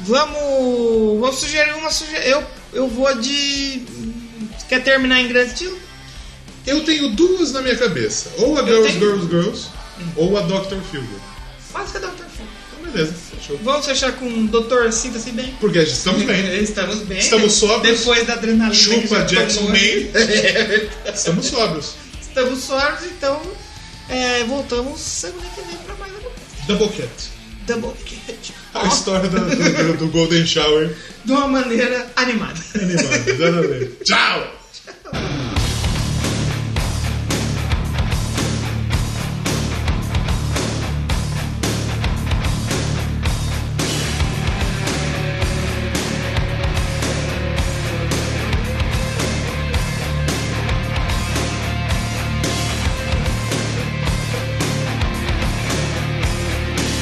Speaker 2: Vamos, vamos sugerir uma sugestão. Eu, eu vou de. Quer terminar em grande estilo?
Speaker 1: Eu tenho duas na minha cabeça. Ou a
Speaker 2: Eu
Speaker 1: Girls,
Speaker 2: tenho- um.
Speaker 1: Girls, Girls, ou a Dr. Fielder.
Speaker 2: Pode ser Dr. Fu.
Speaker 1: Então, beleza. Fechou.
Speaker 2: Vamos fechar com o Dr. Sinta-se bem.
Speaker 1: Porque estamos bem.
Speaker 2: Estamos bem.
Speaker 1: Estamos sóbrios.
Speaker 2: Depois da adrenalina. que
Speaker 1: Chupa
Speaker 2: já
Speaker 1: Jackson
Speaker 2: tomou.
Speaker 1: Man. Estamos sóbrios.
Speaker 2: Estamos sóbrios, então é, voltamos semana que vem pra mais um
Speaker 1: Doublecat.
Speaker 2: Doublecast.
Speaker 1: A história do, do- do Golden Shower.
Speaker 2: De uma maneira animada.
Speaker 1: Animado, exatamente. Tchau!
Speaker 3: Thank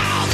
Speaker 3: Oh,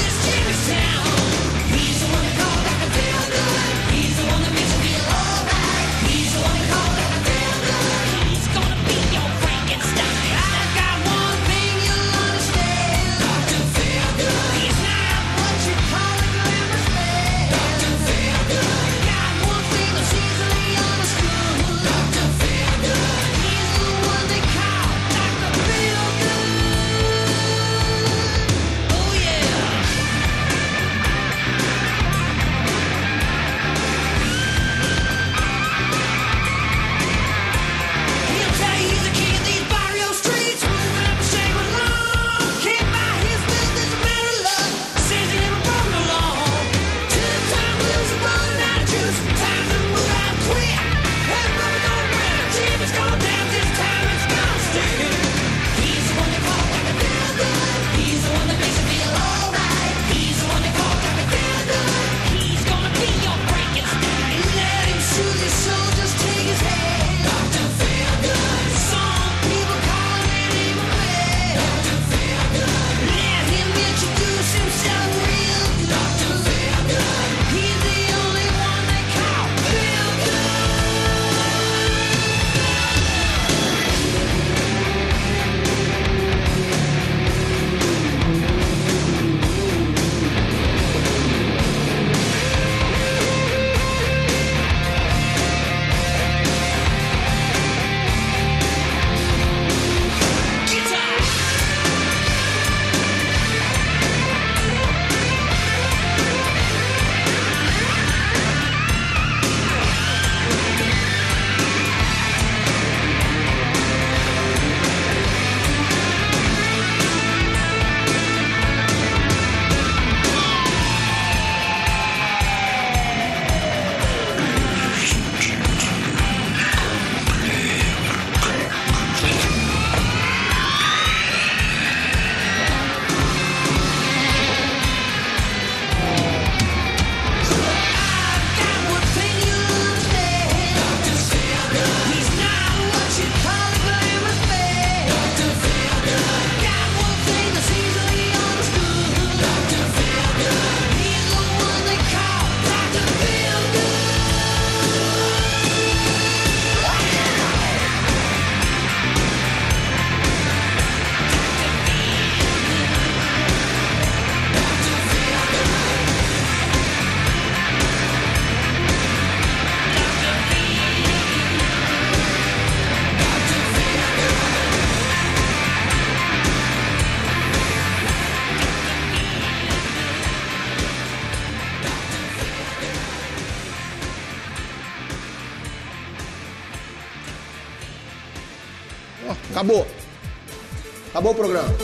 Speaker 1: Ó, acabou. Acabou o programa.